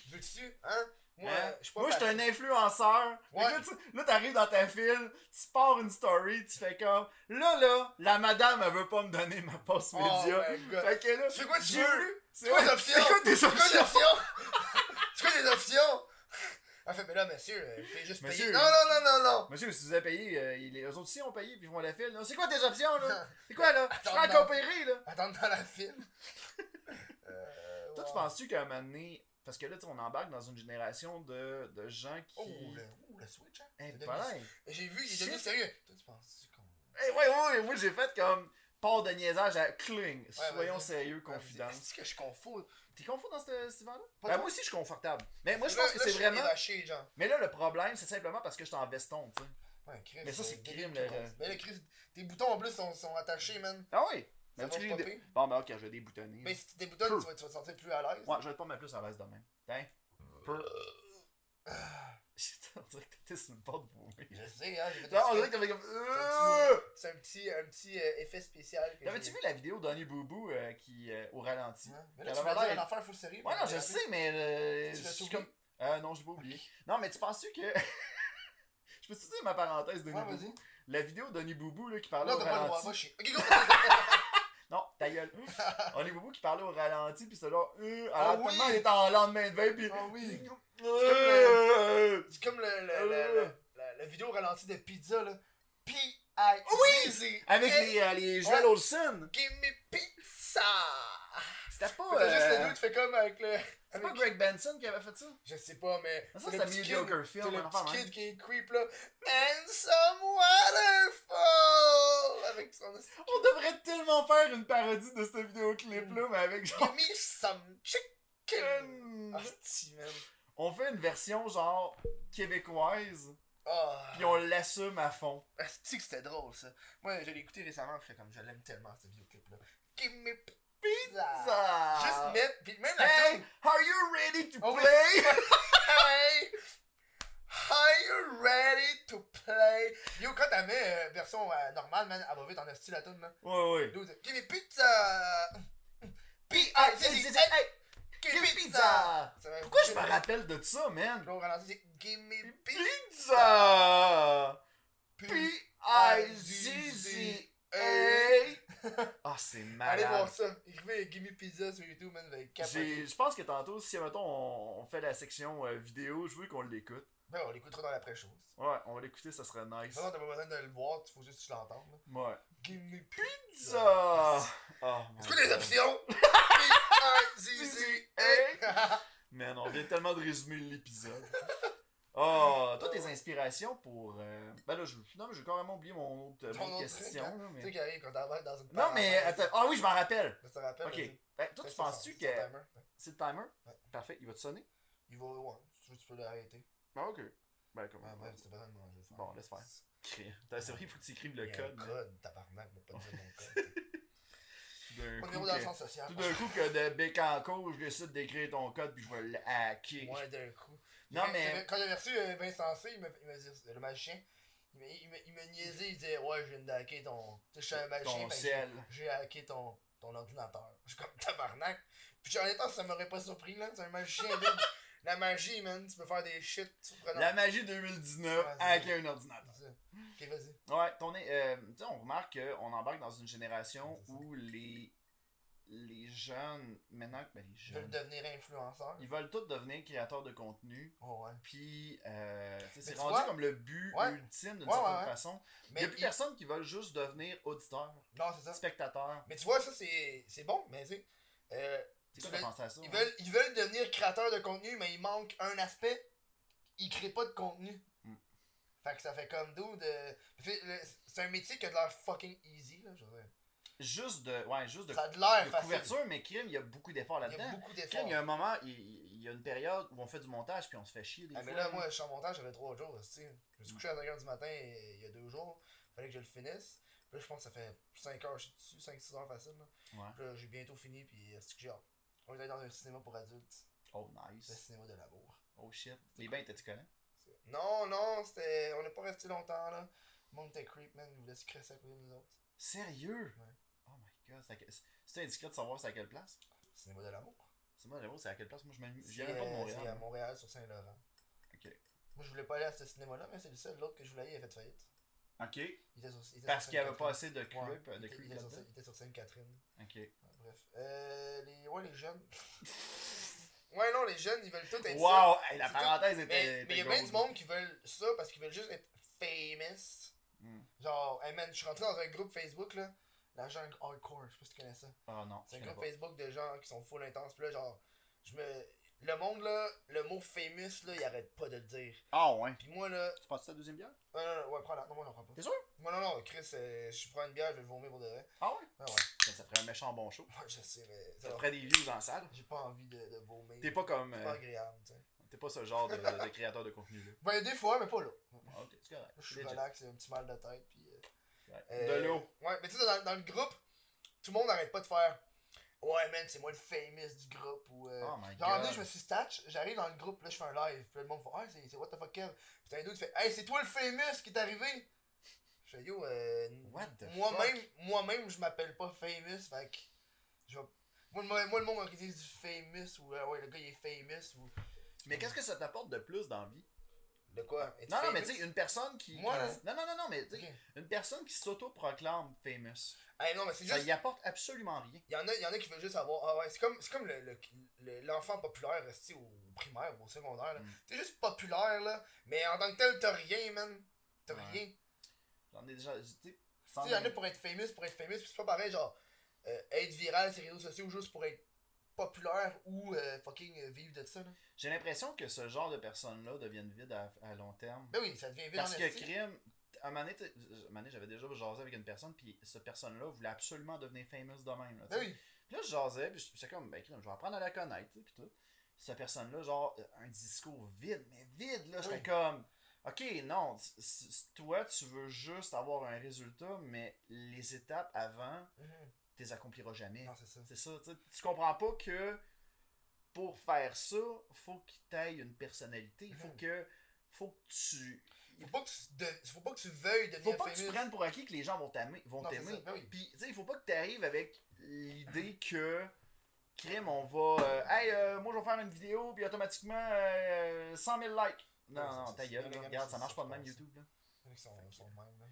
S2: Veux-tu, hein? Moi,
S1: Hein?
S2: je suis pas.
S1: Moi, je suis un influenceur. Fait que
S2: Ouais.
S1: Là, tu- là, t'arrives dans ta file, tu pars une story, tu fais comme Là, là, la madame, elle veut pas me donner ma passe
S2: Oh
S1: média.
S2: my God.
S1: Fait que là,
S2: Tu fais quoi, tu
S1: j'ai
S2: veux?
S1: voulu- C'est
S2: C'est quoi
S1: ouais,
S2: les options?
S1: c'est quoi tes
S2: C'est quoi les
S1: options?
S2: options? C'est quoi les options? Elle fait, mais là, monsieur, euh, fais juste
S1: Monsieur.
S2: payer. Non, non, non, non, non.
S1: Monsieur, si vous avez payé, euh, il- les eux autres aussi ont payé, puis ils font la file. Non, C'est quoi tes options, là? C'est quoi, là? Je
S2: Attends,
S1: suis
S2: non.
S1: coopéré, là.
S2: Attendre dans la file. Euh,
S1: Toi,
S2: wow.
S1: tu penses-tu qu'à un moment donné, parce que là, tu sais, on embarque dans une génération de, de gens qui.
S2: Oh, le, oh, le Switch, hein?
S1: Eh,
S2: C'est devenu-
S1: pareil.
S2: J'ai vu, il est devenu
S1: Shit.
S2: sérieux. Toi, tu penses qu'on.
S1: Eh, ouais, ouais, ouais, j'ai fait comme part de niaisage à cling. Soyons
S2: vas-y.
S1: sérieux,
S2: Ah,
S1: confidence.
S2: Est-ce que je confonds?
S1: T'es confort dans ce, cet là
S2: Pas
S1: Ben,
S2: trop.
S1: moi aussi, je suis confortable. Mais moi, je
S2: Là-
S1: pense que
S2: là,
S1: c'est
S2: suis
S1: vraiment.
S2: lâché, genre.
S1: Mais là, le problème, c'est simplement parce que je suis en veston, tu sais.
S2: Ouais, Chris,
S1: Mais ça,
S2: euh,
S1: c'est
S2: dès
S1: crime,
S2: que
S1: là,
S2: tu
S1: là.
S2: commences- Mais là, Chris, tes boutons en plus sont, sont attachés, man.
S1: Ah oui! Mais
S2: Ça va
S1: tu sais, j'ai
S2: popper.
S1: des- Bon, ben, ok, je vais déboutonner.
S2: Mais si tu déboutonnes,
S1: Peu.
S2: tu vas, tu vas te sentir plus à l'aise.
S1: Ouais, je vais être pas mal plus à l'aise demain. Tiens. Peu.
S2: Euh.
S1: On dirait que t'étais sur le bord de vomir.
S2: Je sais, hein. j'ai fait
S1: Non, on
S2: exprès.
S1: dirait que t'avais comme.
S2: un C'est un petit, un petit euh, effet spécial. que
S1: T'avais-tu
S2: j'ai-
S1: vu la vidéo d'Annie Boubou euh, qui. euh, au ralenti?
S2: Ouais. Mais là,
S1: Ça
S2: tu
S1: va
S2: vas
S1: bien.
S2: dire une affaire full sérieux.
S1: Ouais,
S2: mais
S1: non, je
S2: j'ai
S1: sais, mais. euh,
S2: Tu l'as
S1: je suis
S2: oublié?
S1: comme. Euh, non, je l'ai pas oublié. Non, mais tu penses-tu que. Je peux-tu dire ma parenthèse de
S2: Ouais, vas-y.
S1: La vidéo d'Annie Boubou là, qui parlait
S2: Non,
S1: au
S2: t'as pas le droit.
S1: ralenti.
S2: Moi, je suis. Ok, go!
S1: Non, ta gueule. On est beaucoup qui parlait au ralenti, puis cela, euh, alors
S2: Ah oui.
S1: tellement il était en lendemain de veille, puis.
S2: Ah oui.
S1: Euh,
S2: C'est comme le, le, le-
S1: Euh.
S2: le- la, la vidéo ralentie de pizza, là. P.I. Oui!
S1: Avec les, euh, les Joel
S2: Ouais.
S1: Olsen.
S2: Give me pizza!
S1: C'était pas.
S2: T'as
S1: euh,
S2: juste le dos, tu fais comme avec le.
S1: c'est pas
S2: avec-
S1: Greg Benson qui avait fait ça.
S2: Je sais pas, mais.
S1: Ça,
S2: c'est
S1: c'est
S2: le
S1: un
S2: petit
S1: mediocre
S2: kid-
S1: film,
S2: C'est
S1: un
S2: le
S1: enfant,
S2: petit
S1: hein.
S2: kid qui est creep, là. And some waterfall! Avec son.
S1: On devrait tellement faire une parodie de ce vidéoclip-là, mais avec genre.
S2: Give me some chicken!
S1: une-
S2: Artie, man.
S1: On fait une version genre québécoise,
S2: Ah.
S1: puis on l'assume à fond.
S2: Asti que c'était drôle ça. Moi je l'ai écouté récemment, puis j'étais comme je l'aime tellement ce vidéoclip là. Give me pizza!
S1: Ça.
S2: Juste mettre, puis même la
S1: Uh, Hey,
S2: tune.
S1: are you ready to
S2: Oh oui.
S1: play?
S2: Hey! Are you ready to play? Yo, quand t'as mis euh, version euh, normale, man, elle va vite en esti la tune, man.
S1: Ouais, ouais.
S2: Yo, t'as- Give me pizza! P-I-Z-Z-A! Give me pizza! Ça va-
S1: Pourquoi je me rappelle de ça,
S2: Puis
S1: man?
S2: là, au ralenti, c'est Give me
S1: Pizza!
S2: pizza!
S1: P-I-Z-Z-A! Ah, c'est
S2: Allez voir
S1: malade.
S2: ça. Écrivez Gimme Pizza sur YouTube, man, vous allez capoter.
S1: J'ai- Je pense que tantôt, si mettons, on, on fait la section euh, vidéo, je veux qu'on l'écoute.
S2: Ben, on l'écoutera dans l'après-chose.
S1: Ouais, on va l'écouter, ça serait nice.
S2: Sinon, t'as pas besoin de le voir, il faut juste que tu l'entendes. là.
S1: Ouais.
S2: Gimme Pizza!
S1: Ça! Ah, mon
S2: C'est quoi les
S1: Dieu.
S2: options? P-I-Z-Z-A.
S1: Man, on vient tellement de résumer l'épisode. Oh, toi, tes inspirations pour. euh, Ben là, je... non, mais j'ai carrément oublié mon autre,
S2: Ton
S1: mon
S2: autre
S1: question.
S2: truc, hein?
S1: là,
S2: Tu
S1: mais-
S2: sais qu'il arrive quand t'embarques dans une
S1: Non, mais
S2: parenthèse.
S1: attends. Ah oui, je m'en rappelle.
S2: Ça te rappelle?
S1: Ok.
S2: vas-y.
S1: Ben, toi, tu
S2: Fais ça,
S1: penses-tu
S2: son-
S1: que.
S2: son timer.
S1: C'est le timer
S2: Ouais.
S1: Parfait, il va te sonner
S2: Il va, ouais, si tu veux, tu peux l'arrêter.
S1: Ah, ok. Ben, comment
S2: Ouais, bref, c'est pas ça de manger. ça.
S1: Bon, laisse faire. Cré- T'as- C'est vrai, il faut que tu écrives le
S2: Il y a
S1: code.
S2: Un
S1: mais
S2: code, tabarnak, mais pas de dire mon code.
S1: d'un
S2: On
S1: coup
S2: est au dans le
S1: que-
S2: sens social.
S1: Tout d'un coup que de bec en cours, je décide d'écrire ton code puis je vais le hacker.
S2: Ouais, d'un coup.
S1: Non,
S2: Quand-
S1: mais.
S2: Quand j'avais reçu euh, Vincent C, il m'a il m'a dit, le magicien, il m'a- il m'a- il me niaisait, il disait, ouais, je viens de hacker ton. Tu sais, je suis un magicien,
S1: Ton
S2: fait que
S1: sel.
S2: j'ai hacké ton, ton ordinateur. Je suis comme tabarnak. Puis en étant, ça m'aurait pas surpris, là. C'est un magicien, dude. La magie, man, tu peux faire des shit surprenants.
S1: La magie 2019,
S2: Vas-y.
S1: hacker un ordinateur.
S2: C'est ça. Ok, vas-y.
S1: Ouais, ton, euh, tu sais, on remarque qu'on embarque dans une génération
S2: C'est ça.
S1: où les, les jeunes, maintenant que ben, les
S2: Je veux
S1: jeunes,
S2: devenir influenceur.
S1: ils veulent tous devenir créateurs de contenu.
S2: Oh, ouais.
S1: Puis, euh, tu sais, c'est
S2: tu
S1: rendu
S2: vois-
S1: comme le but
S2: Ouais.
S1: ultime d'une
S2: Ouais,
S1: certaine
S2: ouais, ouais.
S1: façon. Il
S2: Mais
S1: n'y a plus
S2: il-
S1: personne qui veut juste devenir auditeur,
S2: Non, c'est ça.
S1: spectateur.
S2: Mais tu vois, ça, c'est c'est bon, mais tu sais. euh,
S1: C'est
S2: Tu
S1: quoi, t'as
S2: veux-
S1: pensé à ça?
S2: Ils
S1: hein?
S2: veulent, ils veulent devenir créateurs de contenu, mais il manque un aspect. Ils créent pas de contenu.
S1: Mm.
S2: Fait que ça fait comme d'où de. C'est un métier qui a de l'air fucking easy, là, je veux dire.
S1: Juste de, ouais, juste de,
S2: Ça a de l'air
S1: de
S2: facile.
S1: couverture, mais Kim, il y a beaucoup d'efforts
S2: il y a
S1: là-dedans.
S2: beaucoup
S1: Kim,
S2: d'efforts.
S1: il y a un moment, il, il y a une période où on fait du montage puis on se fait chier des
S2: Ah, mais
S1: fois,
S2: là,
S1: hein.
S2: moi, je suis en montage, j'avais trois jours, tu sais. Je me suis
S1: Mm.
S2: couché à 5h du matin euh, il y a deux jours. Fallait que je le finisse. Puis là, je pense que ça fait 5 heures, je suis dessus, 5-6 heures facile. Là.
S1: Ouais.
S2: Puis là, j'ai bientôt fini, puis euh, c'est que j'ai hâte. On est allé dans un cinéma pour adultes,
S1: Oh,
S2: le
S1: nice.
S2: cinéma de l'amour.
S1: Oh, shit. Les bains, t'es-tu connais?
S2: Non, non, c'était. On n'est pas resté longtemps là. Le monde était creep, man, ils voulaient se cresser à côté de nous autres.
S1: Sérieux?
S2: Ouais.
S1: Oh my god, c'est à que- c'est indiscret de savoir c'est à quelle place?
S2: Cinéma de l'amour.
S1: C'est moi, j'avoue, c'est à quelle place? Moi, je m'amuse.
S2: C'est,
S1: J'y allais pas de
S2: euh, C'est à
S1: Montréal.
S2: Montréal sur Saint-Laurent.
S1: Ok.
S2: Moi je voulais pas aller à ce cinéma là, mais c'est le seul. L'autre que je voulais aller, il a fait faillite.
S1: Ok.
S2: Il était sur, il était
S1: Parce
S2: sur
S1: qu'il y avait pas
S2: Sainte-Catherine.
S1: assez de
S2: Ouais,
S1: creep,
S2: il,
S1: de
S2: était,
S1: creep
S2: il était sur,
S1: là-dedans.
S2: il était sur Sainte-Catherine.
S1: Ok.
S2: Ouais, bref. Euh, les, ouais, les jeunes. ouais, non, les jeunes, ils veulent tout être ça.
S1: Wow! Hey, la
S2: C'est
S1: parenthèse était.
S2: Mais mais il y a
S1: était
S2: bien du
S1: Ben, grosse.
S2: monde qui veulent ça parce qu'ils veulent juste être famous.
S1: Hmm.
S2: Genre, hey man, je suis rentré dans un groupe Facebook là. L'agent hardcore, je sais pas si tu connais ça.
S1: Ah non.
S2: C'est un
S1: je connais
S2: groupe
S1: pas.
S2: Facebook de gens qui sont full intense. Puis là, genre, je me. Le monde, là, le mot famous, là, il arrête pas de le dire.
S1: Ah ouais.
S2: Puis moi, là.
S1: Tu passes ta deuxième bière?
S2: Non, non, non, ouais, prends la. Non, moi, j'en prends pas.
S1: T'es sûr?
S2: Moi, non, non, Chris, euh, je prends une bière, je vais vomir pour de vrai.
S1: Ah ouais?
S2: Ah ouais,
S1: Ben, ça ferait un méchant bon show.
S2: moi, je sais, mais. ça
S1: Ça
S2: va.
S1: ferait des views en salle.
S2: J'ai pas envie de, de vomir.
S1: T'es pas comme.
S2: C'est
S1: euh,
S2: pas agréable, tu sais.
S1: T'es pas ce genre de, de créateur de contenu là.
S2: Ben, des fois, mais pas là.
S1: Ah, ok, c'est correct.
S2: Je suis
S1: Legit.
S2: relax, j'ai un petit mal de tête, puis. euh,
S1: Ouais.
S2: Euh,
S1: De l'eau.
S2: Ouais, mais tu sais, dans, dans le groupe, tout le monde n'arrête pas de faire Ouais, man, c'est moi le famous du groupe. Ou, euh,
S1: Oh my
S2: genre, un
S1: God.
S2: jour, je me suis statch, j'arrive dans le groupe, là, je fais un live, puis là, le monde fait Ah, c'est c'est what the fuck, Kev. Puis t'as un doute qui fait Hey, c'est toi le famous qui est arrivé. Je fais Yo, euh,
S1: What the
S2: moi-même, moi-même, je m'appelle pas famous, fait que. Je vais- moi, le mo- moi, le monde, qui dit du famous, ou euh, ouais, le gars, il est famous, ou.
S1: Mais qu'est-ce que ça t'apporte de plus dans la vie?
S2: De quoi Es-tu
S1: Non, non, mais
S2: famous?
S1: tu sais, une personne qui.
S2: Moi, là-
S1: Non, non, non, non, mais tu sais,
S2: Ok.
S1: une personne qui s'auto-proclame famous,
S2: Hey, non, mais c'est
S1: ça
S2: juste.
S1: y apporte absolument rien.
S2: Il y en a, il y en a qui veulent juste avoir. Ah ouais, c'est comme, c'est comme le, le- le- l'enfant populaire resté au primaire ou au secondaire. là.
S1: Mm.
S2: T'es juste populaire, là. Mais en tant que tel, t'as rien, man. T'as
S1: Ouais.
S2: rien.
S1: J'en ai déjà. Tu sais,
S2: Tu
S1: sans-
S2: sais, il y en a pour être famous, pour être famous. Puis c'est pas pareil, genre, euh, être viral sur les réseaux sociaux juste pour être populaire ou euh, fucking euh, vivre de ça, là.
S1: J'ai l'impression que ce genre de personnes-là deviennent vides à, à long terme.
S2: Ben oui, ça devient vite
S1: Parce
S2: en
S1: que
S2: esti.
S1: crime. À un moment donné, t'sais, un moment donné, j'avais déjà jasé avec une personne, puis cette personne-là voulait absolument devenir famous de même. Là, t'sais.
S2: Ben oui.
S1: Puis là, je jasais, puis j'étais comme, ben, crime, je vais apprendre à la connaître, tu sais, puis tout. Cette personne-là, genre, euh, un discours vide, mais vide, là. J'étais
S2: Oui.
S1: comme, ok, non, c- c- toi, tu veux juste avoir un résultat, mais les étapes avant,
S2: Mhm.
S1: tu les accompliras jamais.
S2: Non, c'est ça.
S1: C'est ça, tu sais, tu comprends pas que pour faire ça, faut qu'il t'aille une personnalité. Il faut
S2: Mhm.
S1: que, faut que tu.
S2: Faut pas que tu, de- faut pas que tu veuilles
S1: Faut
S2: devenir
S1: pas
S2: famous.
S1: que tu prennes pour acquis que les gens vont t'aimer. Vont
S2: Non, c'est
S1: t'aimer.
S2: ça, ben oui.
S1: Puis, tu sais, il faut pas que tu arrives avec l'idée que, crime, on va. euh, hey, euh, moi, je vais faire une vidéo, puis automatiquement, euh, 100 000 likes. Non,
S2: Ouais, ça,
S1: non,
S2: ça,
S1: ta
S2: c'est-
S1: gueule,
S2: non,
S1: là,
S2: mais
S1: regarde, ça
S2: c'est-
S1: marche pas de
S2: c'est
S1: même
S2: pas ça.
S1: YouTube. Là.
S2: Ils sont, ils sont de même, là.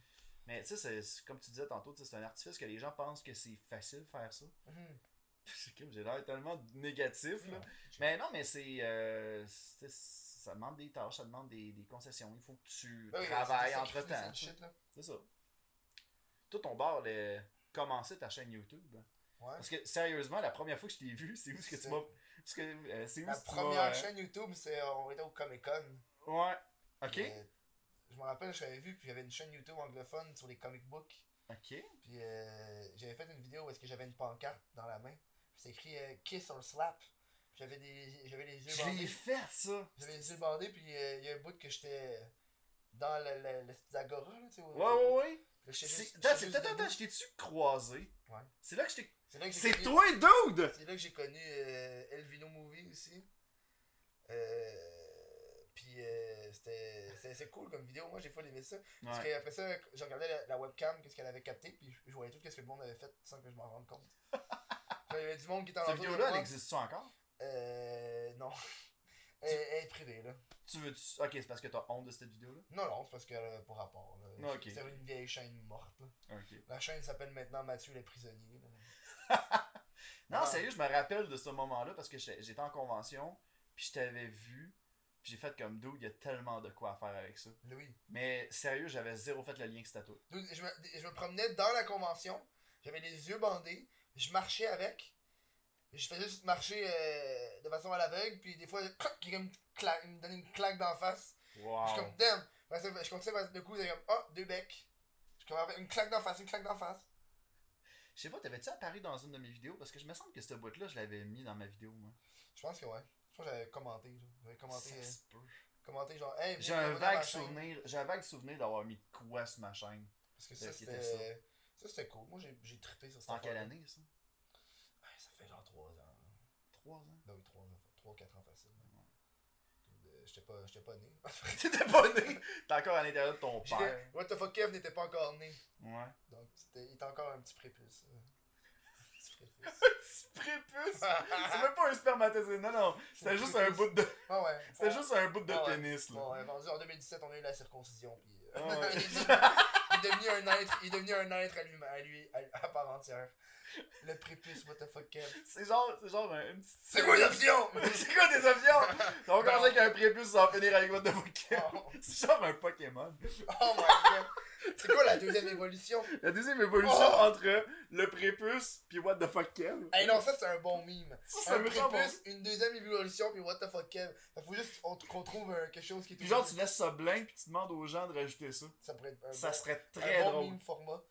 S1: Mais tu sais, c'est- c'est- comme tu disais tantôt, tu sais, c'est un artifice que les gens pensent que c'est facile de faire ça.
S2: Mhm.
S1: C'est comme, J'ai l'air tellement négatif, là.
S2: Ouais.
S1: Mais non, mais c'est. euh, c'est- ça demande des tâches, ça demande des, des concessions. Il faut que tu
S2: Ben oui,
S1: travailles
S2: c'est des
S1: entre
S2: sacrifices
S1: temps.
S2: and shit, là.
S1: C'est ça. Tout ton bord, le... commencer ta chaîne YouTube.
S2: Ouais.
S1: Parce que sérieusement, la première fois que je t'ai vu, c'est où ce que tu
S2: C'est-
S1: m'as. parce que, euh, C'est où
S2: La
S1: ce que tu m'as,
S2: première
S1: euh,
S2: chaîne YouTube, c'est on était au Comic Con. Euh,
S1: Ouais. Ok.
S2: je me rappelle, j'avais vu qu'il y avait une chaîne YouTube anglophone sur les comic books.
S1: Ok.
S2: Puis euh, j'avais fait une vidéo où est-ce que j'avais une pancarte dans la main. Puis c'est écrit euh, Kiss or Slap. Puis J'avais des j'avais les yeux
S1: Je l'ai
S2: bandés.
S1: fait, ça.
S2: J'avais les yeux bandés, puis euh, il y a un bout que j'étais dans le, le, le petit agora, là, tu sais. au-
S1: Ouais, ouais, ouais.
S2: Là, j'étais
S1: C'est-
S2: juste-
S1: Attends,
S2: j'étais
S1: c'est-
S2: juste
S1: attends,
S2: debout.
S1: attends, je t'ai-tu croisé?
S2: Ouais.
S1: C'est là que je t'ai.
S2: C'est là que j'ai
S1: C'est
S2: connu-
S1: toi, dude!
S2: C'est là que j'ai connu euh, Elvino Movie aussi. Euh, puis euh, c'était c'était- c'est cool comme vidéo. Moi, j'ai full aimé ça. Parce
S1: Ouais.
S2: qu'après ça, je regardais la, la webcam, qu'est-ce qu'elle avait capté, puis je, je voyais tout qu'est-ce que le monde avait fait sans que je m'en rende compte. Il y avait du monde qui était en
S1: Cette
S2: entour de
S1: vidéo-là,
S2: moi.
S1: elle existe-tu encore?
S2: Euh. Non. elle, elle est privée, là.
S1: Tu veux. tu- Ok, c'est parce que t'as honte de cette vidéo-là?
S2: Non, non, c'est parce que euh, pour rapport. Là.
S1: Ah, ok.
S2: C'est une vieille chaîne morte. là.
S1: Ok.
S2: La chaîne s'appelle maintenant Mathieu les prisonniers. là.
S1: Non,
S2: Ouais.
S1: sérieux, je me rappelle de ce moment-là parce que j'étais j'étais en convention, puis je t'avais vu, puis j'ai fait comme dude, il y a tellement de quoi à faire avec ça.
S2: Mais Oui.
S1: Mais sérieux, j'avais zéro fait le lien que c'était toi.
S2: Donc, je, me, je me promenais dans la convention, j'avais les yeux bandés, je marchais avec. Je faisais juste marcher euh, de façon à l'aveugle, puis des fois, clac, quelqu'un me, claque- me donnait une claque d'en face.
S1: Wow.
S2: Je suis comme, damn! Après ça, je continuais, parce que le coup, j'étais comme, oh, deux becs. Je commence une claque d'en face, une claque d'en face.
S1: Je sais pas, t'avais-tu apparu dans une de mes vidéos parce que je me semble que ce bout-là, je l'avais mis dans ma vidéo, moi.
S2: Je pense que ouais. Je pense que j'avais commenté. genre. J'avais commenté,
S1: Ça
S2: euh,
S1: se peut.
S2: commenté genre, hey,
S1: J'ai un
S2: viens, viens dans ma
S1: vague
S2: chambre.
S1: souvenir, j'ai un vague souvenir d'avoir mis de quoi sur ma chaîne.
S2: Parce que ça,
S1: Euh, qui était
S2: c'était. Ça, c'était cool. Moi, j'ai, j'ai trippé sur
S1: C'était en quelle
S2: affaire-là.
S1: année ça
S2: Ouais, ça fait genre 3 ans. là.
S1: Trois ans.
S2: Ben oui, 3, 4 ans facile. là.
S1: Ouais. Ben.
S2: Euh, J'étais pas, j'étais pas né.
S1: T'étais pas né. T'es encore à l'intérieur de ton
S2: J'étais-
S1: père.
S2: What the fuck, Kev n'était pas encore né.
S1: Ouais.
S2: Donc, c'était, il était encore un petit prépuce. euh. Un petit prépuce.
S1: Petit prépuce. C'est même pas un spermatozoïde. Non, non. C'était juste un bout de.
S2: Ah ouais.
S1: C'était juste un bout de
S2: Ah ouais.
S1: pénis là.
S2: Bon, ouais, rendu en 2017, on a eu la circoncision. Puis, euh,
S1: Ah ouais.
S2: il, est devenu un être, il est devenu un être à lui, à lui à, à part entière. Le prépuce, what the fuck, Kev.
S1: C'est genre, c'est genre un, une petite.
S2: C'est quoi l'option
S1: C'est quoi des avions? Donc,
S2: Non.
S1: on sait qu'un prépuce sans finir avec votre Pokémon.
S2: oh,
S1: C'est genre un Pokémon.
S2: oh my god. C'est quoi la deuxième évolution
S1: La deuxième évolution
S2: Oh.
S1: entre le prépuce puis what the fuck Kev.
S2: Hey non, ça c'est un bon meme.
S1: Ça, c'est
S2: Un
S1: méchant, bon.
S2: prépuce, une deuxième évolution, puis what the fuck, Kev. Fait, faut juste qu'on qu'on trouve euh, quelque chose qui est
S1: Puis genre, tu laisses ça blanc puis tu demandes aux gens de rajouter ça.
S2: Ça pourrait être un
S1: Ça
S2: bon-
S1: serait très
S2: un bon
S1: drôle.
S2: meme format.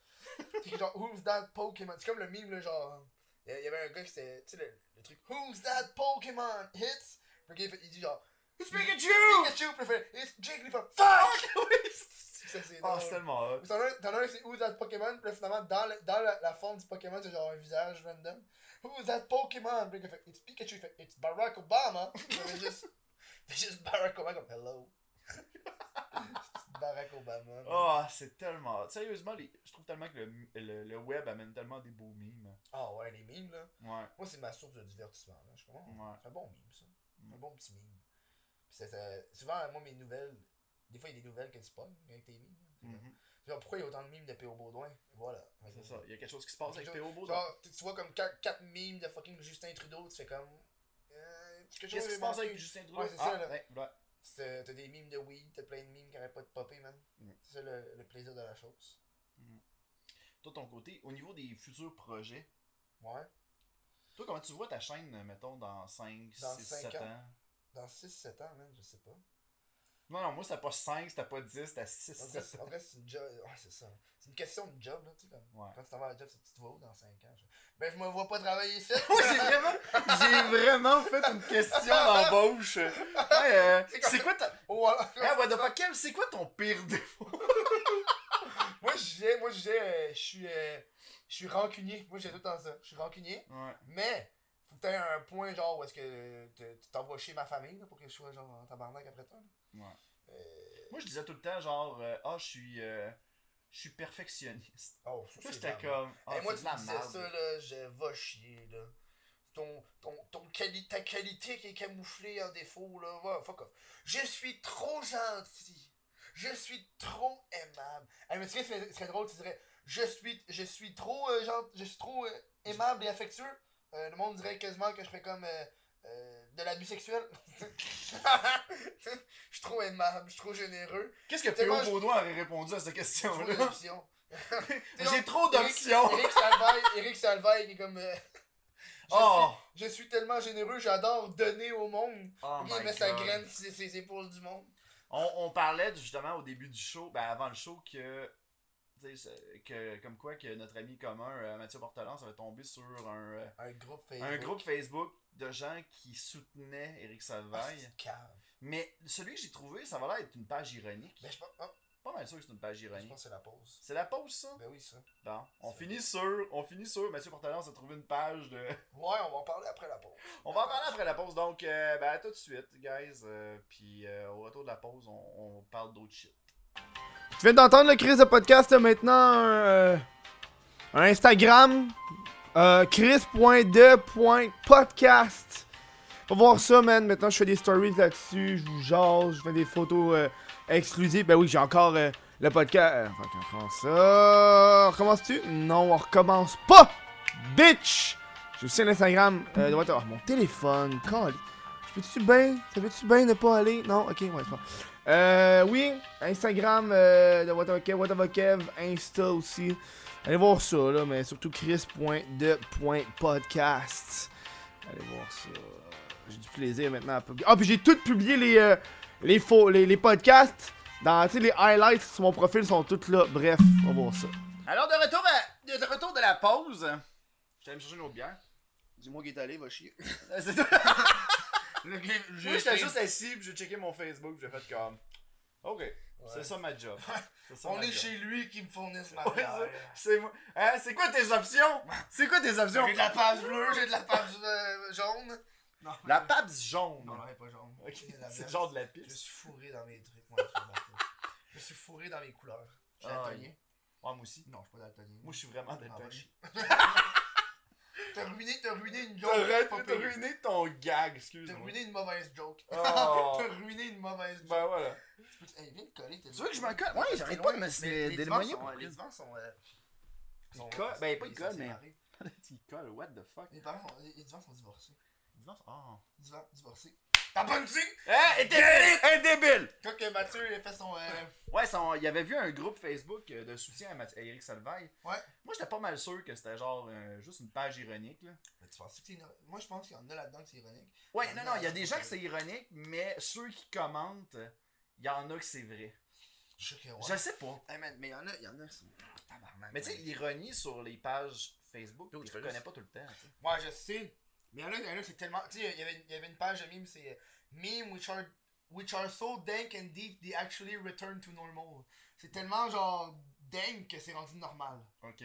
S2: c'est genre, who's that Pokémon? C'est comme le meme, là, genre. Il y- y avait un gars qui était. Tu sais, le, le truc, who's that Pokémon? Hits! Puis le gars, il fait- il dit genre,
S1: It's
S2: Pikachu! Puis il fait, it's Jigglypuff! Fuck! Ça, c'est
S1: Oh,
S2: drôle.
S1: c'est tellement hot.
S2: Ou T'en as un- t'en as un, c'est Who's that Pokémon? Puis là, finalement, dans, le- dans la, la forme du Pokémon, c'est genre un visage random. Who's that Pokémon? Puis le gars fait, it's Pikachu! Il fait, it's Barack Obama! Puis là, c'est juste. C'est juste Barack Obama comme, hello! C'est Barack Obama.
S1: Oh, c'est tellement hot. Sérieusement, les- je trouve tellement que le, le- le web amène tellement des beaux mimes.
S2: Ah ouais, les memes, là.
S1: Ouais.
S2: Moi, c'est ma source de divertissement. Là. Je comprends.
S1: Ouais.
S2: C'est un bon mime, ça.
S1: Mm.
S2: Un bon petit mime. Puis c'est, euh, souvent, moi, mes nouvelles. Des fois, il y a des nouvelles que tu pognes avec tes mimes. là.
S1: Mhm.
S2: Genre, pourquoi il y a autant de mimes de P.O. Baudouin Voilà.
S1: C'est ça. Il y a quelque chose qui se passe avec
S2: Genre-
S1: P.O. Baudouin.
S2: Genre, tu tu vois comme 4, mimes de fucking Justin Trudeau, tu fais comme. Euh, quelque chose
S1: Qu'est-ce qui
S2: est
S1: se passe
S2: manqué.
S1: avec Justin Trudeau?
S2: Ouais, c'est
S1: Ah,
S2: ça, là.
S1: ouais, ouais.
S2: Tu te- T'as des mimes de weed, t'as plein de mimes qui n'arrêtent pas de popper, man.
S1: Mm.
S2: C'est ça le, le plaisir de la chose.
S1: Toi, ton côté, au niveau des futurs projets,
S2: Ouais.
S1: toi, comment tu vois ta chaîne, euh, mettons, dans 5,
S2: Dans
S1: 6,
S2: cinq
S1: 7 ans.
S2: ans. Dans 6-7 ans, man, je sais pas.
S1: Non, non, moi, c'était pas 5, c'était pas 10, c'était 6,
S2: En vrai,
S1: 7
S2: Ah, c'est- en vrai, c'est une job. Ouais, c'est ça. C'est une question de job, là, tu sais, comme.
S1: Ouais.
S2: Quand tu t'en vas à la job, c'est tu te vois où dans 5 ans? Je- Ben, je me vois pas travailler ici.
S1: Moi, j'ai vraiment, j'ai vraiment fait une question d'embauche. Ouais, euh,
S2: C'est comme-
S1: c'est quoi ta.
S2: Oh, voilà.
S1: Hey, what the fuck, Kev, c'est quoi ton pire défaut?
S2: moi, je disais, moi, je disais, euh, je suis, euh, je suis rancunier. Moi, j'ai tout le temps ça. Je suis rancunier.
S1: Ouais.
S2: Mais, faut que t'aies un point, genre, où est-ce que te- tu t'envoies chez ma famille, là, pour que je sois, genre, en tabarnak après toi. là.
S1: Ouais.
S2: Euh,
S1: Moi, je disais tout le temps, genre, euh, ah, je suis. euh, je suis perfectionniste.
S2: Oh,
S1: Puis
S2: ça,
S1: Là,
S2: c'est
S1: j'étais
S2: marrant.
S1: comme. Ah,
S2: Hey, moi,
S1: c'est
S2: tu
S1: de la
S2: me disais
S1: merde.
S2: ça, là, je va chier, là. Ton, ton, ton quali- ta qualité qui est camouflée en défaut, là, va, fuck off. Je suis trop gentil. Je suis trop aimable. Hey, mais tu sais, ce serait- ce serait drôle, tu dirais Je suis, je suis trop, euh, gent- je suis trop euh, aimable et affectueux. Euh, le monde dirait quasiment que je fais comme euh, euh, de l'abus sexuel. je suis trop aimable, je suis trop généreux.
S1: Qu'est-ce que
S2: Tellement
S1: P.O.
S2: je-
S1: Baudouin aurait répondu à cette
S2: Trop
S1: question-là?
S2: d'options.
S1: J'ai trop d'options!
S2: Eric Salvaille, Eric Salvaille, il est comme. euh, je,
S1: Oh!
S2: suis, je suis tellement généreux, j'adore donner au monde.
S1: Oh
S2: il
S1: my
S2: met sa
S1: God.
S2: graine sur ses- ses épaules du monde.
S1: On, on parlait justement au début du show, ben avant le show, que, tu sais, c'est- que comme quoi que notre ami commun, euh, Mathieu Portelance, avait tombé sur un, euh,
S2: Un groupe
S1: un groupe Facebook de gens qui soutenaient Eric
S2: Ah,
S1: Salvaille. Mais celui que j'ai trouvé, ça va l'air être une page ironique.
S2: Mais je pense, oh,
S1: Pas mal sûr que c'est une page
S2: je
S1: ironique.
S2: pense que c'est la pause.
S1: C'est la pause, ça?
S2: Ben oui, ça.
S1: Bon, on
S2: C'est-
S1: finit sur, on finit sur, Mathieu Portelance a trouvé une page de...
S2: Ouais, on va en parler après la pause.
S1: On va en parler après la pause, donc euh, ben, à tout de suite, guys. Euh, Puis euh, au retour de la pause, on, on parle d'autres shit.
S2: Tu viens d'entendre le Chris de podcast a maintenant un, euh, un Instagram euh, chris.de.podcast. Va voir ça, man. Maintenant, je fais des stories là-dessus. Je vous jase, je fais des photos euh, exclusives. Ben oui, j'ai encore euh, le podcast. euh, Enfin, on prend ça. On recommence-tu? Non, on recommence pas! Bitch! J'ai aussi un Instagram. Euh, de droite à- oh, mon téléphone. Calé. Je peux-tu bien? Ça peut-tu bien ne pas aller? Non? Ok, ouais, c'est pas. Euh, oui, Instagram euh, de Whatever Kev, Whatever Kev, Insta aussi. Allez voir ça, là, mais surtout chris.de.podcast. Allez voir ça. J'ai du plaisir maintenant à publier. Ah, puis j'ai tout publié les, euh, les, faux, les, les podcasts. Dans, tu sais, les highlights sur mon profil sont toutes là. Bref, on va voir ça.
S1: Alors, de retour, à- de retour de la pause, j'allais me chercher une autre bière.
S2: Dis-moi qui est allé, va chier.
S1: Euh, c'est- Moi, j'étais juste assis, puis j'ai checké mon Facebook, puis j'ai fait comme. Ok, c'est ça ma job. C'est ça ma job.
S2: lui qui me fournisse ma
S1: Ouais, C'est moi. Hein, c'est quoi tes options C'est quoi tes options
S2: page bleue, j'ai de la page euh, jaune. Non,
S1: La Pabst jaune.
S2: Non, elle est pas jaune.
S1: Ok,
S2: Elle est la
S1: c'est le
S2: verte.
S1: genre de la
S2: Je
S1: piste.
S2: suis fourré dans mes trucs, moi. je suis daltonien. je suis fourré dans mes couleurs. Je suis
S1: Ah,
S2: daltonien.
S1: Ouais, moi aussi.
S2: Non, je suis pas daltonien.
S1: Moi, je suis vraiment
S2: Ah,
S1: daltonien.
S2: va chier. T'as ruiné, t'as ruiné une joke.
S1: T'as
S2: c'est pas
S1: t'as
S2: pire.
S1: ruiné ton gag,
S2: T'as
S1: excuse-moi.
S2: ruiné une mauvaise joke.
S1: Oh.
S2: T'as ruiné une mauvaise joke.
S1: Ben voilà.
S2: Tu peux- Hey, viens te coller.
S1: Tu veux que je me colle? Ouais, j'arrête pas de me-
S2: Les
S1: d'éloigner
S2: divans sont-
S1: pour
S2: les
S1: rien.
S2: divans sont. euh,
S1: Ils
S2: sont-
S1: collent- ben, pas
S2: ils
S1: ils
S2: sont
S1: collent, mais-
S2: séparés.
S1: Il colle, what the fuck
S2: Les parents, sont- les les divans sont divorcés.
S1: Oh.
S2: Divans divorcés. T'as pas une signe?
S1: Hein, elle est débile! Elle est débile!
S2: Quand que Mathieu il a fait son. euh,
S1: Ouais, son- il avait vu un groupe Facebook euh, de soutien à, Math- à Eric Salvaille.
S2: Ouais.
S1: Moi, j'étais pas mal sûr que c'était genre euh, juste une page ironique. Là.
S2: Mais tu penses que c'est ironique? Moi, je pense qu'il y en a là-dedans que c'est ironique.
S1: Ouais,
S2: Ah,
S1: non,
S2: non,
S1: non, il y a des
S2: c'est
S1: gens
S2: vrai.
S1: que c'est ironique, mais ceux qui commentent, euh, il y en a que c'est vrai.
S2: Je suis sûr que ouais.
S1: Je sais pas.
S2: Hey, man, mais il y en a, il y en a qui sont Ah, tabarnak.
S1: Mais tu sais,
S2: man.
S1: l'ironie sur les pages Facebook,
S2: Yo,
S1: je
S2: tu fais
S1: connais
S2: juste-
S1: pas tout le temps. tu sais.
S2: Ouais, je sais. Mais il y en a, il y en a, c'est tellement. Tu sais, il y avait- il y avait une page de meme, c'est euh, Meme which are, which are so dank and deep, they actually return to normal. C'est tellement genre dank que c'est rendu normal.
S1: Ok.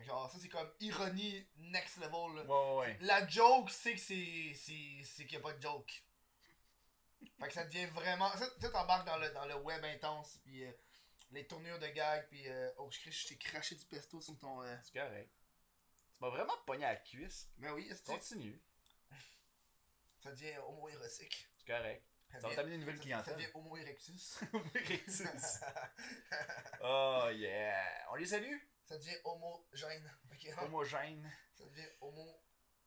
S2: Genre, ça, c'est comme ironie next level. là.
S1: Ouais, ouais, ouais.
S2: La joke, c'est que c'est. c'est- C'est qu'il n'y a pas de joke. Fait que ça devient vraiment. Ça, ça, t'embarques dans le, dans le web intense, puis euh, les tournures de gag, puis. euh, oh, je crie, je t'ai craché du pesto sur ton. euh,
S1: C'est correct. Tu m'as vraiment pogné à la cuisse.
S2: Mais oui, est-ce que tu-
S1: Continue.
S2: ça devient homo érotique.
S1: C'est correct. Ça va
S2: devient-
S1: t'amener une nouvelle
S2: ça- Ça
S1: clientèle.
S2: devient homo erectus.
S1: Rectus. oh yeah. On les salue.
S2: ça devient homogène. Ok, non,
S1: Homogène.
S2: Ça devient homo.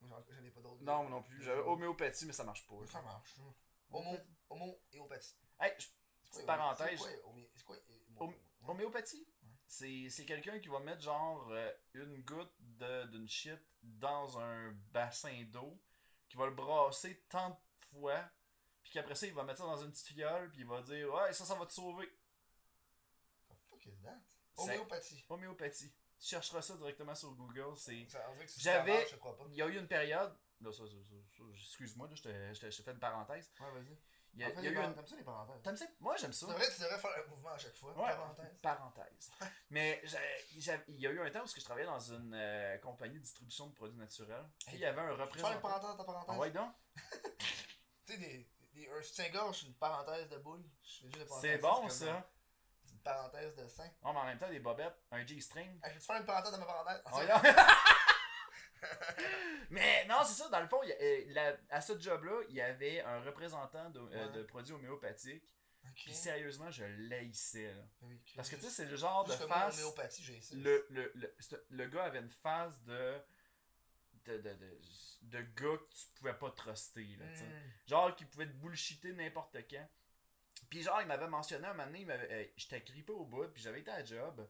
S2: J'en- J'en ai pas d'autres.
S1: Non, moi non plus. J'avais homéopathie, mais ça marche pas.
S2: Ça marche. hein. Homo, homo et opathie.
S1: Hey, je- Petite parenthèse.
S2: C'est quoi, homé- c'est quoi, euh, homo-
S1: Hom- homéopathie, c'est c'est quelqu'un qui va mettre genre euh, une goutte de- d'une shit dans un bassin d'eau, qui va le brasser tant de fois, puis qu'après ça, il va mettre ça dans une petite fiole, puis il va dire Ouais, ça, ça va te sauver.
S2: The fuck is that?
S1: Ça-
S2: Homéopathie.
S1: Homéopathie. Tu chercheras ça directement sur Google. C'est
S2: Ça- on dirait que c'est
S1: J'avais-
S2: Savard, Je crois pas.
S1: Il y a eu une période. Là, ça, ça- ça- ça- excuse-moi, là, je te, je te- je te fais une parenthèse.
S2: Ouais, vas-y.
S1: Il y a,
S2: En fait,
S1: il y a
S2: les
S1: eu
S2: par-
S1: une.
S2: T'aimes ça les parenthèses?
S1: T'aimes ça? Moi, j'aime
S2: Tu
S1: ça.
S2: devrais, tu devrais faire un mouvement à chaque fois.
S1: Ouais,
S2: Parenthèse.
S1: parenthèse. Mais j'ai- j'ai- il y a eu un temps où ce que je travaillais dans une euh, compagnie de distribution de produits naturels. Puis il y avait un
S2: Faire une
S1: représentant.
S2: parenthèse dans ta parenthèse.
S1: Ah ouais, donc?
S2: Tu sais, des, des, un soutien-gorge, une parenthèse de boule. Je fais juste des
S1: C'est
S2: parenthèses,
S1: bon
S2: c'est comme
S1: ça.
S2: un- Une parenthèse de sein.
S1: Oh, mais en même temps, des bobettes, un G-string.
S2: Ah, je peux te faire une parenthèse dans ma parenthèse?
S1: Ah ouais, donc? mais non, c'est ça, dans le fond, il y a- euh, la- à ce job-là, il y avait un représentant de, euh,
S2: Ouais.
S1: de produits homéopathiques. Puis sérieusement, je l'haïssais. là.
S2: Ben Oui,
S1: Parce que tu sais, c'est le genre de
S2: juste le mot
S1: face.
S2: homéopathie, j'ai essayé.
S1: Le, le, le, c'est- le gars avait une face de. de, de, de, de gars que tu pouvais pas truster. Là, tu sais.
S2: Mm.
S1: Genre qui pouvait te bullshiter n'importe quand. Puis genre, il m'avait mentionné un moment donné, il m'avait- euh, j'étais grippé au bout, puis j'avais été à job.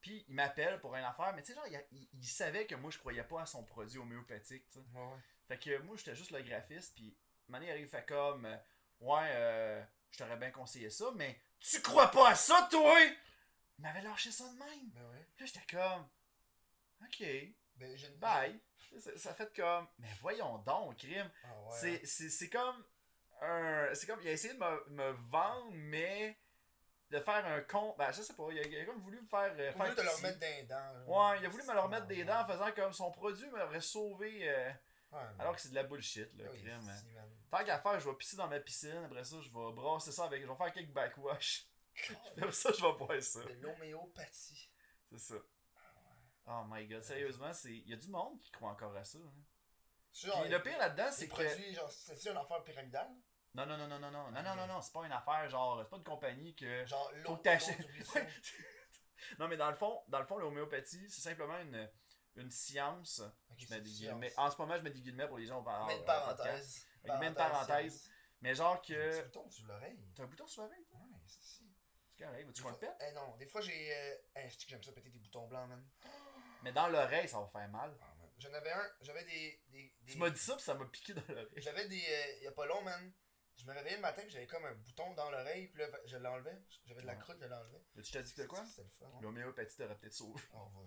S1: Puis il m'appelle pour une affaire, mais tu sais, genre, il, a- il- il savait que moi, je croyais pas à son produit homéopathique, tu sais.
S2: Ouais, ouais.
S1: Fait que moi, j'étais juste le graphiste, puis un moment donné, il arrive, il fait comme, euh, ouais, euh, je t'aurais bien conseillé ça, mais tu crois pas à ça, toi? Il m'avait lâché ça de même.
S2: Ben ouais.
S1: Puis là, j'étais comme, ok,
S2: Ben j'ai une
S1: bye. Ça, ça fait comme, mais voyons donc, crime.
S2: Ah ouais.
S1: C'est- C'est c'est comme un. C'est comme. Il a essayé de me, me vendre, mais de faire un con. Ben, je sais pas. Il a, il a comme voulu me faire. euh,
S2: Au mieux
S1: faire
S2: de leur
S1: pitié.
S2: mettre des dents. Ah,
S1: Ouais, il a voulu me leur mettre des dents en faisant comme son produit m'aurait sauvé. euh, alors que c'est de la bullshit, là, crime. hein. Tant qu'à faire, je vais pisser dans ma piscine. Après ça, je vais brasser ça avec. Je vais faire quelques backwash. Après ça, je vais boire ça.
S2: De l'homéopathie.
S1: C'est ça. Oh my god, sérieusement, c'est. Il y a du monde qui croit encore à ça. hein.
S2: C'est genre,
S1: Puis le pire là-dedans, c'est
S2: c'est
S1: que.
S2: produit, genre, c'est-tu une affaire pyramidale?
S1: Non, non, non, non, non, non, non,
S2: Ok.
S1: non, non, non, c'est pas une affaire, genre, c'est pas une compagnie que.
S2: Genre, l'eau.
S1: Faut que t'achètes. non, mais dans le fond, dans le fond, l'homéopathie, c'est simplement une, une science. Je mets des guillemets. Ah, En ce moment, je mets des guillemets pour les gens. on va-
S2: Mets une
S1: on va- on va-
S2: parenthèse.
S1: Fait que mets une parenthèse.
S2: science.
S1: Mais genre
S2: J'ai un petit
S1: que.
S2: bouton sur l'oreille.
S1: T'as un bouton sur l'oreille?
S2: Ouais, c'est si.
S1: C'est correct, veux-tu
S2: Des
S1: qu'on le
S2: fois-
S1: pète?
S2: Eh non, des fois j'ai. Euh... eh, c'est-tu que j'aime ça péter des boutons blancs, man.
S1: Mais dans l'oreille, ça va faire mal.
S2: Ah, man. J'en avais un, j'avais des. des, des...
S1: Tu m'as dit ça, puis ça m'a piqué dans l'oreille.
S2: J'avais des. euh, Il y a pas long, man. Je me réveillais le matin, puis j'avais comme un bouton dans l'oreille, puis là, je l'enlevais. J'avais de la
S1: Ouais.
S2: croûte, je l'enlevais.
S1: Tu t'as dit que quoi?
S2: C'était le fun. ouais.
S1: L'homéopathie t'aurait peut-être sauvé.
S2: Oh, va-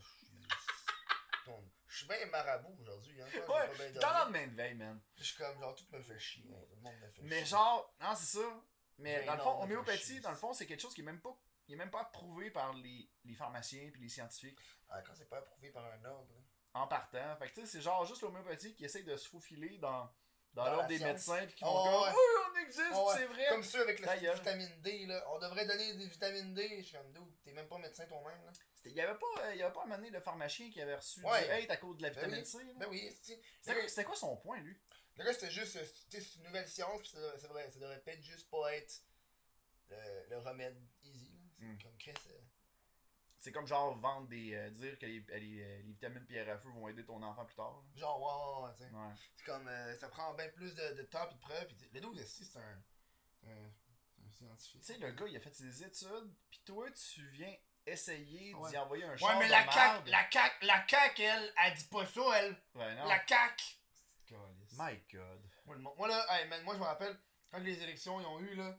S2: Ton- Je suis bien marabout aujourd'hui, hein. toi, j'ai pas bien
S1: Ouais, t'en as
S2: dormi.
S1: de main de veille, man.
S2: Je suis comme, genre, tout me fait chier. hein, Tout le monde me fait
S1: Mais
S2: chier.
S1: genre, non, c'est ça. Mais
S2: Ben
S1: dans le
S2: non,
S1: fond,
S2: mais
S1: homéopathie,
S2: franchise.
S1: dans le fond, c'est quelque chose qui est même pas, qui est même pas approuvé par les, les pharmaciens puis les scientifiques
S2: Ah, quand c'est pas approuvé par un ordre. hein.
S1: en partant. Fait que tu sais, c'est genre juste l'homéopathie qui essaye de se faufiler dans, dans,
S2: Dans
S1: l'ordre
S2: la
S1: des
S2: science.
S1: médecins puis qui
S2: Oh,
S1: vont comme
S2: ouais.
S1: Oui, on existe,
S2: Oh, ouais.
S1: c'est vrai.
S2: Comme ceux avec
S1: Ta
S2: la
S1: gueule.
S2: vitamine D, là. On devrait donner des vitamines D. Je suis comme, dude, t'es même pas médecin toi-même, là.
S1: C'était- Il y avait pas, euh, il y avait pas un moment donné le pharmacien qui avait reçu
S2: Ouais.
S1: du hate à cause de la
S2: Ben
S1: vitamine C. là.
S2: Ben oui, c'est.
S1: C'était quoi- C'était quoi son point, lui
S2: Le gars, c'était juste, euh, tu sais, c'est une nouvelle science, pis ça, devrait- ça devrait, ça devrait peut-être juste pas être le, le remède easy. là. C'est
S1: Mm.
S2: Comme Chris, euh,
S1: C'est comme genre vendre des. euh, dire que les, les, euh, les vitamines pierre à feu vont aider ton enfant plus tard.
S2: genre, ouais, ouais, ouais, tu sais.
S1: là. Ouais.
S2: C'est comme, euh, ça prend bien plus de, de temps pis de preuves. Pis tu sais, le dos, c'est un, c'est un, c'est un scientifique.
S1: Tu sais, le gars, il a fait ses études, puis toi, tu viens essayer d'y
S2: Ouais.
S1: envoyer un
S2: Ouais,
S1: char
S2: mais
S1: de
S2: la
S1: marde.
S2: cac, la cac, la cac, elle, elle dit pas ça, elle.
S1: Ouais, non.
S2: La cac.
S1: My God.
S2: Moi, le monde- moi, là, hey, man, moi je me rappelle, quand les élections ils ont eu là,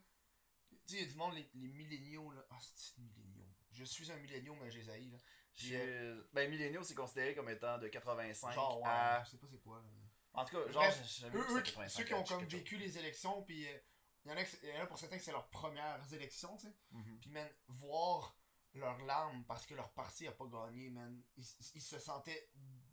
S2: tu sais, il y a du monde, les, les milléniaux là. Ah, c'est des milléniaux. Je suis un milléniaux, mais je les haïs, là.
S1: J'ai- Ben, milléniaux, c'est considéré comme étant de 85
S2: Genre, ouais,
S1: à...
S2: je sais pas c'est quoi là.
S1: En tout cas, genre,
S2: Bref,
S1: je- j'avais
S2: Eux,
S1: vu que c'était
S2: eux qui-
S1: 85,
S2: ceux qui ont
S1: quelque
S2: comme
S1: chose.
S2: vécu les élections, puis euh, il y, en a que- y en a pour certains que c'est leurs premières élections, tu sais.
S1: Mhm.
S2: Puis, man, voir leurs larmes parce que leur parti a pas gagné, man. Ils, ils se sentaient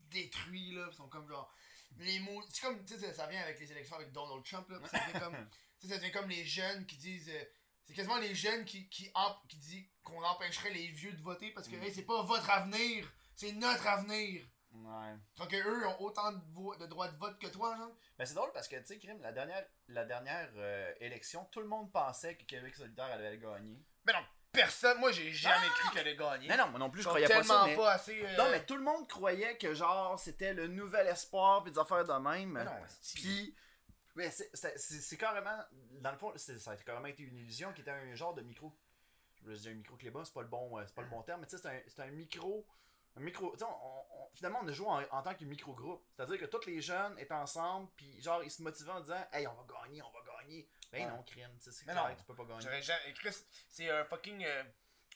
S2: détruits, là. Ils sont comme genre. Les mots. C'est comme, tu sais, ça- ça vient avec les élections avec Donald Trump, là. puis Ça devient comme, tu sais, ça devient comme les jeunes qui disent. euh, c'est quasiment les jeunes qui, qui, emp- qui disent qu'on empêcherait les vieux de voter parce que,
S1: Mm.
S2: hey, c'est pas votre avenir, c'est notre avenir.
S1: Mhm. Ouais.
S2: Tant que eux ont autant de, voix- de droits de vote que toi, genre.
S1: Ben, c'est drôle parce que, tu sais, Crime, la dernière, la dernière euh, élection, tout le monde pensait que Québec solidaire allait gagner. Ah!
S2: Mais non, personne, moi j'ai jamais cru qu'elle allait gagner.
S1: Non, non, moi non plus,
S2: Ils
S1: je
S2: sont
S1: croyais pas
S2: tellement
S1: ça,
S2: pas,
S1: mais...
S2: assez. euh,
S1: Non, mais tout le monde croyait que, genre, c'était le nouvel espoir, puis des affaires de même.
S2: mais non, c'est-
S1: Puis, mais c'est- c'est c'est- c'est carrément, dans le fond, c'est- ça a carrément été une illusion qui était un genre de micro. Je veux dire un micro clébat, c'est pas le bon, euh, c'est pas le bon terme, mais tu sais, c'est un- c'est un, micro. Un micro, tu sais, on- on- finalement, on a joué en, en tant que micro-groupe. C'est-à-dire que tous les jeunes étaient ensemble, puis genre, ils se motivaient en disant, hey, on va gagner, on va gagner. Ben
S2: Ouais.
S1: non, crime, tu sais, c'est
S2: Mais
S1: clair,
S2: non.
S1: tu peux pas gagner.
S2: J'aurais jamais. et Chris, c'est un fucking. euh,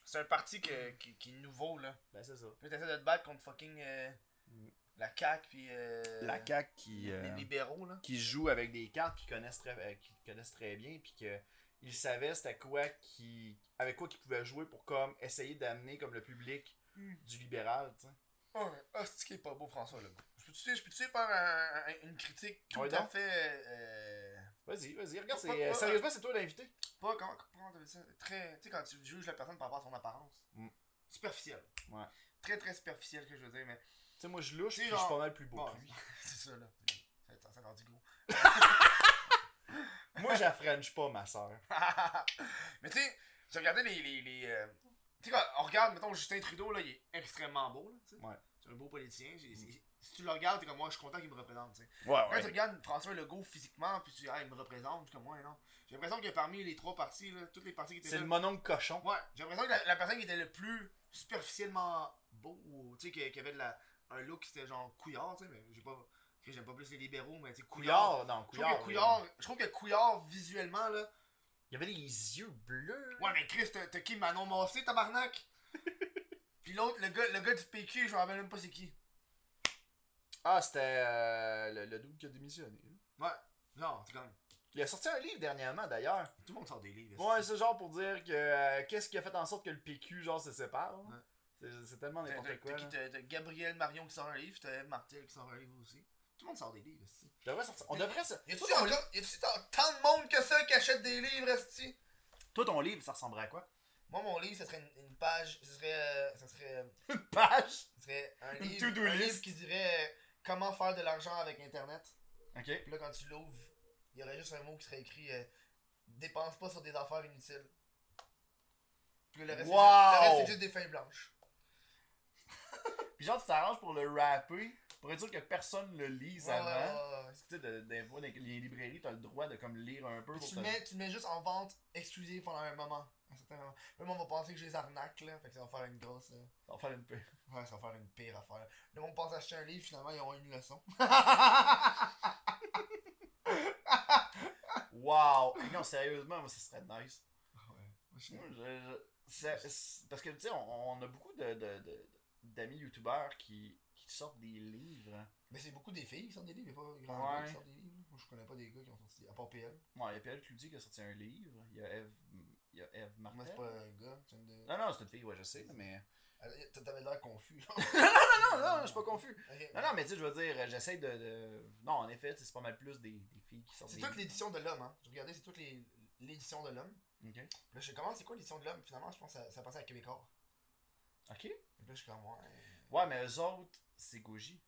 S2: c'est un parti que- qui, qui est nouveau, là.
S1: Ben c'est ça.
S2: Puis là, t'essaies de te battre contre fucking. euh,
S1: Mm.
S2: la CAQ, puis. euh,
S1: CAQ qui.
S2: Les libéraux, là.
S1: qui joue avec des cartes qu'ils connaissent très, euh, qu'ils connaissent très bien, puis que ils savaient c'était quoi qui, avec quoi qu'ils pouvaient jouer pour comme essayer d'amener comme le public
S2: Mm.
S1: du libéral. tu sais.
S2: Oh, oh c'est qui est pas beau, François, là. Je peux-tu je peux-tu faire un- un- une critique tout
S1: Ouais,
S2: à
S1: donc.
S2: fait. euh,
S1: Vas-y, vas-y, regarde,
S2: Pas-
S1: c'est,
S2: pas-
S1: euh, sérieusement c'est toi l'invité.
S2: pas comment, comment on appelle ça très tu sais quand tu juges la personne par rapport à son apparence
S1: Mm.
S2: superficiel
S1: Ouais.
S2: très très superficiel que je veux dire mais
S1: Tu sais moi je louche,
S2: C'est
S1: puis je
S2: genre-
S1: suis pas mal plus beau.
S2: bon
S1: que lui.
S2: c'est ça là ça va être- ça va être du gros
S1: Moi, j'affrenche pas ma soeur.
S2: Mais tu sais, j'ai regardé les. les, les, euh, Tu sais, quand on regarde, mettons, Justin Trudeau, là, il est extrêmement beau. Là, tu sais.
S1: Ouais.
S2: C'est un beau politicien. J'ai- c'est- Si tu le regardes, t'es comme moi, je suis content qu'il me représente. tu sais.
S1: Ouais,
S2: Quand tu regardes François Legault physiquement, puis tu dis, ah, il me représente, je suis comme moi, non. J'ai l'impression que parmi les trois parties, là, toutes les parties qui étaient
S1: C'est le
S2: là.
S1: mononcle cochon.
S2: Ouais, j'ai l'impression que la, la personne qui était le plus superficiellement beau, ou, tu sais, qui, qui avait de la, un look qui était genre couillard, tu sais, mais j'ai pas. que J'aime pas plus les libéraux, mais tu sais, couillard.
S1: Couillard, non,
S2: Je trouve
S1: couillard.
S2: que Couillard, je trouve que Couillard, visuellement, là,
S1: Il y avait les yeux bleus.
S2: Ouais, mais Chris, t'as t'as qui Manon Massé, tabarnak? Puis l'autre, le gars, le gars du PQ, je me rappelle même pas c'est qui.
S1: Ah, c'était euh, le, le double qui a démissionné.
S2: Ouais. Non, c'est comme.
S1: Il a sorti un livre dernièrement, d'ailleurs.
S2: Tout le monde sort des livres.
S1: Ouais,
S2: c'est.
S1: c'est genre pour dire que euh, qu'est-ce qui a fait en sorte que le PQ, genre, se sépare. là.
S2: Ouais.
S1: C'est- C'est tellement
S2: T'as- T'as
S1: n'importe quoi.
S2: t'as qui
S1: là.
S2: T'as t'as Gabriel Marion qui sort un livre, t'as Eve Martel qui sort un livre aussi. Tout le monde sort des livres, c'est.
S1: Je devrais sortir- On devrait. se-
S2: Y'a-tu
S1: Toi, ton,
S2: encore- y'a-tu tant, tant de monde que ça qui achète des livres, Esti?
S1: li- toi, ton livre, ça ressemblerait à quoi
S2: Moi, mon livre, ça serait une, une page. Ça serait. euh, ça serait. euh,
S1: Une page
S2: Ça serait un
S1: Une
S2: livre.
S1: to-do
S2: un livre
S1: list.
S2: qui dirait euh, Comment faire de l'argent avec Internet.
S1: Ok.
S2: Puis là, quand tu l'ouvres, il y aurait juste un mot qui serait écrit euh, Dépense pas sur des affaires inutiles. Puis le reste, c'est
S1: Wow!
S2: juste- le reste, c'est juste des feuilles blanches.
S1: Puis genre, tu t'arranges pour le rapper, pour dire que personne le lise
S2: Ouais, ouais,
S1: avant.
S2: ouais, ouais.
S1: Parce que, Tu sais, de- des fois, dans les librairies, t'as le droit de comme lire un peu.
S2: Puis
S1: pour
S2: tu,
S1: te-
S2: le mets, tu le mets juste en vente exclusive pendant un moment. Un certain moment. Le monde va penser que j'ai les arnaques, là. Fait que ça va faire une grosse. euh,
S1: On va faire une paix.
S2: Ouais, ça va faire une pire affaire. Le monde pense acheter un livre, finalement, ils ont une leçon.
S1: Wow! Non, sérieusement, moi, ça serait nice.
S2: ouais.
S1: Moi, je- je- c'est- c'est- parce que, tu sais, on, on a beaucoup de, de- de- d'amis youtubeurs qui, qui sortent des livres. hein.
S2: Mais c'est beaucoup des filles qui sortent des livres, il n'y a pas grand gars
S1: Ouais.
S2: qui sortent des livres. Moi, je connais pas des gars qui ont sorti. À part PL.
S1: Bon, il y a Pierre Cloutier qui a sorti un livre. Il y a Eve, il y a Eve Martel.
S2: Moi, c'est pas un gars. tu viens de- Ah,
S1: Non, non, c'est une fille, ouais, je sais, mais...
S2: Elle- T'avais l'air confus, genre. Ah,
S1: Non, non, non, je suis pas confus. Ah.
S2: Ok.
S1: Non, non, mais tu sais, je veux dire, j'essaie de, de- Non, en effet, tu sais, c'est pas mal plus des, des filles qui sortent
S2: C'est
S1: des
S2: toute l'édition de l'homme, hein. Je regardais, c'est toute les- l'édition de l'homme.
S1: Ok.
S2: Puis là, je sais comment, c'est quoi l'édition de l'homme Finalement, je pense que ça, ça passait à Québécois.
S1: Ok.
S2: Et puis là, je suis comme, ouais.
S1: Ouais, mais eux autres, c'est Goji.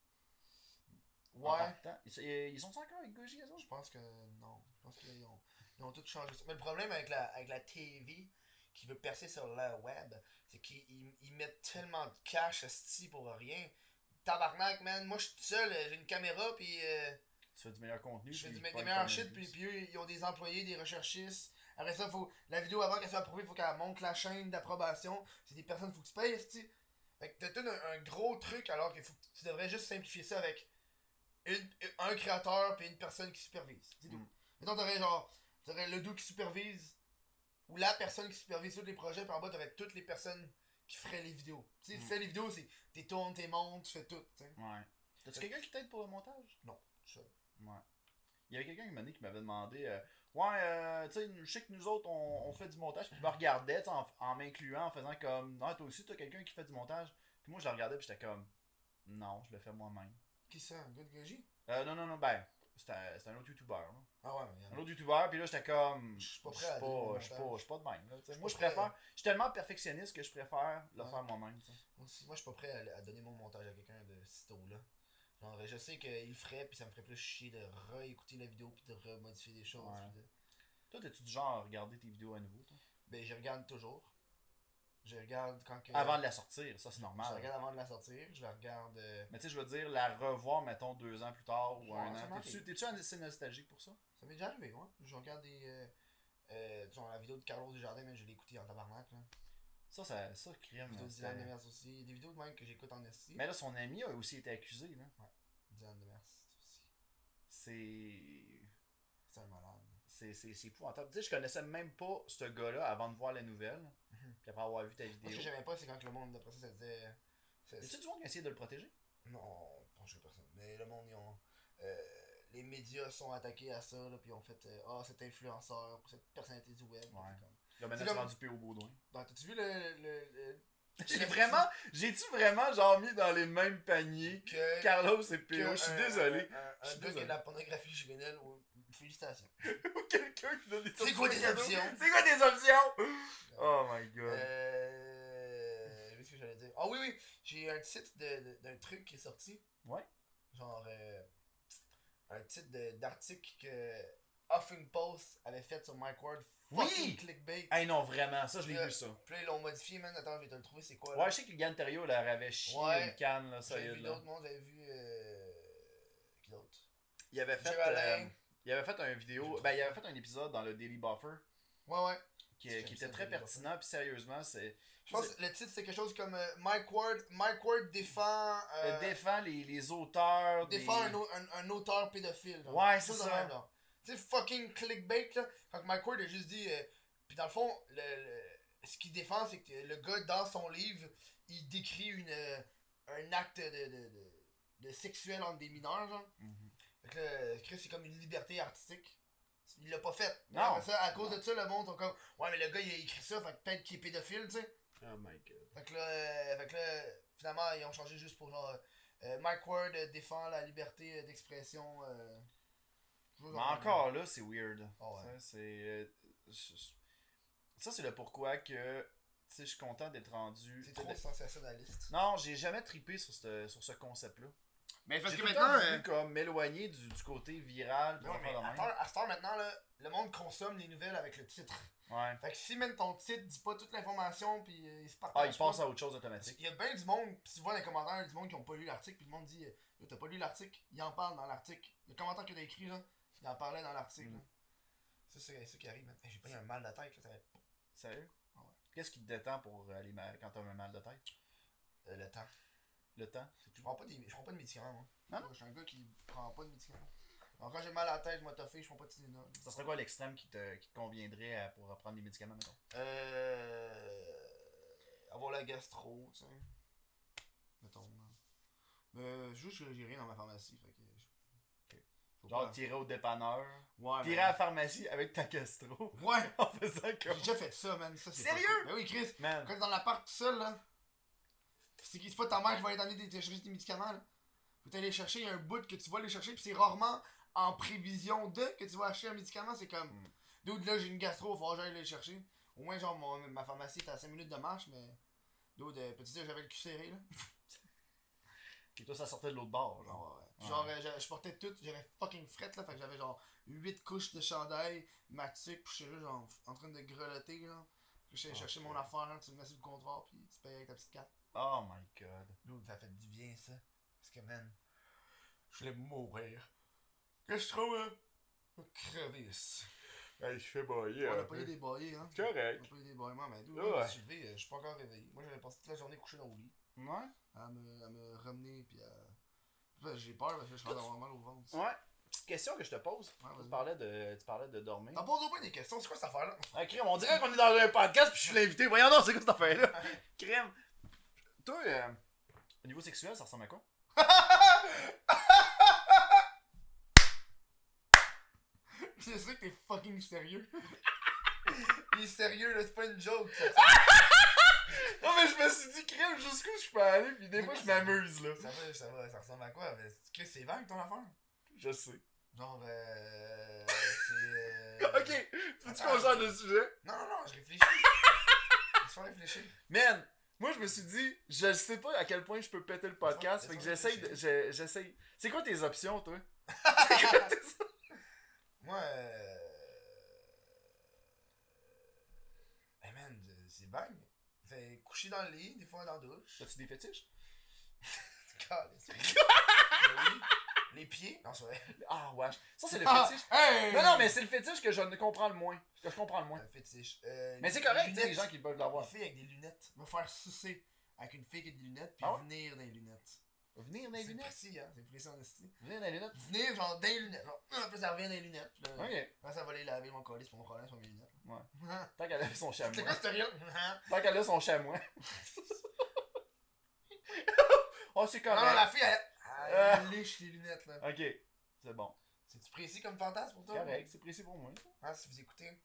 S1: en
S2: Ouais.
S1: partant. Ils, sont- ils sont encore avec Goji, eux autres?
S2: Je pense que non. Je pense qu'ils ont, ils ont tout changé. ça. Mais le problème avec la, avec la TV qui veut percer sur le web, c'est qu'ils ils- ils mettent tellement de cash esti pour rien. Tabarnak, man. Moi, je suis tout seul. euh, J'ai une caméra, puis euh,
S1: Tu fais du meilleur contenu.
S2: je fais
S1: puis
S2: du-
S1: ils
S2: des
S1: pognent
S2: meilleurs
S1: ton
S2: shit,
S1: abus.
S2: puis, puis eux, ils ont des employés, des recherchistes. Après ça, faut, la vidéo, avant qu'elle soit approuvée, faut qu'elle monte la chaîne d'approbation. C'est des personnes, faut que tu payes, esti. Fait que t'as tout un, un gros truc, alors que, faut que tu devrais juste simplifier ça avec une- un créateur puis une personne qui supervise. C'est tout.
S1: Mm.
S2: Mettons, t'aurais genre, t'aurais le doux qui supervise, ou la personne qui supervise tous les projets, puis en bas, t'aurais toutes les personnes qui feraient les vidéos. Tu sais,
S1: Mm.
S2: fais les vidéos, c'est t'es tournes, t'es montes, tu fais tout, tu sais.
S1: Ouais. T'as-tu quelqu'un qui t'aide pour le montage?
S2: Non, ça.
S1: Ouais. Il y avait quelqu'un qui m'a dit qui m'avait demandé euh, Ouais, euh, tu sais, je sais que nous autres, on, on fait du montage. Puis il me regardait tu sais, en, en m'incluant, en faisant comme Non, toi aussi, t'as quelqu'un qui fait du montage. Puis moi, je le regardais, puis j'étais comme Non, je le fais moi-même.
S2: Qui ça, un gars de Goji?
S1: Euh, non, non, non, ben, c'était c'était un autre youtubeur. là.
S2: Ah ouais, mais y en a-
S1: Un autre youtubeur, puis là, j'étais comme
S2: Je suis pas
S1: Je
S2: prêt à
S1: suis
S2: aller au
S1: pas, je suis
S2: montage.
S1: pas, je suis pas de même. là, tu sais.
S2: suis
S1: moi,
S2: pas
S1: je
S2: prêt à-
S1: préfère. Je suis tellement perfectionniste que je préfère le
S2: Ouais.
S1: faire moi-même. tu sais.
S2: Moi aussi, moi, je suis pas prêt à, à donner mon montage à quelqu'un de sitôt là. Genre, je sais qu'il le ferait, puis ça me ferait plus chier de réécouter la vidéo, puis de remodifier des choses.
S1: Ouais.
S2: puis de-
S1: Toi, t'es-tu du genre à regarder tes vidéos à nouveau toi?
S2: Ben, je regarde toujours. Je regarde quand que.
S1: Avant de la sortir, ça, c'est
S2: Je la
S1: normal.
S2: regarde avant de la sortir, je la regarde. euh,
S1: Mais tu sais, je veux dire, la revoir, mettons, deux ans plus tard ou
S2: Ouais,
S1: un
S2: ça
S1: an.
S2: m'arrive.
S1: T'es-tu, t'es-tu assez nostalgique pour ça?
S2: Ça m'est déjà arrivé, moi. Je regarde des. euh, euh, genre, la vidéo de Carlos Desjardins, mais je l'ai écoutée en tabarnak. Là.
S1: Ça, ça, ça
S2: La
S1: crime.
S2: vidéo de
S1: c'était-
S2: Dylan Demers aussi. Des vidéos de même que j'écoute en esti.
S1: Mais là, son ami a aussi été accusé. Là.
S2: Dylan Demers aussi.
S1: C'est...
S2: C'est un malade.
S1: C'est, c'est, c'est épouvantable. Tu sais, je connaissais même pas ce gars-là avant de voir la nouvelle. Puis après avoir vu ta
S2: Mhm. Moi, ce
S1: vidéo.
S2: que j'aimais pas, c'est quand le monde, d'après ça, ça disait. euh, c'est-
S1: Est-ce du monde qui a essayé de le protéger?
S2: Non, je pense que personne. Mais le monde, ils ont. euh, les médias sont attaqués à ça, là, puis ils ont fait. euh, Ah, cet influenceur, cette personnalité du web.
S1: Ouais.
S2: Comme...
S1: Là, maintenant,
S2: C'est
S1: c'est
S2: comme-
S1: rendu P.O. Baudouin.
S2: Bah, T'as-tu vu le. le, le-
S1: J'ai vraiment... J'ai-tu vraiment, genre, mis dans les mêmes paniers
S2: Que.
S1: Carlos et
S2: que euh,
S1: P.O.? Je suis
S2: un-
S1: désolé.
S2: Un, un,
S1: Je
S2: un
S1: suis
S2: gars qui a
S1: désolé.
S2: de la pornographie juvénile, ou- félicitations.
S1: Quelqu'un qui donne des
S2: C'est quoi tes
S1: cadeaux.
S2: options?
S1: C'est quoi tes options? Oh my god.
S2: Euh. Qu'est-ce que j'allais dire? Ah oui, oui, j'ai un titre de- de- d'un truc qui est sorti.
S1: Ouais.
S2: Genre. euh, un titre de- d'article que Huffingpost avait fait sur Mike Ward.
S1: Oui!
S2: Fucking clickbait.
S1: Ah non, vraiment, ça, je l'ai
S2: Euh,
S1: vu, ça.
S2: Puis là, ils l'ont modifié, man. Attends, je vais te le trouver, c'est quoi là?
S1: Ouais, je sais que Yann Terriot, là, avait chié
S2: Ouais.
S1: une canne, là,
S2: J'avais vu
S1: solide, là.
S2: d'autres monde, j'avais vu. Euh... Qui d'autre
S1: Il avait fait...
S2: Joe Alain.
S1: euh, il avait fait un vidéo... Ben, il avait fait un épisode dans le Daily Buffer euh,
S2: Ouais, ouais.
S1: qui,
S2: J'aime
S1: qui
S2: ça,
S1: était très
S2: Daily Buffer.
S1: pertinent, puis sérieusement, c'est...
S2: Je pense que le titre, c'est quelque chose comme euh, Mike Ward. Mike Ward défend. euh,
S1: Euh, défend les, les auteurs des-
S2: défend un, au- un- un auteur pédophile. genre.
S1: Ouais,
S2: Quelque
S1: c'est
S2: chose de
S1: ça.
S2: même, genre. Tu sais, fucking clickbait, là. Quand Mike Ward a juste dit. euh, Puis dans le fond, le, le- ce qu'il défend, c'est que le gars, dans son livre, il décrit une, euh, un acte de, de, de- de sexuel entre des mineurs, genre.
S1: Mhm.
S2: Fait que là, Chris, c'est comme une liberté artistique. Il l'a pas faite.
S1: Non.
S2: Après ça, à cause de ça, le monde sont comme. Ouais, mais le gars, il a écrit ça, fait que peut-être qu'il est pédophile, tu sais.
S1: Oh my God.
S2: Fait que là, euh, fait que là, finalement, ils ont changé juste pour genre. euh, Mike Ward euh, défend la liberté euh, d'expression. euh, je veux
S1: Mais
S2: genre-
S1: encore, là, c'est weird.
S2: Ah ouais.
S1: Ça, c'est... euh, je- je- Ça, c'est le pourquoi que... Tu sais, je suis content d'être rendu...
S2: C'est
S1: trop-
S2: trop sensationnaliste.
S1: Non, j'ai jamais tripé sur ce, sur ce concept-là.
S3: Mais parce
S1: J'ai
S3: que
S1: tout le
S3: maintenant.
S1: temps voulu
S3: euh,
S1: comme m'éloigner du, du côté viral. puis
S2: Non,
S1: des
S2: mais
S1: affaires de
S2: à
S1: même.
S2: cette heure- à cette heure maintenant, là, le monde consomme les nouvelles avec le titre.
S1: Ouais.
S2: Fait que si même ton titre dit pas toute l'information, puis euh, il se partage.
S1: Ah, il
S2: pas,
S1: passe à autre chose automatique.
S2: Il y a bien du monde, pis tu vois dans les commentaires, il y a du monde qui ont pas lu l'article, puis le monde dit euh, Yo, T'as pas lu l'article Il en parle dans l'article. Le commentaire que t'as écrit, là, il en parlait dans l'article.
S1: Mm.
S2: là. Ça, c'est ça qui arrive, man. Hey, J'ai pas eu un mal de tête, là. ça va être-
S1: Sérieux?
S2: Ah ouais.
S1: Qu'est-ce qui te détend pour aller mal quand t'as un mal de tête?
S2: Euh, le temps.
S1: Le temps?
S2: Je prends pas, des, je prends pas de médicaments, moi.
S1: Non,
S2: Je suis un gars qui prend pas de médicaments. Donc, quand j'ai mal à la tête, je m'autofais, je prends pas de Tylenol.
S1: Ça serait quoi l'extrême qui te, qui te conviendrait à- pour prendre des médicaments, mettons?
S2: Euh. Avoir la gastro, tu sais. Mettons. là. Mais euh, juste que j'ai rien dans ma pharmacie, fait que. je- ok. Faut
S1: Genre,
S2: pas-
S1: tirer au dépanneur,
S2: ouais,
S1: tirer
S2: mais-
S1: à la pharmacie avec ta gastro
S2: Ouais!
S1: en faisant
S2: J'ai
S1: comme...
S2: déjà fait ça, man. Ça, c'est pas
S1: Sérieux?
S2: cool. Ben oui, Chris. Quand
S1: Man,
S2: t'es dans l'appart tout seul, là, c'est qui- c'est pas ta mère qui va aller t'amener des, te chercher des médicaments, là. Faut aller les chercher, il y a un bout que tu vas les chercher, puis c'est rarement en prévision de que tu vas acheter un médicament. C'est comme,
S1: Mm.
S2: dude, là, j'ai une gastro, faut que j'aille les chercher. Au moins, genre, mon- ma pharmacie est à 5 minutes de marche, mais. Dude, euh, petit, j'avais le cul serré, là.
S1: et toi, ça sortait de l'autre bord, genre.
S2: Genre, ouais, ouais. Puis
S1: Ouais.
S2: genre, euh, j'a- je portais tout, j'avais fucking fret là, fait que j'avais genre 8 couches de chandail, ma tuque, puis j'étais là, genre en train de grelotter, genre. Puis j'allais
S1: Ah,
S2: chercher mon
S1: ouais.
S2: affaire, hein, tu me mets sur le comptoir, puis tu payes avec ta petite carte.
S1: Oh my god.
S2: Dude, ça fait du bien ça. Parce que, man, je voulais mourir. Qu'est-ce que je trouve, hein? Crevice.
S1: je fais
S2: On
S1: bailler
S2: a pas eu des baillés, hein? On
S1: correct.
S2: a pas eu des baillés, mais d'où?
S1: Ouais.
S2: Je suis levé, euh, je suis pas encore réveillé. Moi, j'avais passé toute la journée couché dans le lit,
S1: Ouais?
S2: à me, à me ramener, puis à. Ben, J'ai peur parce que je suis d'avoir mal au ventre.
S1: Ouais. Petite question que je te pose.
S2: Ouais, vas-y.
S1: tu, parlais de, tu parlais de dormir.
S2: T'en poses au moins des questions, c'est quoi cette affaire-là?
S1: Ah, crème, on dirait qu'on est dans un podcast puis je suis l'invité. Voyons donc, c'est quoi cette affaire-là? Crème. Toi, euh, au niveau sexuel, ça ressemble à quoi?
S2: C'est sûr que t'es fucking sérieux. Il est sérieux, là, c'est pas une joke. Ça,
S1: Non, mais je me suis dit, crème, jusqu'où je peux aller puis des fois je m'amuse, là.
S2: ça, va, ça, va, ça ressemble à quoi? Mais, Chris, c'est vague ton affaire?
S1: Je sais.
S2: Genre, euh. C'est. euh,
S1: Ok, veux-tu qu'on change de sujet?
S2: Non, non, non, je réfléchis. Laisse-moi réfléchir.
S1: Man, moi je me suis dit, je sais pas à quel point je peux péter le podcast, fait que j'essaye. de- je- j'essaye. C'est quoi tes options, toi? C'est quoi tes options?
S2: Moi, euh. Hey man, c'est vague. Fait coucher dans le lit, des fois dans la douche.
S1: As-tu des fétiches?
S2: Calisse. Ben oui. Les pieds? Non, c'est vrai.
S1: Ah, wesh. Ça, c'est le
S2: Ah,
S1: fétiche.
S2: hey!
S1: Non, non, mais c'est le fétiche que je ne comprends le moins. Que je comprends le moins.
S2: Un fétiche. Euh,
S1: Mais c'est
S2: les
S1: correct, tu sais,
S2: lunettes.
S1: les gens qui peuvent
S2: Une
S1: l'avoir.
S2: fille avec des lunettes. Me faire sucer avec une fille qui a des lunettes, puis
S1: Ah ouais?
S2: venir dans les lunettes.
S1: Venir dans les
S2: C'est
S1: lunettes.
S2: précis, hein? C'est précis en esti.
S1: Venir dans les lunettes.
S2: Venir, genre, dans les lunettes. Genre, hum, puis ça revient dans les lunettes. Puis là,
S1: Ok.
S2: là, ça va les laver, mon colis, pour mon problème, sur mes lunettes.
S1: Ouais.
S2: Hein?
S1: Tant qu'elle a son
S2: C'est
S1: chamois.
S2: quoi ce rien? Hein?
S1: Tant qu'elle a son chamois. oh, c'est
S2: Non, non, la
S1: correct.
S2: fille, elle,
S1: Ah.
S2: elle liche les lunettes, là.
S1: Ok. C'est bon.
S2: C'est-tu précis comme fantasme pour
S1: C'est
S2: toi?
S1: correct. C'est précis pour moi.
S2: Hein, si vous écoutez,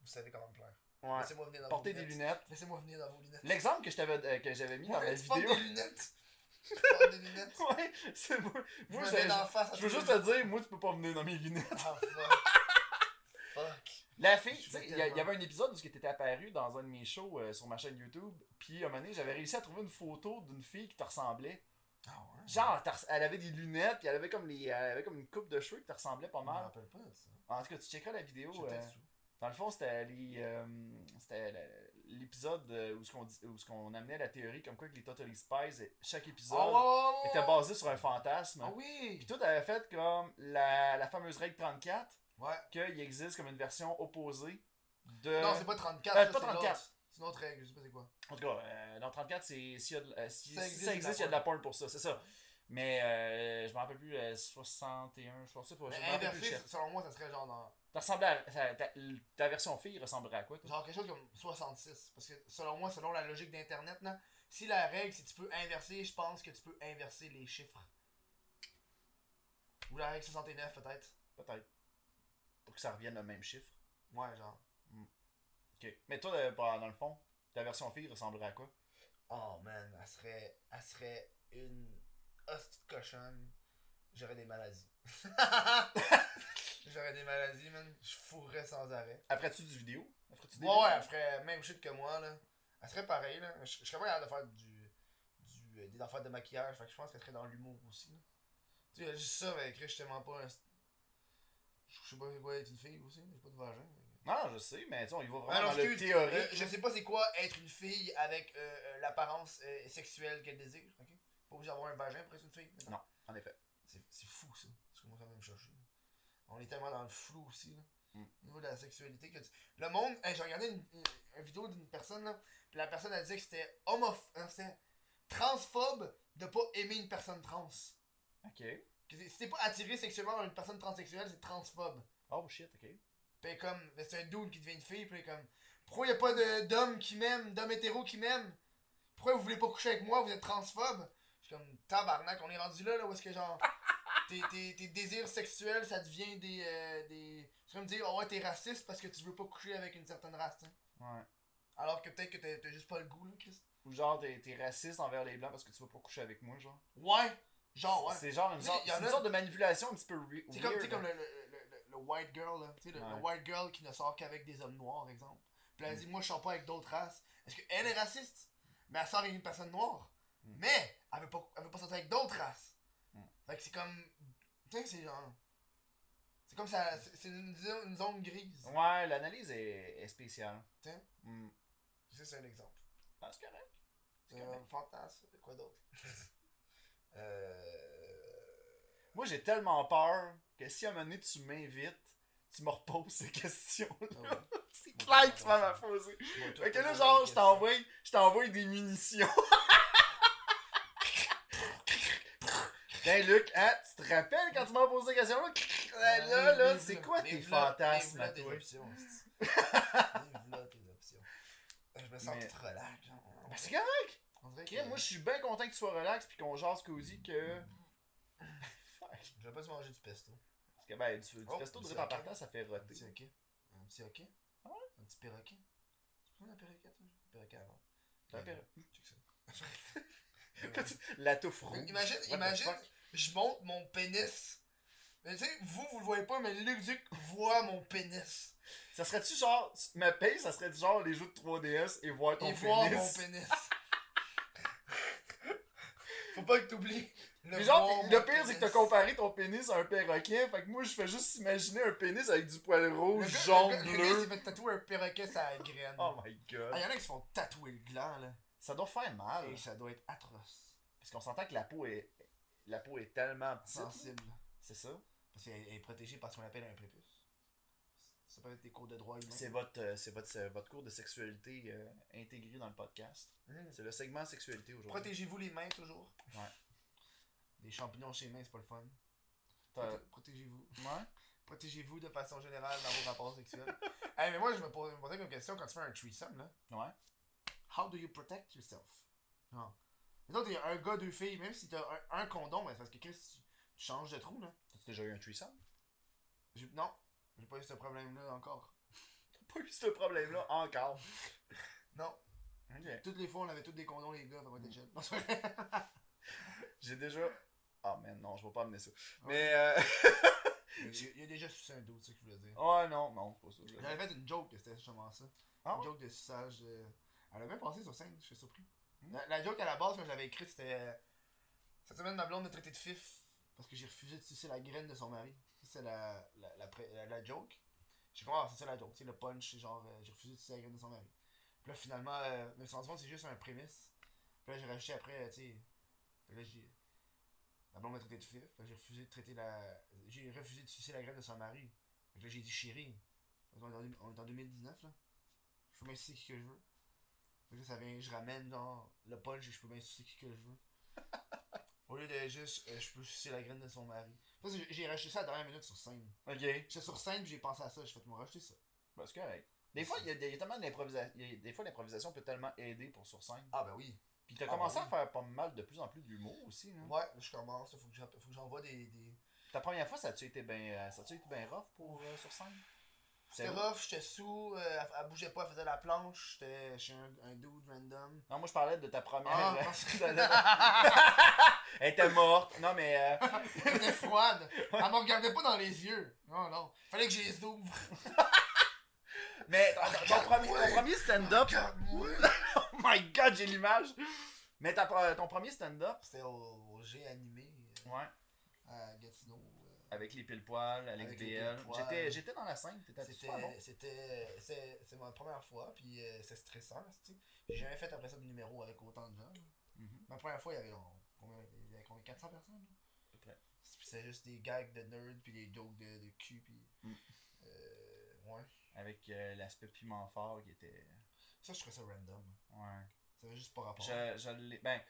S2: vous savez comment me plaire.
S1: Ouais.
S2: Laissez-moi venir dans
S1: Porter
S2: vos
S1: des
S2: lunettes.
S1: lunettes.
S2: Laissez-moi venir dans vos lunettes.
S1: L'exemple que je t'avais- euh, que j'avais mis dans
S2: Ouais,
S1: la
S2: tu portes
S1: vidéo.
S2: des lunettes. Tu portes des lunettes.
S1: Ouais, c'est moi.
S2: Je
S1: moi,
S2: me
S1: je-
S2: mets d'en face à
S1: Je veux
S2: tes
S1: juste
S2: lunettes.
S1: te dire, moi, tu peux pas venir dans mes lunettes.
S2: Ah, fuck. fuck.
S1: La fille,
S2: Je
S1: tu sais,
S2: veux
S1: il y, a-
S2: tellement.
S1: il y avait un épisode où tu étais apparu dans un de mes shows euh, sur ma chaîne YouTube. Puis, à un moment donné, j'avais réussi à trouver une photo d'une fille qui te ressemblait.
S2: Ah
S1: Genre, t'as res- elle avait des lunettes, puis elle avait comme, les, elle avait comme une coupe de cheveux qui te ressemblait pas
S2: Je me
S1: mal.
S2: rappelle pas de ça.
S1: En tout cas, tu checkeras la vidéo.
S2: J'étais
S1: euh,
S2: sous.
S1: Dans le fond, c'était les, euh, c'était le- l'épisode euh, où ce qu'on dit- où ce qu'on amenait la théorie comme quoi que les Totally Spies, et- chaque épisode
S2: Oh, ouais, ouais, ouais,
S1: était
S2: ouais.
S1: basé sur un fantasme.
S2: Ah
S1: Puis
S2: oui!
S1: toi, t'avais fait comme la, la fameuse règle 34,
S2: Ouais.
S1: qu'il existe comme une version opposée de...
S2: Non, c'est pas 34.
S1: euh, pas
S2: ça, c'est
S1: 34.
S2: l'autre. C'est une autre règle, je sais pas c'est quoi.
S1: En tout cas, euh, dans 34, c'est s'il y a de- euh, si, si
S2: Ça
S1: ça
S2: existe,
S1: existe,
S2: il y a de
S1: il y
S2: la
S1: a de la porn pour ça, c'est ça. Mais euh, je me rappelle plus, euh, 61, je pense que c'est pas. Je me
S2: Mais
S1: rappelle plus le
S2: inversé,
S1: chiffre.
S2: selon moi, ça serait genre dans.
S1: Ça ressemblait à- ça- ta, ta version fille ressemblerait à quoi, toi
S2: Genre quelque chose comme 66. Parce que selon moi, selon la logique d'Internet, là, si la règle, si tu peux inverser, je pense que tu peux inverser les chiffres. Ou la règle 69, peut-être.
S1: Peut-être. Pour que ça revienne le même chiffre.
S2: Ouais, genre.
S1: Ok. Mais toi, euh, bah, dans le fond, ta version fille ressemblerait à quoi
S2: Oh man, elle serait, elle serait une hostie de cochonne. J'aurais des maladies. J'aurais des maladies, man. Je fourrais sans arrêt.
S1: Après, tu du vidéo Après-tu
S2: Ouais, ouais, elle ferait même shit que moi, là. Elle serait pareille, là. Je, je serais pas capable de faire du, du, euh, des affaires de maquillage. Fait que je pense qu'elle serait dans l'humour aussi, là. Tu sais, juste ça, mais écrit, je suis tellement pas un... Je sais pas quoi être une fille aussi, j'ai pas de vagin.
S1: Non, je sais, mais tu sais, on y va vraiment
S2: Ah non,
S1: dans le
S2: excuse,
S1: théorique.
S2: euh, je sais pas c'est quoi être une fille avec euh, euh, l'apparence euh, sexuelle qu'elle désire, ok? Pas obligé d'avoir un vagin pour être une fille. maintenant.
S1: Non. En effet.
S2: C'est c'est fou ça. Parce que moi ça va me chercher. On est tellement dans le flou aussi là.
S1: Mm.
S2: Au niveau de la sexualité que tu- Le monde. hey, j'ai regardé une, une- une vidéo d'une personne là. Puis la personne elle disait que c'était homophobe. c'était transphobe de pas aimer une personne trans.
S1: Ok.
S2: Que c'est- si t'es pas attiré sexuellement par une personne transsexuelle, c'est transphobe.
S1: Oh shit, ok.
S2: Pis comme, ben, c'est un dude qui devient une fille, pis comme, pourquoi y a pas de- d'homme qui m'aime, d'homme hétéro qui m'aime? Pourquoi vous voulez pas coucher avec moi, vous êtes transphobe? Je suis comme, tabarnak, on est rendu là, là, où est-ce que genre, tes, tes- tes désirs sexuels, ça devient des, euh, des... C'est comme dire, oh ouais, t'es raciste parce que tu veux pas coucher avec une certaine race, hein.
S1: Ouais.
S2: Alors que peut-être que t'as t'as juste pas le goût, là, Chris.
S1: Ou genre, t'es t'es raciste envers les blancs parce que tu vas pas coucher avec moi, genre.
S2: Ouais! Genre, ouais.
S1: C'est genre une,
S2: Tu sais,
S1: sorte,
S2: y en
S1: c'est une
S2: a-
S1: sorte de manipulation un petit peu re-
S2: C'est comme,
S1: weird,
S2: t'sais, comme
S1: hein.
S2: le, le- le- le- le white girl, là. T'sais, le, le
S1: Ouais.
S2: white girl qui ne sort qu'avec des hommes noirs, exemple. Puis elle
S1: Mm.
S2: dit, moi, je sors pas avec d'autres races. Est-ce qu'elle est raciste? Mais elle sort avec une personne noire.
S1: Mm.
S2: Mais elle veut, pas, elle veut pas sortir avec d'autres races.
S1: Mm.
S2: Fait que c'est comme... Tu sais, c'est genre... C'est comme ça... c'est- C'est une, zone- une zone grise.
S1: Ouais, l'analyse est, est spéciale.
S2: Tiens.
S1: Hmm.
S2: Ça, c'est un exemple.
S1: Ah, c'est correct. C'est
S2: C'est
S1: correct.
S2: un fantasme. Quoi d'autre? euh...
S1: Moi, j'ai tellement peur que si à un moment donné tu m'invites, tu me reposes ces
S2: Ah
S1: questions-là. C'est clair que tu vas m'en poser. Fait que là, genre, je t'envoie, je t'envoie des munitions. Tiens, Luc, hein, tu te rappelles quand tu m'as posé ces questions-là? Là, là, là, c'est quoi tes fantasmes à toi?
S2: Vive-là tes options. Ah, Je me sens
S1: Mais-
S2: tout relax. genre.
S1: Ben, c'est correct,
S2: On dirait que
S1: Kim. Moi, je suis bien content que tu sois relax puis qu'on jase cosy que. Fuck.
S2: je vais pas se manger du pesto.
S1: Parce que, ben, du, du
S2: Oh,
S1: pesto de
S2: c'est
S1: rip en
S2: ok.
S1: partant, ça fait
S2: Un
S1: roter.
S2: petit hockey. Un petit hockey.
S1: Ah
S2: Un petit perroquet. Tu prends un perroquet, toi Un perroquet avant.
S1: Un perroquet.
S2: Check ça.
S1: Quand tu- La touffe rouge.
S2: Imagine,
S1: What the
S2: imagine,
S1: fuck?
S2: je monte mon pénis. Mais tu sais, vous, vous le voyez pas, mais Luc Duc voit mon pénis.
S1: Ça serait-tu genre. Ma paye, ça serait du genre les jeux de 3DS et voir ton
S2: et
S1: pénis.
S2: voir mon pénis. Faut pas que t'oublies.
S1: Mais genre,
S2: voir
S1: le
S2: mon
S1: pire, c'est que t'as
S2: pénis.
S1: comparé ton pénis à un perroquet. Fait que moi, je fais juste imaginer un pénis avec du poil
S2: Le
S1: rouge,
S2: gars-
S1: jaune,
S2: le gars- Le gars,
S1: bleu.
S2: il s'est fait tatouer un perroquet sur la graine.
S1: Oh my god.
S2: Ah, y en a qui se font tatouer le gland, là.
S1: Ça doit faire mal.
S2: Et ça doit être atroce.
S1: Parce qu'on s'entend que la peau est. La peau est tellement petite.
S2: Sensible.
S1: C'est ça.
S2: Parce qu'elle est protégée par ce qu'on appelle un prépuce. Ça peut être des cours de droit humain.
S1: C'est votre, euh, c'est votre, c'est votre cours de sexualité euh, intégré dans le podcast.
S2: Mm.
S1: C'est le segment sexualité aujourd'hui.
S2: Protégez-vous les mains, toujours.
S1: Ouais.
S2: Les champignons chez les mains, c'est pas le fun.
S1: T'as-
S2: Proté- Protégez-vous.
S1: Ouais.
S2: Protégez-vous de façon générale dans vos rapports sexuels. hey, mais moi, je me pose- je me posais comme question quand tu fais un threesome, là.
S1: Ouais.
S2: How do you protect yourself? Non. Mais il y a un gars, deux filles, même si t'as un, un condom, ben, c'est parce que Chris, tu, tu changes de trou, là.
S1: T'as-tu déjà eu un threesome?
S2: J'ai- non, j'ai pas eu ce problème-là encore.
S1: T'as pas eu ce problème-là encore.
S2: Non.
S1: Ok.
S2: Toutes les fois, on avait tous des condoms, les gars, fait pas de gel. Non, c'est vrai.
S1: J'ai déjà. Ah, mais non, je vais pas amener ça. Mais. Euh...
S2: Il y a- il y a déjà sucé un dos, c'est ce que je voulais dire.
S1: oh non, non, pas ça.
S2: J'avais fait une joke que c'était justement ça.
S1: Ah
S2: une
S1: ouais?
S2: joke de suçage.
S1: Hmm.
S2: euh, Elle a même passé sur scène, je suis surpris. La, la joke à la base, quand j'avais écrite, c'était. euh, Cette semaine, ma blonde m'a traité de fif parce que j'ai refusé de sucer la graine de son mari. Ça, C'est la, la, la, pré- la- la joke. J'ai compris, ah, c'est ça la joke. Tu sais, le punch, c'est genre, euh, j'ai refusé de sucer la graine de son mari. Puis là, finalement, euh, je me suis rendu compte que c'est juste un prémisse. Puis là, j'ai rajouté après, euh, tu sais. Fait que là, j'ai. Ma blonde m'a traité de fif. Fait que j'ai refusé de traiter la. J'ai refusé de sucer la graine de son mari. Fait que là, j'ai dit chérie. On est en- on est en 2019, là. Je peux bien sucer qui que je veux. Fait que là, ça vient, je ramène, genre, le punch et je peux bien sucer qui que je veux. Au lieu de juste, euh, je peux sucer la graine de son mari. Ça, c'est- j'ai racheté ça à la dernière minute sur scène.
S1: Ok.
S2: J'étais sur scène, puis j'ai pensé à ça, j'ai fait, moi, racheter ça.
S1: Bah, c'est correct. Des fois, il y, a des- il y a tellement d'improvisation. Des fois, l'improvisation peut tellement aider pour sur scène.
S2: Ah, ben oui.
S1: Puis t'as
S2: Ah,
S1: commencé
S2: oui.
S1: à faire pas mal de plus en plus d'humour aussi. Hein?
S2: Ouais, je commence, là, faut que j'en- faut que j'envoie des. des...
S1: Ta première fois, ça a-tu été bien ben rough pour euh, sur scène? C'est-
S2: C'était rough, j'étais sous, euh, elle, elle bougeait pas, elle faisait la planche, j'étais chez un, un dude random.
S1: Non, moi je parlais de ta première. euh,
S2: Ah, parce
S1: Elle était morte. Non, mais. euh,
S2: Elle était froide. Elle me regardait pas dans les yeux. Non, non. Fallait que je les ouvre.
S1: Mais
S2: Ah,
S1: ton, ton- ton premier, ton premier stand-up.
S2: Regarde-moi.
S1: Oh my god, j'ai l'image! Mais ta- euh, ton premier stand-up.
S2: C'était au, au G animé euh,
S1: Ouais.
S2: à Gatineau. euh,
S1: Avec les pile poils, Alex
S2: Avec les
S1: DL.
S2: pile-poils.
S1: J'étais, j'étais dans la scène, t'étais
S2: C'était
S1: super bon.
S2: c'était- c'est- c'est ma première fois, puis euh, c'est stressant, tu sais. J'ai jamais fait après ça de numéro avec autant de gens. là.
S1: Mhm.
S2: Ma première fois, il y avait genre, combien, il y avait combien 400 personnes là?
S1: peu près.
S2: Puis c'était juste des gags de nerds, puis des jokes de, de cul, puis.
S1: Mm.
S2: euh, ouais.
S1: Avec euh, l'aspect piment fort qui était.
S2: Ça, je trouvais ça random.
S1: Ouais.
S2: Ça avait juste pas rapport.
S1: Je, je l'ai. Ben.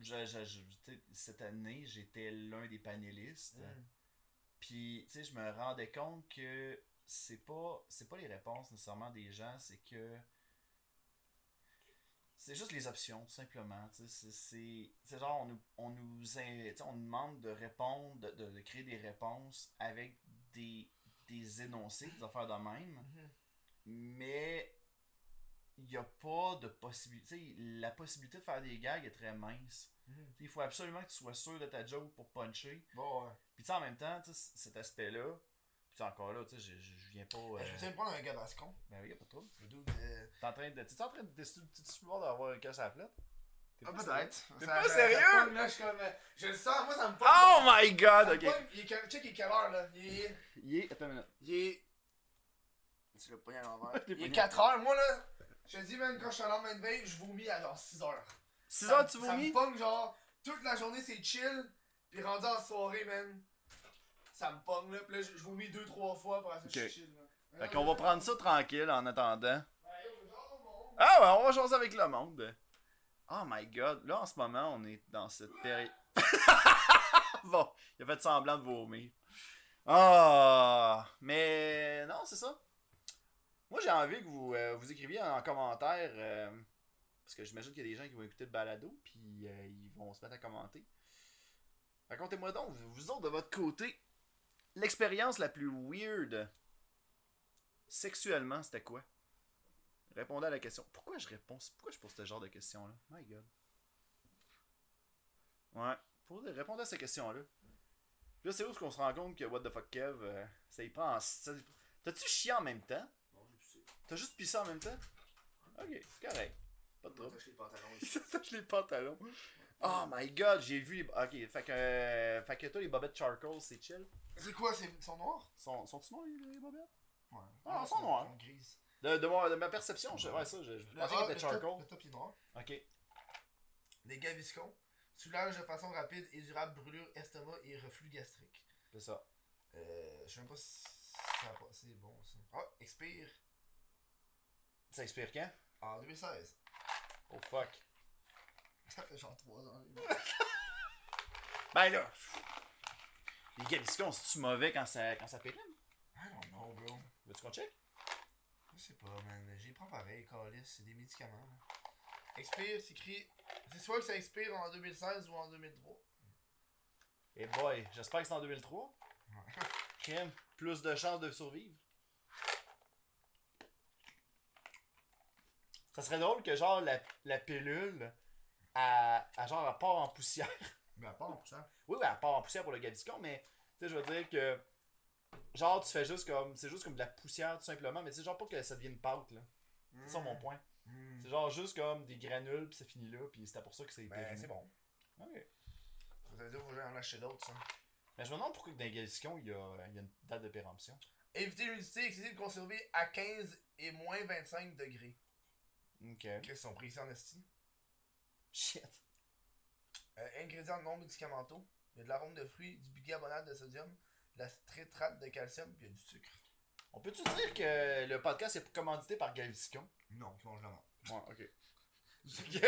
S1: Je, je, je- tu sais, cette année, j'étais l'un des panélistes.
S2: Mm.
S1: Puis, tu sais, je me rendais compte que c'est pas, c'est pas les réponses nécessairement des gens, c'est que. C'est juste les options, tout simplement. tu sais, C'est, c'est, c'est genre, on nous, on, nous, in- tu sais, on nous demande de répondre, de, de- de créer des réponses avec des, des énoncés, des affaires de même
S2: Mhm.
S1: mais il n'y a pas de possibilité. tu sais, La possibilité de faire des gags est très mince.
S2: Mhm.
S1: Il faut absolument que tu sois sûr de ta joke pour puncher.
S2: Bon, ouais.
S1: Puis tu sais, en même temps, tu sais, c- cet aspect-là, puis tu sais, encore là, tu sais, je, je- je viens pas.
S4: Ben,
S1: euh,
S2: Je vais essayer de prendre un gars bascon.
S1: Ben oui, y a pas de trouble.
S2: Le dude. euh,
S1: T'es en train de. T'es en train de. T'es tu voir d'avoir un casse à la flotte? T'es
S2: Ah,
S1: pas-
S2: peut-être.
S4: T'es
S2: Ça-
S4: pas
S2: ça- ça
S4: sérieux?
S2: pogne, là, je suis comme. euh, Je le sens, moi, ça me
S4: Oh my
S2: Ça
S4: god,
S2: me
S4: ok.
S2: pogne. Il est quel- Check, il est quelle heure, là? Il est.
S1: Ah, Il est. Attends une minute.
S2: Il est. Tu l'as pogné à l'envers.
S1: l'ai
S2: Il est
S1: pogné.
S2: 4 heures. Moi, là, je te dis, même quand je suis en lendemain de veille, je vomis à genre 6 heures.
S4: 6
S2: Ça
S4: heures,
S2: me-
S4: tu
S2: Ça me
S4: vomis?
S2: pogne, genre, toute la journée, c'est chill. Puis rendu en soirée, man, ça me pogne, là. Puis là, je je vomis 2-3 fois pour que je
S4: Ok.
S2: suis chill, là.
S4: Fait qu'on va prendre ça tranquille en attendant.
S2: Ouais, yo, genre, mon-
S4: Ah ouais, on va jaser avec le monde. Oh my god, là en ce moment, on est dans cette période. bon, il a fait semblant de vomir. Ah, mais non, c'est ça. Moi, j'ai envie que vous, euh, vous écriviez en commentaire, euh, parce que j'imagine qu'il y a des gens qui vont écouter le balado, puis euh, ils vont se mettre à commenter. Racontez-moi donc, vous, vous autres, de votre côté, l'expérience la plus weird sexuellement, c'était quoi? Répondez à la question. Pourquoi je réponds Pourquoi je pose ce genre de questions-là My God. Ouais. Pour répondre à ces questions-là. Là, c'est où qu'on se rend compte que What the fuck Kev, euh, ça y prend. en- ça- T'as-tu chié en même temps
S2: Non, j'ai poussé.
S4: T'as juste pissé en même temps Ok, c'est correct. Pas de
S2: Je
S4: trouble.
S2: m'attache Ah, les pantalons
S4: Il
S2: ici.
S4: s'attache les pantalons. Oh my god, j'ai vu les. Ok, fait que. euh, fait que toi, les bobettes charcoal, c'est chill.
S2: C'est quoi, c'est- ils sont noirs?
S4: Sont, sont-tu noirs, les, les bobettes
S2: Ouais.
S1: Ah, ils
S2: ils
S1: sont noirs.
S2: Ils sont grises.
S4: de, de, mon- de ma perception, je, ouais, ça, je, je
S2: Le
S1: pensais qu'ils
S2: top-
S1: étaient
S2: le
S1: charcoal.
S2: top- le top est noir.
S1: Ok.
S2: Des gaviscons. Soulage de façon rapide et durable brûlure, estomac et reflux gastrique.
S1: C'est ça.
S2: Euh, je sais même pas si ça a passé bon ça. Ah, expire
S1: Ça expire quand
S2: en 2016.
S1: Oh fuck.
S2: Ça fait genre 3 ans.
S4: Ben là. Les gaviscons, c'est-tu mauvais quand ça, quand ça périme
S2: I don't know, bro.
S1: Veux-tu qu'on check
S2: Je sais pas, man. J'ai prends pareil, Calis. C'est des médicaments. là. Expire, c'est écrit. C'est soit que ça expire en 2016 ou en 2003.
S1: Eh boy, j'espère que c'est en 2003. Crème, plus de chances de survivre. Ça serait drôle que genre la, la pilule, à, genre, elle part en poussière.
S2: Mais à part en poussant.
S1: Oui, oui, elle part en poussière pour le gaviscon, mais tu sais, je veux dire que genre tu fais juste comme, c'est juste comme de la poussière tout simplement, mais c'est genre pas que ça devienne pâte là. C'est ça mon point.
S2: Mm.
S1: C'est genre juste comme des granules puis ça finit là, puis c'était pour ça que c'est
S2: Ben,
S1: périmé.
S2: c'est bon.
S1: Ok.
S2: Ça veut dire que j'en acheter d'autres, ça.
S1: Mais je me demande pourquoi que dans les Galsicons, il y, a, il y a une date de péremption.
S2: Éviter l'humidité excessive conservée à 15 et moins 25 degrés.
S1: Ok.
S2: Qu'est-ce qu'ils sont précis en esti?
S1: Shit.
S2: Euh, ingrédients non médicamentaux. Il y a de l'arôme de fruits, du bicarbonate de sodium, de la citrate de calcium, puis il y a du sucre.
S1: On peut-tu dire que le podcast est commandité par Galsicon?
S2: Non, tu manges la menthe.
S1: Ouais, ok.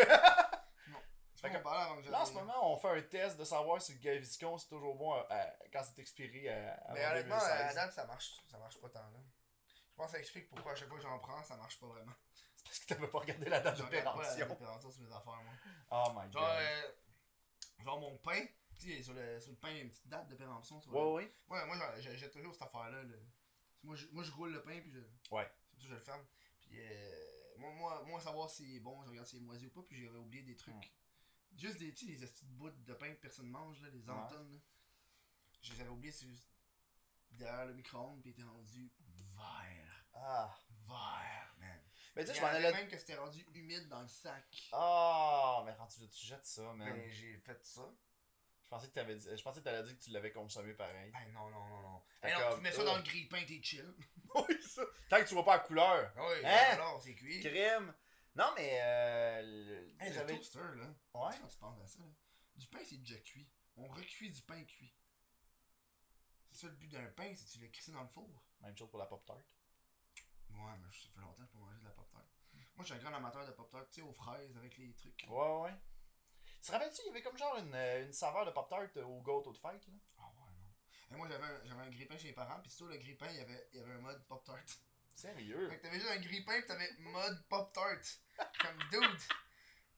S2: Fait qu'on parlait avant que
S1: Là, en ce moment, on fait un test de savoir si le Gaviscon, c'est toujours bon à- à- quand c'est expiré euh, à, avant
S2: Mais honnêtement, euh, à
S1: 2016.
S2: date, ça marche, ça marche pas tant, là. Je pense que ça explique pourquoi à chaque fois que j'en prends, ça marche pas vraiment.
S1: C'est parce que t'avais pas regardé la date
S2: Je regarde pas la
S1: d'opération.
S2: température sur mes affaires, moi.
S1: Oh my
S2: Genre,
S1: god.
S2: euh, genre mon pain, tu sais, sur le, sur le pain, il y a une petite date de péremption. Sur le-
S1: Ouais, ouais.
S2: Ouais, moi, j'en- j'ai j'ai toujours cette affaire-là. là. Moi, je, moi, je roule le pain, puis je.
S1: Ouais.
S2: Comme ça, je le ferme. Puis, euh, moi, moi, moi, savoir si c'est bon, je regarde si c'est moisi ou pas, puis j'aurais oublié des trucs.
S1: Hmm.
S2: Juste des petits, des petites bouts de pain que personne mange, là, les
S1: Ouais.
S2: entonnes. là. Je les avais oubliés sur- derrière le micro-ondes, puis ils étaient rendus verts.
S1: Ah.
S2: Verts, man.
S1: Mais tu
S2: Tu
S1: sais, je m'en allais.
S2: même que c'était rendu humide dans le sac.
S1: Ah, mais quand tu, le- tu jettes ça, man.
S2: Ben, j'ai fait ça.
S1: Je pensais que t'avais dit, je pensais que t'allais dire que tu l'avais consommé pareil.
S2: Ben, non, non, non, non.
S1: Fait
S2: Ben, non,
S1: comme- oh.
S2: tu mets ça dans le grille-pain, t'es chill.
S1: oui, ça. Tant que tu vois pas la couleur.
S2: Ouais,
S1: Hein?
S2: alors, c'est cuit.
S1: Crime. Non, mais. Euh, le-
S2: Hey, le
S1: j'avais-
S2: toaster, là.
S1: Ouais.
S2: Quand tu penses à ça, là, du pain, c'est déjà cuit. On recuit du pain cuit. C'est ça le but d'un pain, c'est que tu le crisses dans le four.
S1: Même chose pour la Pop-Tart.
S2: Ouais, mais ça fait longtemps que je pas mangé de la pop-tart. Moi, je suis un grand amateur de pop-tart, tu sais, aux fraises avec les trucs.
S1: Ouais, ouais. Tu te rappelles-tu, il y avait comme genre une, euh, une saveur de Pop-Tart euh, au gâteau de fête, là?
S2: Ah ouais, non. Et moi, j'avais un, j'avais un grille-pain chez mes parents, puis surtout le grille-pain, il y avait, il y avait un mode pop-tart.
S1: Sérieux?
S2: Fait que t'avais juste un grille-pain, pis t'avais mode pop-tart. Comme dude.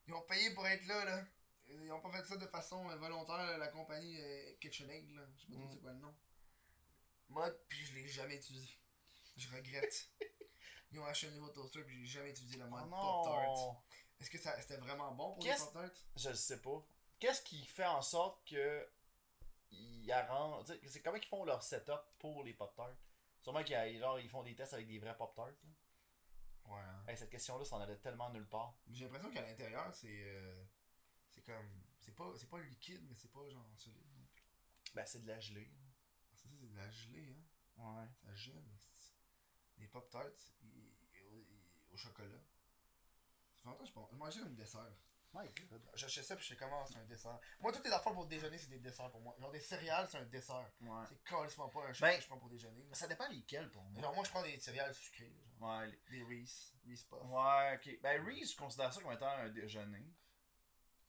S2: Ils ont payé pour être là, là. Ils ont pas fait ça de façon euh, volontaire, là, la compagnie euh, KitchenAid, là. Je sais pas trop
S1: Mm.
S2: c'est quoi le nom. Mode, puis je l'ai jamais utilisé. Je regrette. Ils ont acheté un nouveau toaster, puis j'ai jamais utilisé la
S1: Oh
S2: mode pop-tart.
S1: non!
S2: Est-ce que ça, c'était vraiment bon pour les
S1: Qu'est-ce-
S2: pop-tart?
S1: Je le sais pas. Qu'est-ce qui fait en sorte que. Ils arrangent. tu sais, C'est comment ils font leur setup pour les Pop-Tarts? Sûrement qu'ils a- genre, ils font des tests avec des vrais Pop-Tarts. là.
S2: Ouais. hein.
S1: Hey, cette question-là, ça en allait tellement nulle part.
S2: J'ai l'impression qu'à l'intérieur, c'est... euh, c'est comme... C'est pas, c'est pas liquide, mais c'est pas genre solide. Ah,
S1: Ben, c'est de la gelée.
S2: Ça, c'est de la gelée, hein.
S1: Ouais.
S2: Ça gèle. c'est- Des Pop-Tarts i- i- au, i- au chocolat. Ça fait longtemps que je mange- je mangeais comme dessert.
S1: My god.
S2: J'achète ça puis je sais comment c'est un dessert. Moi, toutes les affaires pour déjeuner, c'est des desserts pour moi. Genre des céréales, c'est un dessert.
S1: Ouais.
S2: C'est carrément pas un chocolat
S1: Ben-
S2: que je prends pour déjeuner.
S1: Mais ça dépend lesquels pour
S2: Mais
S1: moi.
S2: genre, moi, je prends des céréales sucrées. là, Genre.
S1: Ouais, les-
S2: Des Reese, Reese Puffs.
S1: ouais, ok. Ben, Reese, je considère ça comme étant un déjeuner.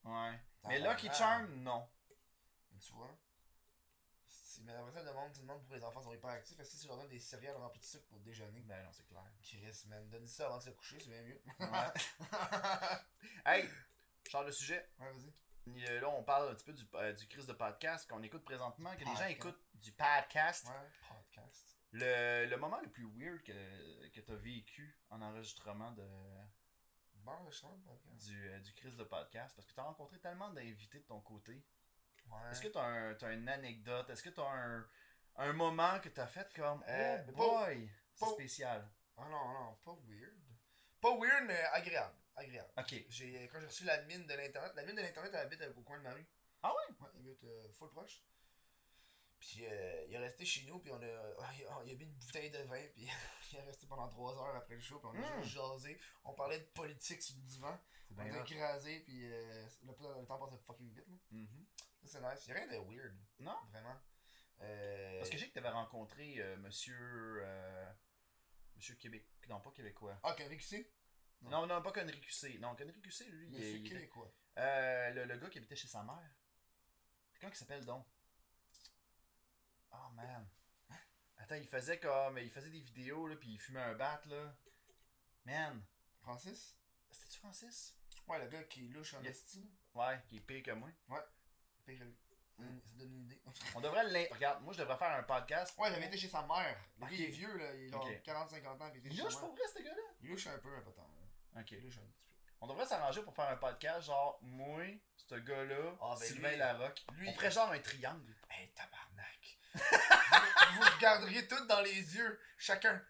S1: Ouais.
S2: T'as
S1: Mais
S2: pas
S1: Lucky
S2: mal.
S1: Charm, non.
S2: Mais Tu vois. C'est- Mais après ça, demande, tu demandes pourquoi les enfants sont hyperactifs. Fait que si tu leur donnes des céréales remplies de sucre pour déjeuner,
S1: Ben, non, c'est clair.
S2: Chris, man, donne ça avant de se coucher, c'est bien mieux.
S1: Ouais.
S2: ouais,
S1: hey, je change de sujet.
S2: vas-y.
S1: Et, euh, Là, on parle un petit peu du, euh, du crise de podcast qu'on écoute présentement, que les gens
S2: Podcast.
S1: écoutent du podcast.
S2: Ouais, podcast.
S1: Le, le moment le plus weird que, que tu as vécu en enregistrement de,
S2: Bon enregistrement de podcast.
S1: du, euh, du crise de podcast, parce que tu as rencontré tellement d'invités de ton côté.
S2: Ouais.
S1: Est-ce que tu as, une anecdote Est-ce que tu as un, un moment que tu as fait comme
S2: Euh,
S1: Oh
S2: pas-
S1: boy C'est
S2: pas-
S1: spécial.
S2: Ah non, non, pas weird. Pas weird, mais agréable. Agréable.
S1: Ok.
S2: J'ai, quand j'ai reçu l'admin de l'Internet, l'admin de l'Internet elle habite au coin de ma rue.
S1: Ah
S2: ouais? Ouais, il habite euh, full proche. Puis euh, il est resté chez nous, puis on a, il a, il a bu une bouteille de vin, puis il est resté pendant 3 heures après le show, puis on a
S1: Mm.
S2: juste jasé. On parlait de politique sur le divan.
S1: C'est
S2: On
S1: bien
S2: a
S1: hot.
S2: écrasé, puis euh, le, le temps passait fucking vite. Là.
S1: Mhm.
S2: Ça, c'est nice. Il y a rien de weird,
S1: Non
S2: vraiment. Euh,
S1: Parce que j'ai que tu avais rencontré euh, monsieur. euh, monsieur Québec. Non, pas Québécois.
S2: Ah, qu'un ici? Non.
S1: Non, non, pas Connery QC. Non, Connery QC, lui, il,
S2: Monsieur
S1: il était-
S2: québécois.
S1: Euh, le, le gars qui habitait chez sa mère. Comment il s'appelle donc Oh man. Attends, il faisait comme. Il faisait des vidéos, là, puis il fumait un bat, là. Man.
S2: Francis?
S1: C'était-tu Francis
S2: Ouais, le gars qui est louche en
S1: Yes.
S2: esti, là.
S1: Ouais, qui est pire que moi.
S2: Pire que lui.
S1: Mm.
S2: Ça donne une idée.
S1: On devrait l'in... Regarde, moi, je devrais faire un podcast.
S2: Ouais, j'avais été chez sa mère. Le gars,
S1: Ok.
S2: il est vieux, là. Il a genre
S1: Ok.
S2: 40-50 ans. puis Il, était
S1: Il
S2: chez
S1: louche
S2: sa
S1: pour
S2: mère.
S1: vrai, ce gars-là.
S2: il louche un peu, un peu tant, là.
S1: Ok.
S2: Il louche un petit peu.
S1: On devrait s'arranger pour faire un podcast, genre, moi, ce gars-là,
S2: Ah, ben
S1: Sylvain
S2: lui-
S1: Larocque.
S2: lui-
S1: On ferait genre un triangle.
S2: Hey, tabarnak. vous, vous regarderiez toutes dans les yeux, chacun.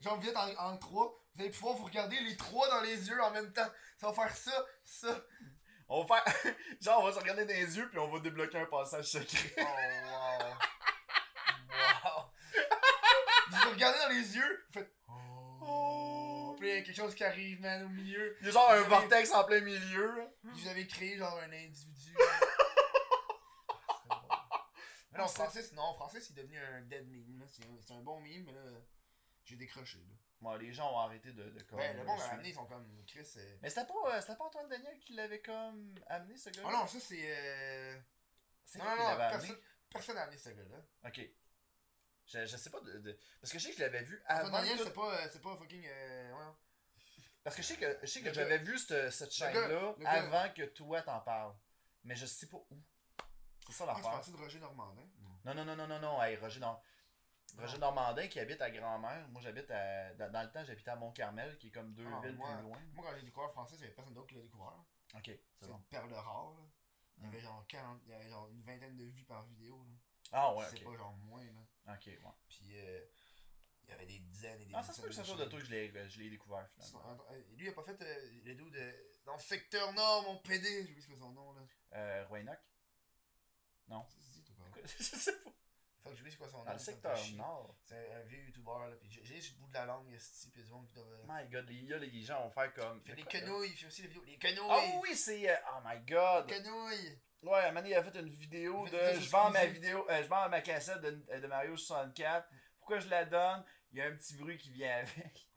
S2: Genre, vous êtes en, en trois. Vous allez pouvoir vous regarder les trois dans les yeux en même temps. Ça va faire ça, ça.
S5: On va faire. Genre, on va se regarder dans les yeux, puis on va débloquer un passage secret.
S2: Oh, wow. wow. Vous vous regardez dans les yeux, vous faites Oh. Puis il y a quelque chose qui arrive, man, au milieu.
S5: Il y a genre un vortex en plein milieu. là.
S2: Vous avez créé genre un individu. C'est drôle. mais non, Francis, non, Francis, il est devenu un dead meme. là. C'est un, c'est un bon meme, mais là, j'ai décroché. Là.
S1: Bon, les gens ont arrêté de, de comme,
S2: ben, le monde
S1: le
S2: l'a
S1: suivre.
S2: amené, ils sont comme Chris. euh,
S1: Mais c'était pas, euh, c'était pas Antoine Daniel qui l'avait comme amené ce gars
S2: Oh non, ça c'est. euh,
S1: c'est
S2: Non,
S1: qui
S2: non,
S1: qui
S2: non,
S1: l'avait amené
S2: personne- personne n'a amené ce gars-là.
S1: Ok. Je, je sais pas de, de- Parce que je sais que je l'avais vu
S2: Antoine
S1: avant.
S2: Daniel,
S1: tout-
S2: c'est pas, euh, c'est pas fucking. euh, ouais.
S1: Parce que je sais que, je sais que
S2: Le
S1: j'avais vu cette, cette
S2: Le gars,
S1: chaîne-là
S2: le gars.
S1: avant que toi t'en parles. Mais je sais pas où. C'est ça
S2: Ah,
S1: l'affaire.
S2: c'est parti de Roger hein. Normandin.
S1: Non, non, non, non, non, non. Hey, Roger, Nor-
S2: Ah.
S1: Roger Normandin qui habite à Grand-Mère. Moi, j'habite à. Dans, dans le temps, j'habitais à Mont-Carmel, qui est comme deux
S2: Ah,
S1: villes
S2: moi-
S1: plus loin.
S2: Moi, quand j'ai découvert Francis, il y avait personne d'autre qui l'a découvert.
S1: Ok, c'est
S2: C'est
S1: bon.
S2: une perle rare. Là. Il y
S1: Hmm.
S2: avait genre 40, il y avait genre une vingtaine de vues par vidéo. Là.
S1: Ah, ouais,
S2: c'est
S1: ok.
S2: pas genre moins. Là.
S1: Ok, ouais.
S2: Puis euh, il y avait des dizaines et des
S1: Ah, ça se
S2: dizaines
S1: peut que ce soit
S2: chaînes.
S1: de toi que je l'ai, euh, je l'ai découvert
S2: Sinon,
S1: finalement.
S2: attends, euh, Lui, il a pas fait euh, le dos de. Dans Secteur Nord, mon PD. J'ai oublié ce que son nom là.
S1: Euh, Roanoke
S2: Ça se dit, toi, quoi.
S1: Pourquoi- Je sais pas.
S2: Fait que j'ai oublié c'est quoi son nom.
S1: Dans le
S2: ça me fait
S1: secteur
S2: chier.
S1: nord.
S2: C'est un vieux youtubeur là. Puis j'ai j'ai juste le bout de la langue, esti. Puis il y a du monde qui doit. euh,
S1: My god, les, là, les gens vont faire comme.
S2: Il fait
S1: Mais
S2: des
S1: quoi, là?
S2: quenouilles, il fait aussi des vidéos. Les quenouilles!
S1: Ah oui, c'est. euh, Oh my
S2: Les
S1: god!
S2: quenouilles!
S1: Ouais, à un moment donné, il a fait une vidéo
S2: Il
S1: de
S2: fait des
S1: je vends ma
S2: exclusives.
S1: vidéo, euh, je vends ma cassette de, de Mario 64. Pourquoi je la donne Il y a un petit bruit qui vient avec.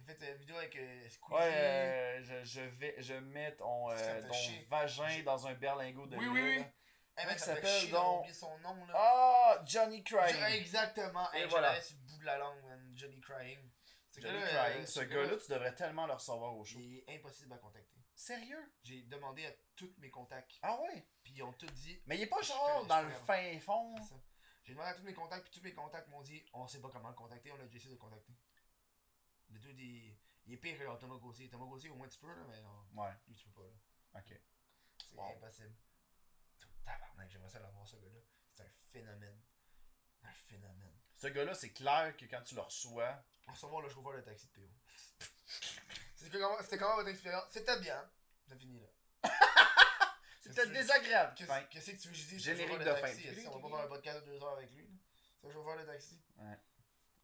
S2: Il fait une vidéo avec euh, Squeezie.
S1: Ouais, euh, je, je vais, je mets ton, euh,
S2: Ça me fait
S1: ton
S2: chier.
S1: vagin
S2: Je-
S1: dans un berlingot de
S2: Oui,
S1: lait,
S2: oui, oui.
S1: là.
S2: Eh,
S1: comment
S2: ben,
S1: il
S2: ça me fait
S1: s'appelle
S2: chier d'avoir
S1: donc?
S2: oublié son nom là.
S1: Ah, Johnny
S2: Genre,
S1: Crying.
S2: Exactement.
S1: Et
S2: Et
S1: voilà.
S2: voilà. sur le bout de la langue, man. Johnny Crying. Ce
S1: Johnny
S2: gars-là, euh,
S1: Crying. Ce gars-là, tu devrais tellement le recevoir au show.
S2: il est impossible à contacter.
S1: Sérieux
S2: J'ai demandé à tous mes contacts,
S1: Ah ouais
S2: puis ils ont tout dit.
S1: Mais il est pas
S2: Je
S1: genre
S2: connais,
S1: dans
S2: je
S1: le fin
S2: connais.
S1: fond.
S2: ça. J'ai demandé à tous mes contacts, puis tous mes contacts m'ont dit on sait pas comment le contacter, on a déjà essayé de le contacter. Le deux des. Il est pire que genre, Thomas Gauthier. Thomas Gauthier, au moins tu peux, là, mais genre,
S1: Ouais,
S2: lui, tu peux pas, là.
S1: ok.
S2: C'est
S1: Wow.
S2: impossible. Tout tabarnak, j'aimerais ça l'avoir, ce gars-là. C'est un phénomène. Un phénomène.
S1: Ce gars-là, c'est clair que quand tu le reçois.
S2: On va recevoir le chauffeur de taxi de PO. C'était comment, c'était comment votre expérience? C'était bien. Ça finit là.
S1: C'était
S2: Qu'est-ce que-
S1: désagréable.
S2: Qu'est-ce
S1: Fin.
S2: qu'est-ce que tu veux que je dise?
S1: Générique
S2: C'est le chauffeur
S1: de fin.
S2: taxi, est-ce qu'on va pas faire un podcast de deux heures avec lui. là? C'est un chauffeur de taxi.
S1: Ouais.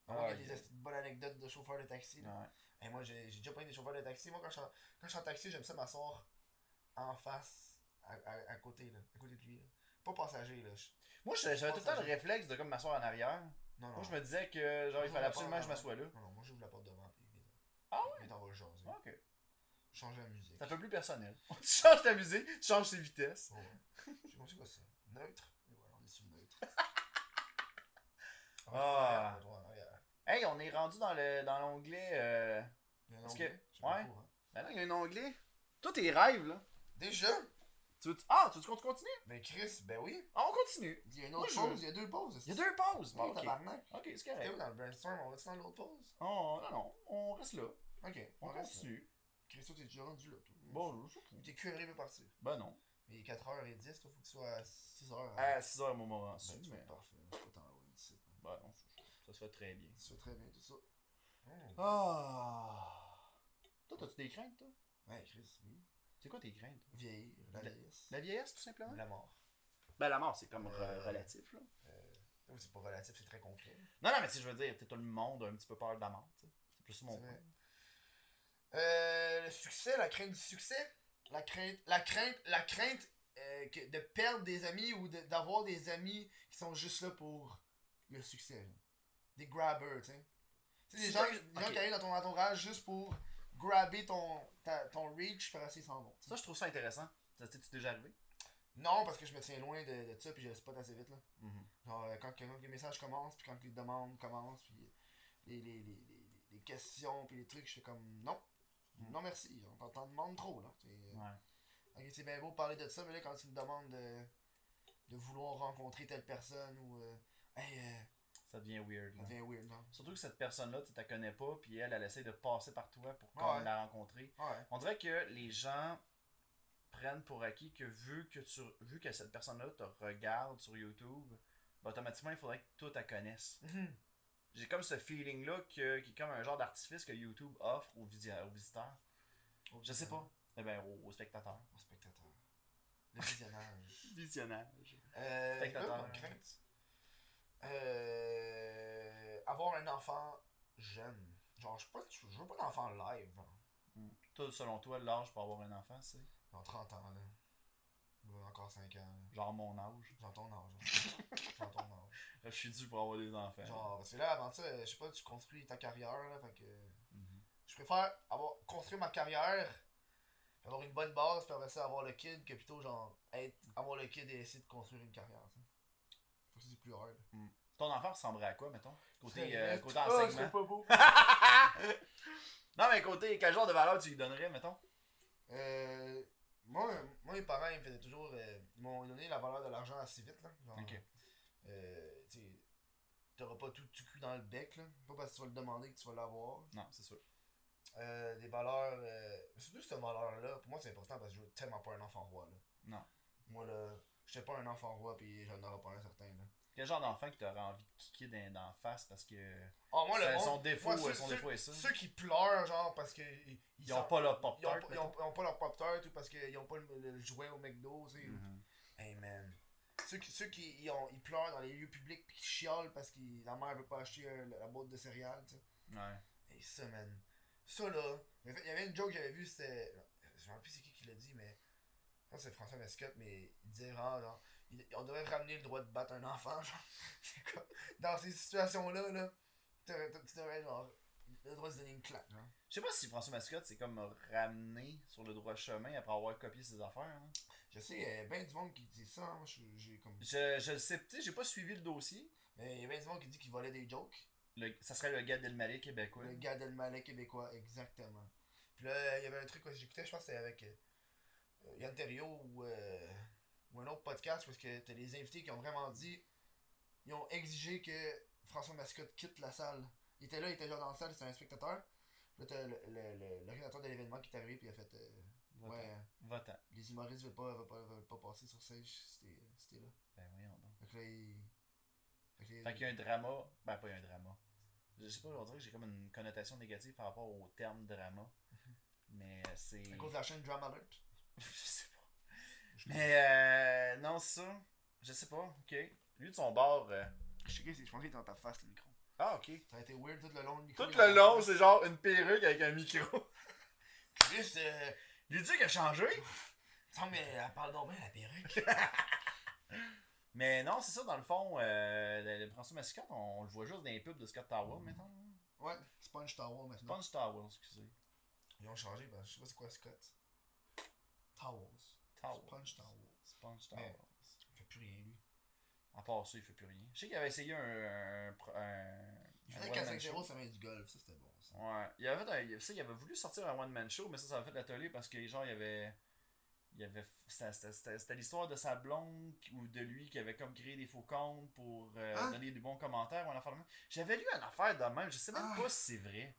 S2: Ah, moi, il y a
S1: Ouais,
S2: des esti de bonnes anecdotes de chauffeur de taxi. là.
S1: Ouais.
S2: Et moi, j'ai j'ai déjà pris des chauffeurs de taxi. Moi, quand je suis en, quand je suis en taxi, j'aime ça m'asseoir en face, à, à- à côté, là, à côté de lui. là. Pas passager, là. Je-
S1: Moi, j'avais j'avais tout le temps le réflexe de comme m'asseoir en arrière.
S2: Non, non.
S1: Moi, je me disais que genre, il fallait absolument que je m'assoie là.
S2: Non, non, moi, j'ouvre la porte devant. Puis,
S1: Ah
S2: Mais t'en vas jaser.
S1: Ok.
S2: Changer la musique.
S1: Ça fait plus personnel. tu changes ta musique, tu changes tes vitesses.
S2: Ouais. J'ai compris quoi ça? Neutre? Et voilà, on est sur neutre. Ah. On
S1: Ah.
S2: va droit en arrière.
S1: Hey, on est rendu dans le dans l'onglet. Euh...
S2: Il y a un
S1: Parce
S2: onglet,
S1: que-
S2: j'ai pas hein.
S1: ouais.
S2: le courant.
S1: Ben là, il y a un onglet. Toi, tes rêves, là.
S2: Déjà?
S1: Tu veux Ah, tu veux qu'on continue
S2: Mais Chris, ben oui.
S1: Ah, On continue.
S2: Il y a une
S1: Moi,
S2: autre
S1: je
S2: pause,
S1: veux-
S2: il y a deux pauses.
S1: Il y a deux pauses. Bon, ok.
S2: tabarnak.
S1: Ok, c'est
S2: T'es Ah, où
S1: correct.
S2: dans le brainstorm? On va-tu dans l'autre pause?
S1: Oh, non, non. On reste là.
S2: Ok,
S1: On
S2: reste là.
S1: continue.
S2: Christo, t'es déjà rendu là, toi.
S1: Bon, je sais pas.
S2: T'es curé, veut partir.
S1: Ben non.
S2: Il est 4h10, toi, faut que tu sois à 6h.
S1: À 6h, mon moment.
S2: ben, tu vas
S1: mais-
S2: être parfait. Je peux t'en loin d'ici.
S1: Ben non, ça se fait très bien.
S2: Tu sois très bien, tout ça. Oh.
S1: Ah. Toi, t'as-tu des craintes, toi
S2: Ouais, Chris, oui.
S1: C'est quoi tes craintes
S2: Vieillir, la
S1: La-
S2: vieillesse.
S1: La vieillesse, tout simplement
S2: La mort.
S1: Ben, la mort, c'est comme
S2: Euh,
S1: relatif, là.
S2: Oui, Oh, c'est pas relatif, c'est très concret.
S1: Non, non, mais tu sais, je veux dire, t'es tout le monde a un petit peu peur de la mort, tu sais. C'est plus ça mon
S2: C'est
S1: point.
S2: vrai. Euh, le succès, la crainte du succès, la crainte, la crainte, la crainte euh, que- de perdre des amis ou de- d'avoir des amis qui sont juste là pour le succès. genre. Des grabbers, tu sais. Tu sais, des
S1: Si
S2: gens,
S1: t'as-
S2: des gens
S1: ok.
S2: qui arrivent dans ton entourage juste pour grabber ton, ta- ton reach, faire assez sans bon.
S1: Ça, je trouve ça intéressant. Ça t'es-tu déjà arrivé
S2: Non, parce que je me tiens loin de, de ça puis je reste pas assez vite là.
S1: Mhm.
S2: Genre, euh, quand, quand les messages commencent, puis quand les demandes commencent, puis euh, les, les, les, les, les questions, puis les trucs, je fais comme non.
S1: Mm.
S2: Non, merci. genre, T'en t'en demandes trop, là. C'est, euh,
S1: Ouais.
S2: ok, c'est bien beau de parler de ça, mais là, quand tu me demandes de, de vouloir rencontrer telle personne ou. euh, hey, euh,
S1: Ça devient weird,
S2: ça
S1: là.
S2: devient weird, non?
S1: Surtout que cette personne-là, tu la connais pas, puis elle, elle essaie de passer par toi pour
S2: Ouais.
S1: comme, la rencontrer.
S2: Ouais.
S1: On dirait que les gens prennent pour acquis que vu que tu vu que cette personne-là te regarde sur YouTube, ben, automatiquement il faudrait que toi tu la connaisses.
S2: Mhm.
S1: J'ai comme ce feeling-là que, qui est comme un genre d'artifice que YouTube offre aux, visi- aux visiteurs. Je sais pas. Eh ben, aux, aux spectateurs.
S2: Au spectateur. Le visionnage.
S1: Visionnage.
S2: euh,
S1: Spectateur.
S2: là, ma crainte. Euh, avoir un enfant jeune. Genre, je sais pas, je veux pas d'enfant live, genre.
S1: Mm. Toi, selon toi, l'âge pour avoir un enfant, c'est
S2: Dans 30 ans, là. Ou encore 5 ans, là.
S1: genre mon âge.
S2: Genre ton âge. Genre Genre ton âge.
S1: Là, je suis dû pour avoir des enfants.
S2: Genre, parce que là, avant ça, je sais pas, tu construis ta carrière, là, fait que...
S1: Mhm.
S2: Je préfère avoir construire ma carrière, puis avoir une bonne base, puis après ça, avoir le kid, que plutôt, genre, être, avoir le kid et essayer de construire une carrière, tu sais. Faut que c'est plus hard.
S1: Ton enfant ressemblerait à quoi, mettons Côté,
S2: C'est-
S1: euh, côté
S2: Ah,
S1: enseignement.
S2: c'est pas beau.
S1: Non, mais côté, quel genre de valeur tu lui donnerais, mettons
S2: Euh, moi, moi, mes parents, ils me faisaient toujours... euh, ils m'ont donné la valeur de l'argent assez vite, là. Genre,
S1: Ok.
S2: euh, tu sais, t'auras pas tout du cul dans le bec, là. Pas parce que tu vas le demander que tu vas l'avoir.
S1: Non, c'est sûr.
S2: Euh, des valeurs. euh, surtout cette valeur-là, pour moi c'est important parce que je veux tellement pas un enfant roi. Là.
S1: Non.
S2: Moi là, j'étais pas un enfant roi puis j'en aurais pas un certain. Là.
S1: Quel genre d'enfant que tu aurais envie de kicker dans, dans la face parce que
S2: Oh, moi, le
S1: ça-
S2: monde-
S1: son défaut,
S2: moi, ceux-
S1: euh, son
S2: ceux-
S1: défaut est ça
S2: Ceux qui pleurent, genre parce que. Ils,
S1: Ils ont pas leur pop
S2: ils ont, ils ont- ils ont pas leur pop tart ou parce qu'ils ont pas le, le jouet au McDo, tu sais.
S1: Mm. Mhm.
S2: Hey man. Ceux qui, ceux qui ils ont, ils pleurent dans les lieux publics puis qui chiolent parce que la mère veut pas acheter euh, la boîte de céréales, tu sais.
S1: Ouais.
S2: Et ça, man. Ça, là. Il y avait- il y avait une joke que j'avais vue, c'était. Je me rappelle plus c'est qui qui l'a dit, mais. Je pense que c'est François Mascotte, mais il disait genre, genre, il- on devrait ramener le droit de battre un enfant, genre. C'est quoi Dans ces situations-là, là, t'aurais- t- tu devrais, genre, le droit de se donner une claque, genre.
S1: Je sais pas si François Mascotte s'est comme euh, ramené sur le droit chemin après avoir copié ses affaires. hein.
S2: Je sais, il y a bien du monde qui dit ça, hein, moi, je- j'ai comme.
S1: Je, je le sais peut-être, j'ai pas suivi le dossier.
S2: Mais il y a bien du monde qui dit qu'il volait des jokes.
S1: Le- ça serait le gars d'Elmalé québécois.
S2: Le Gad Elmaleh québécois, exactement. Puis là, il y avait un truc que j'écoutais, je pense que c'était avec euh, euh, Yann Terriot ou, euh, ou un autre podcast, parce que t'as des invités qui ont vraiment dit, ils ont exigé que François Mascotte quitte la salle. Il était là, il était genre dans la salle, c'était un spectateur. Puis là, t'as le, le, le- l'organisateur de l'événement qui est arrivé, puis il a fait, euh,
S1: Va-t'en.
S2: ouais, euh,
S1: Va-t'en.
S2: les humoristes veulent pas, veulent pas, veulent pas passer sur scène, c'était, c'était là.
S1: Ben voyons donc.
S2: Fait que là, il... fait que les-
S1: Fait qu'il y a un drama. Ben pas il y a un drama. Je sais pas, on dirait que j'ai comme une connotation négative par rapport au terme drama. Mais euh, c'est.
S2: Mhm. à cause de la chaîne Drum Alert.
S1: Je sais pas. Mais euh, non, ça. Je sais pas, ok. Lui de son bord. euh,
S2: Je sais que je pensais qu'il était dans ta face, le micro.
S1: Ah, ok.
S2: Ça a été weird tout le long du micro.
S6: Tout le long, c'est genre une perruque avec un micro.
S2: Juste, euh,
S1: Luduc a changé!
S2: non, mais elle parle donc bien, la perruque.
S1: Mais non, c'est ça, dans le fond, euh, le, le François Mascotte, on, on le voit juste dans les pubs de Scott Tower
S2: Mhm.
S1: maintenant.
S2: Ouais, Sponge Tower maintenant.
S1: Sponge Tower, excusez.
S2: Ils ont changé, ben, je sais pas c'est quoi Scott. Towers.
S1: Tower.
S2: Sponge Towers.
S1: Sponge Tower.
S2: Mais- Il fait plus rien, lui.
S1: À part ça, il fait plus rien. Je sais qu'il avait essayé un. un, pro- un-
S2: Il
S1: un
S2: faisait
S1: one-man
S2: 4-5-0,
S1: show.
S2: ça met du golf, ça c'était bon. Ça.
S1: Ouais. Il avait, fait un- il- ça, il avait voulu sortir un one-man show, mais ça, ça avait fait l'atelier parce que, genre, il y avait. Il y avait c'était- c'était- c'était c'était l'histoire de sa blonde qui- ou de lui qui avait comme créé des faux comptes pour euh,
S2: Hein?
S1: donner des bons commentaires ou un affaire de même. J'avais lu une affaire de même, je sais même
S2: Ah.
S1: pas si c'est vrai.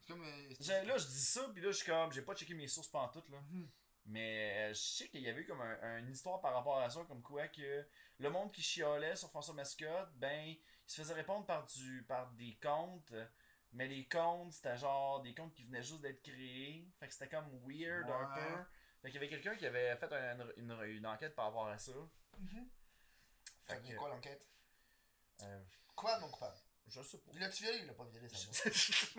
S2: C'est comme. euh,
S1: Je- là, je dis ça, puis là, je suis comme, j'ai pas checké mes sources pantoute, là.
S2: Mhm.
S1: Mais euh, je sais qu'il y avait eu comme un- une histoire par rapport à ça, comme quoi que le monde qui chiolait sur François Mascotte, ben, il se faisait répondre par, du, par des comptes, mais les comptes, c'était genre des comptes qui venaient juste d'être créés, fait que c'était comme weird un
S2: Ouais.
S1: peu. Fait qu'il y avait quelqu'un qui avait fait un- une, une- une enquête par rapport à ça.
S2: Mhm.
S1: Fait
S2: Fait que
S1: que,
S2: quoi l'enquête
S1: euh,
S2: Quoi non coupable
S1: je sais pas.
S2: Il l'a tué, il l'a pas violé, ça va.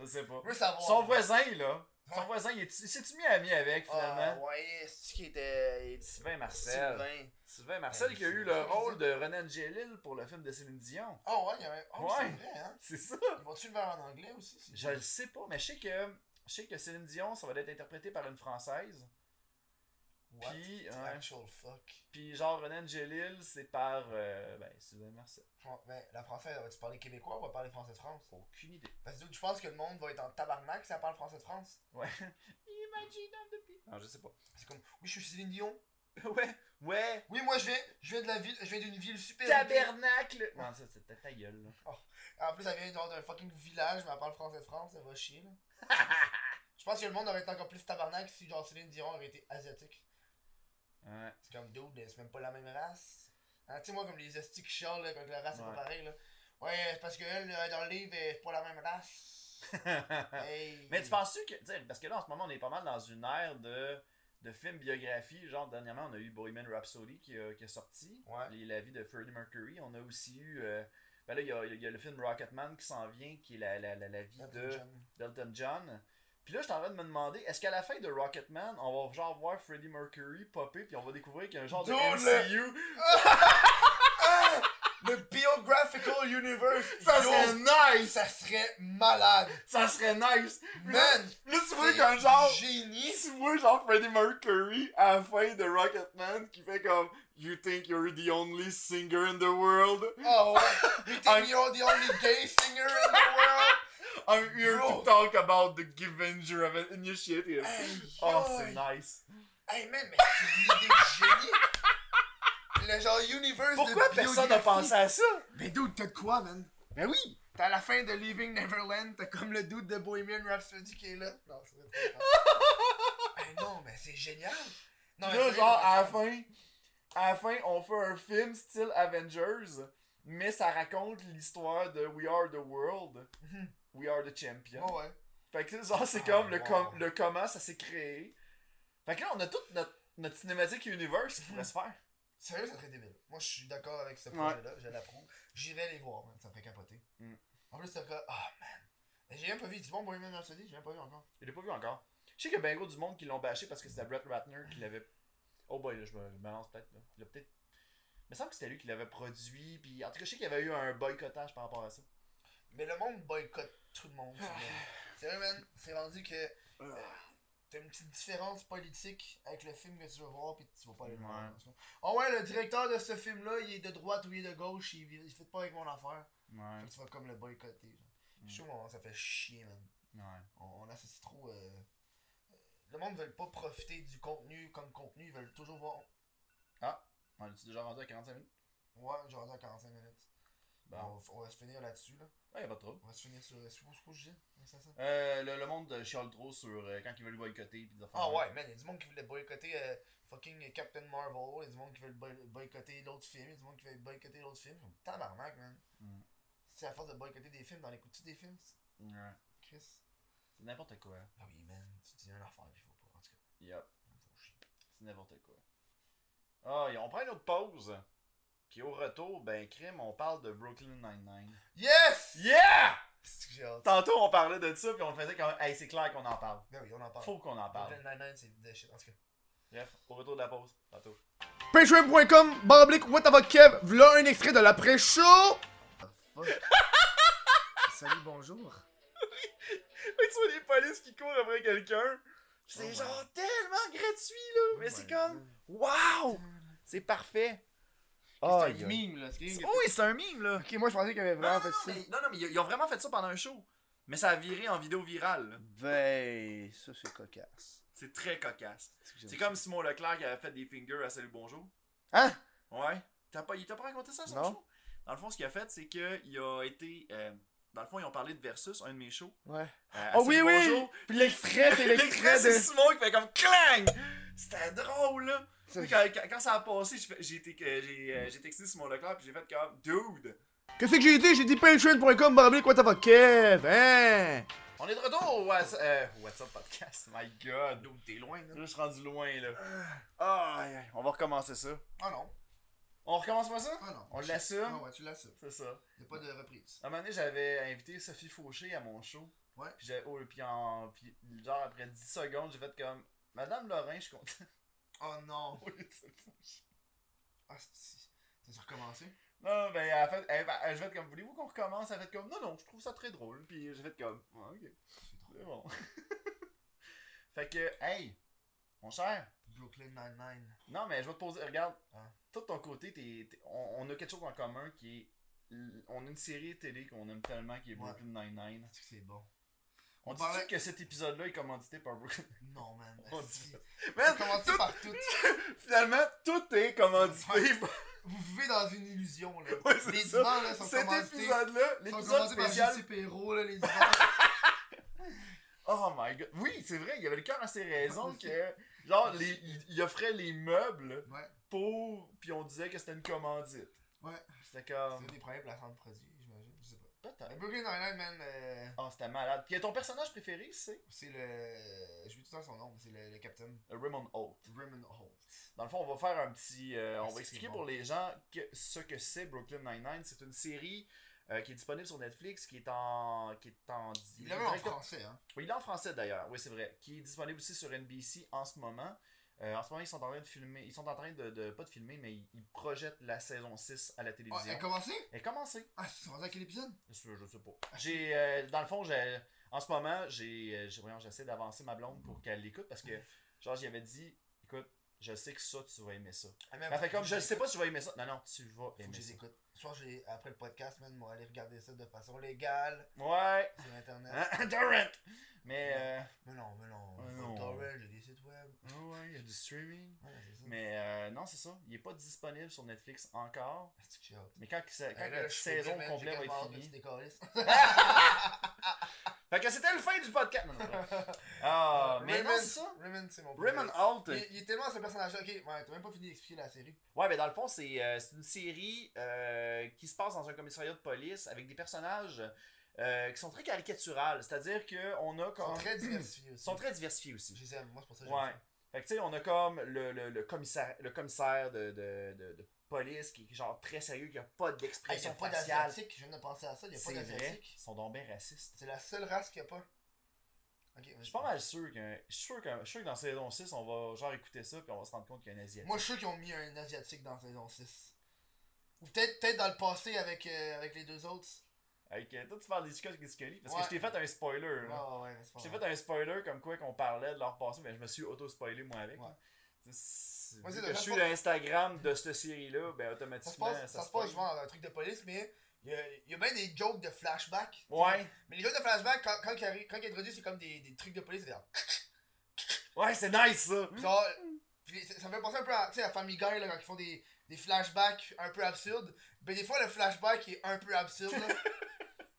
S1: je sais pas.
S2: Je veux savoir.
S1: Son voisin, là. Son
S2: Ouais.
S1: voisin, il est- il s'est-tu mis ami avec, finalement?
S2: Ah, ouais, c'est qui était. il-
S1: Sylvain Marcel. Sylvain,
S2: Sylvain.
S1: Marcel qui a eu le
S2: Sylvain.
S1: rôle de Renan Gélil pour le film de Céline Dion.
S2: Ah, ouais, il y avait. Oh,
S1: Ouais.
S2: c'est vrai, hein.
S1: C'est ça?
S2: Ils vont-tu le voir en anglais aussi c'est-
S1: Je le sais pas, mais je sais que, je sais que Céline Dion, ça va être interprété par une Française.
S2: What
S1: Puis,
S2: the
S1: ouais.
S2: actual fuck.
S1: Puis genre Renan Gélil, c'est par euh, ben, Sylvain Marcel.
S2: Ouais, Mais ben, la française, va tu parler québécois ou va parler français de France?
S1: Aucune idée.
S2: Parce que dude, je pense que le monde va être en tabarnak si elle parle français de France.
S1: Ouais. Imagine depuis. Non, je sais pas.
S2: C'est comme, oui, je suis Céline Dion.
S1: ouais, ouais.
S2: Oui, moi, je viens, je viens de la ville, je viens d'une ville super.
S1: Tabernacle! Non, ça, c'était ta gueule, là.
S2: En plus, elle vient genre d'un fucking village, mais elle parle français de France, elle va chier, là. je pense que le monde aurait été encore plus tabarnak si, genre, Céline Dion aurait été asiatique.
S1: Ouais.
S2: C'est comme, dude, c'est même pas la même race. Hein, tu sais, moi, comme les estiques qui chialent, là, quand la race
S1: Ouais.
S2: est pas pareille, là. Ouais, c'est parce qu'elle, dans le livre, elle est pas la même race. Hey.
S1: Mais tu penses que. tu sais, Parce que là, en ce moment, on est pas mal dans une ère de, de films biographies. Genre, dernièrement, on a eu Bohemian Rhapsody qui, a- qui est sorti.
S2: Ouais.
S1: Les- la vie de Freddie Mercury. On a aussi eu. euh, ben là, il y a, il y a le film Rocketman qui s'en vient, qui est la, la, la, la vie de d'Elton John. Puis là, je suis en train de me demander, est-ce qu'à la fin de Rocketman, on va genre voir Freddie Mercury popper, puis on va découvrir qu'il y a un genre de
S2: Dude,
S1: MCU.
S2: Ah! Le Biographical Universe!
S7: Ça
S2: Yo,
S7: serait nice!
S2: ça serait malade!
S7: Ça serait nice!
S2: Man!
S7: Là, tu vois
S2: c'est
S7: comme genre.
S2: Génie!
S7: Tu vois genre Freddie Mercury à la fin de Rocketman qui fait comme You think you're the only singer in the world?
S2: Oh ouais! You
S7: Un-
S2: think you're the only gay singer in the world!
S7: I'm here
S2: Bro.
S7: to talk about the Givenger of an initiative.
S2: Hey,
S1: Oh,
S2: yo,
S1: c'est nice.
S2: Hey man, mais c'est une idée de génie! Le genre universe
S1: Pourquoi
S2: de
S1: personne n'a
S2: biographie.
S1: pensé à ça?
S2: Mais dude, t'as de quoi, man?
S7: Ben oui!
S2: T'as la fin de Leaving Neverland, t'as comme le doute de Bohemian Rhapsody qui est là. Non, c'est vrai. c'est pas grave. hey, non, mais c'est génial! Non, mais
S1: là,
S2: c'est
S1: genre, à la
S2: vrai,
S1: fin, à la fin, on fait un film style Avengers, mais ça raconte l'histoire de We Are the World,
S2: Mhm.
S1: We Are the Champion.
S2: Oh, Ouais, ouais.
S1: Fait que, genre, c'est
S2: Ah,
S1: comme le,
S2: wow.
S1: com- le comment ça s'est créé. Fait que là, on a toute notre, notre cinématique universe qui pourrait se faire.
S2: Sérieux, ça serait débile. Moi, je suis d'accord avec ce
S7: Ouais.
S2: projet-là, je l'approuve. J'irai les voir, man. ça me fait capoter.
S1: Mm.
S2: En plus, t'as comme. Ah, man. Mais J'ai même pas vu. Du bon Bohemian Rhapsody, j'ai même pas vu encore.
S1: Je l'ai pas vu encore. Je sais qu'il y a ben gros du monde qui l'ont bâché parce que c'était Brett Ratner qui l'avait. Oh boy, là, je me je me balance peut-être. là. Il a peut-être. Il me semble que c'était lui qui l'avait produit. Puis en tout cas, je sais qu'il y avait eu un boycottage par rapport à ça.
S2: Mais le monde boycotte tout le monde. c'est vrai.
S1: Ah.
S2: Sérieux, man, c'est rendu que euh, t'as une petite différence politique avec le film que tu vas voir, puis tu vas pas aller le voir.
S1: Ouais.
S2: en tout cas. Oh ouais, le directeur de ce film-là, il est de droite ou il est de gauche, il, il fait pas avec mon affaire.
S1: Ouais.
S2: Fait que tu vas comme le boycotter. genre.
S1: Mm.
S2: Je trouve que ça fait chier, man. On, on associe trop. euh, euh, Le monde ne veut pas profiter du contenu comme contenu, ils veulent toujours voir.
S1: On est déjà rendu à 45 minutes?
S2: Ouais, j'ai rendu à 45 minutes.
S1: Bon.
S2: On, va, on va se finir là-dessus. Là.
S1: Ben, Ouais, y a pas de trouble.
S2: On va se finir sur. C'est quoi ce que je dis Ouais, c'est ça.
S1: Euh, le, le monde de Charles Draw sur euh, quand ils veulent boycotter. Puis des affaires
S2: Ah
S1: de même.
S2: ouais, man, il y a du monde qui voulait boycotter euh, fucking Captain Marvel, il y a du monde qui veut boy- boycotter l'autre film, il y a du monde qui veut boycotter l'autre film. Comme tabarnak, man.
S1: Mm.
S2: C'est à force de boycotter des films, dans les tu des films,
S1: Ouais.
S2: Chris
S1: C'est n'importe quoi.
S2: Ah oui, man, tu dis une affaire, puis faut pas. En tout cas,
S1: Yup.
S2: faut chier.
S1: C'est n'importe quoi. Ah, et on prend une autre pause. Puis au retour, ben, crime, on parle de Brooklyn Nine-Nine.
S2: Yes!
S1: Yeah!
S2: C'est que j'ai hâte.
S1: Tantôt, on parlait de ça, puis on le faisait quand même. Hey, c'est clair qu'on en parle.
S2: Ben oui, on en parle.
S1: Faut qu'on en parle.
S2: Brooklyn Nine-Nine, c'est de shit. En tout cas.
S1: Bref, au retour de la pause. Tantôt.
S2: Patreon.com, baroblique, what about Kev, v'là un extrait de l'après-show! Salut, bonjour.
S1: Oui, tu vois les polices qui courent après quelqu'un.
S2: Oh,
S1: C'est
S2: ouais.
S1: genre tellement gratuit, là. Mais c'est comme. Waouh! C'est parfait.
S2: C'est
S1: Ah,
S2: un
S1: il y a-
S2: mime, là. c'est-
S1: Oh, oui, c'est un mime, là.
S2: Ok, moi je pensais qu'il avait
S1: Ah,
S2: vraiment
S1: non,
S2: fait ça.
S1: mais, non, non, mais ils ils ont vraiment fait ça pendant un show. Mais ça a viré en vidéo virale. là.
S2: Ben, ça c'est cocasse.
S1: C'est très cocasse.
S2: C'est
S1: C'est
S2: que
S1: comme Simon Leclerc qui avait fait des fingers à Salut Bonjour.
S2: Hein?
S1: Ouais. T'as pas, il t'a pas raconté ça, son
S2: Non.
S1: show? Dans le fond, ce qu'il a fait, c'est qu'il a été. euh, dans le fond, ils ont parlé de Versus, un de mes shows.
S2: Ouais.
S3: Ah,
S1: Euh, à
S2: Oh oui,
S1: Salut
S2: oui!
S1: Bonjour.
S2: Puis l'extrait, c'est
S1: L'extrait,
S2: l'extrait
S1: c'est
S2: de.
S1: Simon qui fait comme clang! C'était drôle, là.
S2: Ça,
S1: Puis quand, quand- quand ça a passé, j'ai fait- j'ai été- euh, j'ai euh, j'ai texté Simon Leclerc, puis j'ai fait comme Dude!
S2: Qu'est-ce que j'ai dit? J'ai dit patreon.com, baroblique, what about Kev, hein?
S1: On est de retour au What's- euh, WhatsApp Podcast. My god!
S2: Dude, t'es loin, là.
S1: Là, je suis rendu loin, là. Ah, aïe, aïe. on va recommencer ça.
S2: Ah non,
S1: On recommence pas ça?
S2: ah non.
S1: On l'assume?
S2: Ah ouais, tu l'assumes.
S1: C'est ça.
S2: Y'a pas de reprise.
S1: À un moment donné, j'avais invité Sophie Fauché à mon show.
S2: Ouais.
S1: Puis, j'avais- oh, puis, en, puis genre après 10 secondes, j'ai fait comme Madame Lorrain, je suis content.
S2: Oh non.
S1: Oui, Sophie Fauché.
S2: Ah, c'est. T'as recommencé?
S1: non, ben elle a fait, elle, elle- je vais être comme voulez-vous qu'on recommence Elle a fait comme non, non, je trouve ça très drôle. Puis j'ai fait comme Ah, ok,
S2: C'est drôle.
S1: c'est bon. fait que, hey, mon cher,
S2: Brooklyn Nine-Nine.
S1: non, mais je vais te poser, regarde,
S2: Hein?
S1: tout ton côté, t'es- t'es- on, on a quelque chose en commun qui est. On a une série télé qu'on aime tellement qui est
S2: Ouais.
S1: Brooklyn Nine-Nine.
S2: Est-ce que c'est bon?
S1: On
S2: On
S1: dit
S2: parlait-
S1: que cet épisode-là est commandité par Brooklyn
S2: Non, man.
S1: On
S2: asti.
S1: dit-
S2: On
S1: Man,
S2: va commencer
S1: tout-
S2: par tout.
S1: Finalement, tout est commandité.
S2: Vous vivez dans une illusion, là.
S1: Ouais, c'est
S2: les
S1: ça.
S2: divans, là, sont
S1: Cet
S2: commencés.
S1: épisode-là,
S2: Sont
S1: l'épisode
S2: commencés par
S1: spécial.
S2: JC Perrault, là, les divans.
S1: Oh my god. Oui, c'est vrai, il y avait le cœur à ses raisons que. Genre, les, il, il offrait les meubles
S2: Ouais.
S1: pour. Puis on disait que c'était une commandite.
S2: Ouais.
S1: C'était comme.
S2: C'est des premiers placements de produits, j'imagine. Je sais pas.
S1: Peut-être.
S2: Brooklyn Nine-Nine, man, euh,
S1: Ah, c'était malade. Puis ton personnage préféré, c'est
S2: c'est le. Je lui tout le temps son nom, mais c'est le, le capitaine.
S1: Raymond Holt.
S2: Raymond Holt.
S1: Dans le fond, on va faire un petit. euh,
S2: Ah,
S1: on
S2: c'est
S1: va expliquer
S2: bon.
S1: pour les gens que, ce que c'est Brooklyn Nine-Nine. C'est une série euh, qui est disponible sur Netflix, qui est en. qui est en.
S2: Il l'avait en français, hein.
S1: Oui, il est en français d'ailleurs, oui c'est vrai, qui est disponible aussi sur NBC en ce moment. Euh, en ce moment, ils sont en train de filmer, ils sont en train de, de- pas de filmer, mais ils, ils projettent la saison 6 à la
S2: Ah, elle
S1: télévision.
S2: a commencé
S1: Elle est commencée,
S2: Ah, c'est rendu à quel épisode
S1: je, je sais pas. J'ai, euh, dans le fond, j'ai, en ce moment, j'ai, euh, j'ai- voyons, j'essaie d'avancer ma blonde pour qu'elle l'écoute parce que, genre, j'y avais dit, écoute, je sais que ça, tu vas aimer ça.
S2: Ah, mais
S1: Elle fait comme, je sais pas si tu vas aimer ça. Non, non, tu vas
S2: Faut que
S1: aimer
S2: je les
S1: ça.
S2: écoute. Ce soir, j'ai- après le podcast, man, on va aller regarder ça de façon légale
S1: Ouais,
S2: sur internet.
S1: Hein, torrent. Mais, euh,
S2: Mais non, mais non.
S1: Mais
S2: j'ai
S1: non.
S2: des torrents, j'ai des sites web.
S1: ouais, il y a du streaming.
S2: Ouais, c'est ça.
S1: Mais euh, non, c'est ça. Il est pas disponible sur Netflix encore.
S2: Ah, c'est que j'ai hâte.
S1: Mais quand, que ça- quand
S2: Hey, Ben là,
S1: la
S2: je suis désolé,
S1: saison
S2: man, j'ai
S1: complète va
S2: quasiment
S1: être
S2: hâte de
S1: finie.
S2: te décoller.
S1: Fait que c'était le fin du podcast. Non, non, c'est vrai. Ah, mais non,
S2: Raymond-
S1: c'est ça.
S2: Raymond, c'est mon
S1: Raymond ah,
S2: préféré.
S1: Holt.
S2: Il, il est tellement ce personnage Ok, ouais, t'as même pas fini d'expliquer la série.
S1: Ouais, mais dans le fond, c'est euh, c'est une série euh, qui se passe dans un commissariat de police avec des personnages euh, qui sont très caricaturales. C'est-à-dire qu'on a
S2: Ils sont
S1: comme.
S2: très diversifiés aussi.
S1: Ils sont très diversifiés aussi.
S2: Je les aime, moi c'est pour ça que j'aime
S1: Ouais. Fait que tu sais, on a comme le, le, le commissaire, le commissaire de, de, de, de police qui est genre très sérieux, qui a pas
S2: ça. Hey, ils
S1: d'expression
S2: ont pas
S1: faciale.
S2: d'asiatique, je viens de penser à ça, il y a pas
S1: C'est vrai,
S2: d'asiatique.
S1: ils sont donc bien racistes.
S2: C'est la seule race qu'il y a pas. Ok,
S1: Je
S2: vas-y.
S1: suis pas mal sûr que, je suis sûr que, je suis sûr que dans saison 6, on va genre écouter ça puis on va se rendre compte qu'il y a un Asiatique.
S2: Moi je suis sûr qu'ils ont mis un asiatique dans saison 6. Ou peut-être peut-être dans le passé avec, euh, avec les deux autres.
S1: Avec, euh, toi, tu parles des Chicots et des Scully parce
S2: Ouais.
S1: que je t'ai fait un spoiler.
S2: Ouais,
S1: là.
S2: Ah, ouais, ouais, mais c'est pas
S1: Je t'ai
S2: grave.
S1: fait un spoiler comme quoi qu'on parlait de leur passé, mais je me suis auto-spoilé moi avec.
S2: Ouais.
S1: là. Tu sais,
S2: Moi,
S1: vu
S2: c'est
S1: que
S2: de
S1: je
S2: la
S1: suis
S2: façon-
S1: l'Instagram de cette série-là, ben
S2: Ça se
S1: automatiquement,
S2: passe, ça se passe,
S1: spoil.
S2: je vois, un truc de police, mais il y a, il y a bien des jokes de flashback.
S1: Ouais,
S2: Mais les jokes de flashback, quand, quand, ils arrivent- quand ils introduisent, c'est comme des, des trucs de police. c'est genre-
S1: ouais, c'est nice ça.
S2: genre, puis ça ça me fait penser un peu à, tu sais, à Family Guy, là, quand ils font des, des flashbacks un peu absurdes. Ben, des fois, le flashback est un peu absurde. là.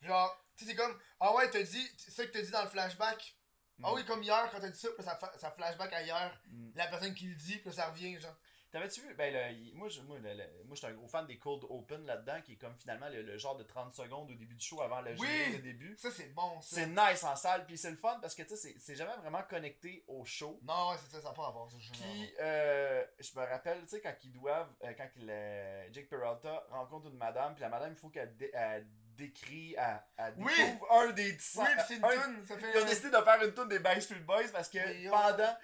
S2: genre, tu sais, c'est comme, ah ouais, t'as dit, c'est ça que t'as dit dans le flashback. Ah oui, comme hier, quand t'as dit ça, puis là, ça, fa- ça flashback à hier.
S1: Mm.
S2: La personne qui le dit, puis là, ça revient, genre.
S1: T'avais-tu vu? Ben, le- il- moi, je, moi, le- le- moi, j'étais un gros fan des Cold Open là-dedans, qui est comme finalement le, le genre de 30 secondes au début du show avant le
S2: Oui!
S1: générique de début.
S2: Ça, c'est bon, ça.
S1: C'est nice en salle, puis c'est le fun parce que tu sais, c'est- c'est jamais vraiment connecté au show.
S2: Non, ouais, c'est ça, ça n'a pas rapport, ça. je-
S1: Puis, euh, je me rappelle, tu sais, quand ils doivent, euh, quand que le- Jake Peralta rencontre une madame, puis la madame, il faut qu'elle dé- elle décrit, elle, elle
S2: Oui!
S1: découvre un des dix-
S2: Oui, puis c'est une
S1: un-
S2: toune, ça fait.
S1: Ils ont décidé de faire une tourne des Backstreet Boys parce que
S2: Oui, oh.
S1: pendant,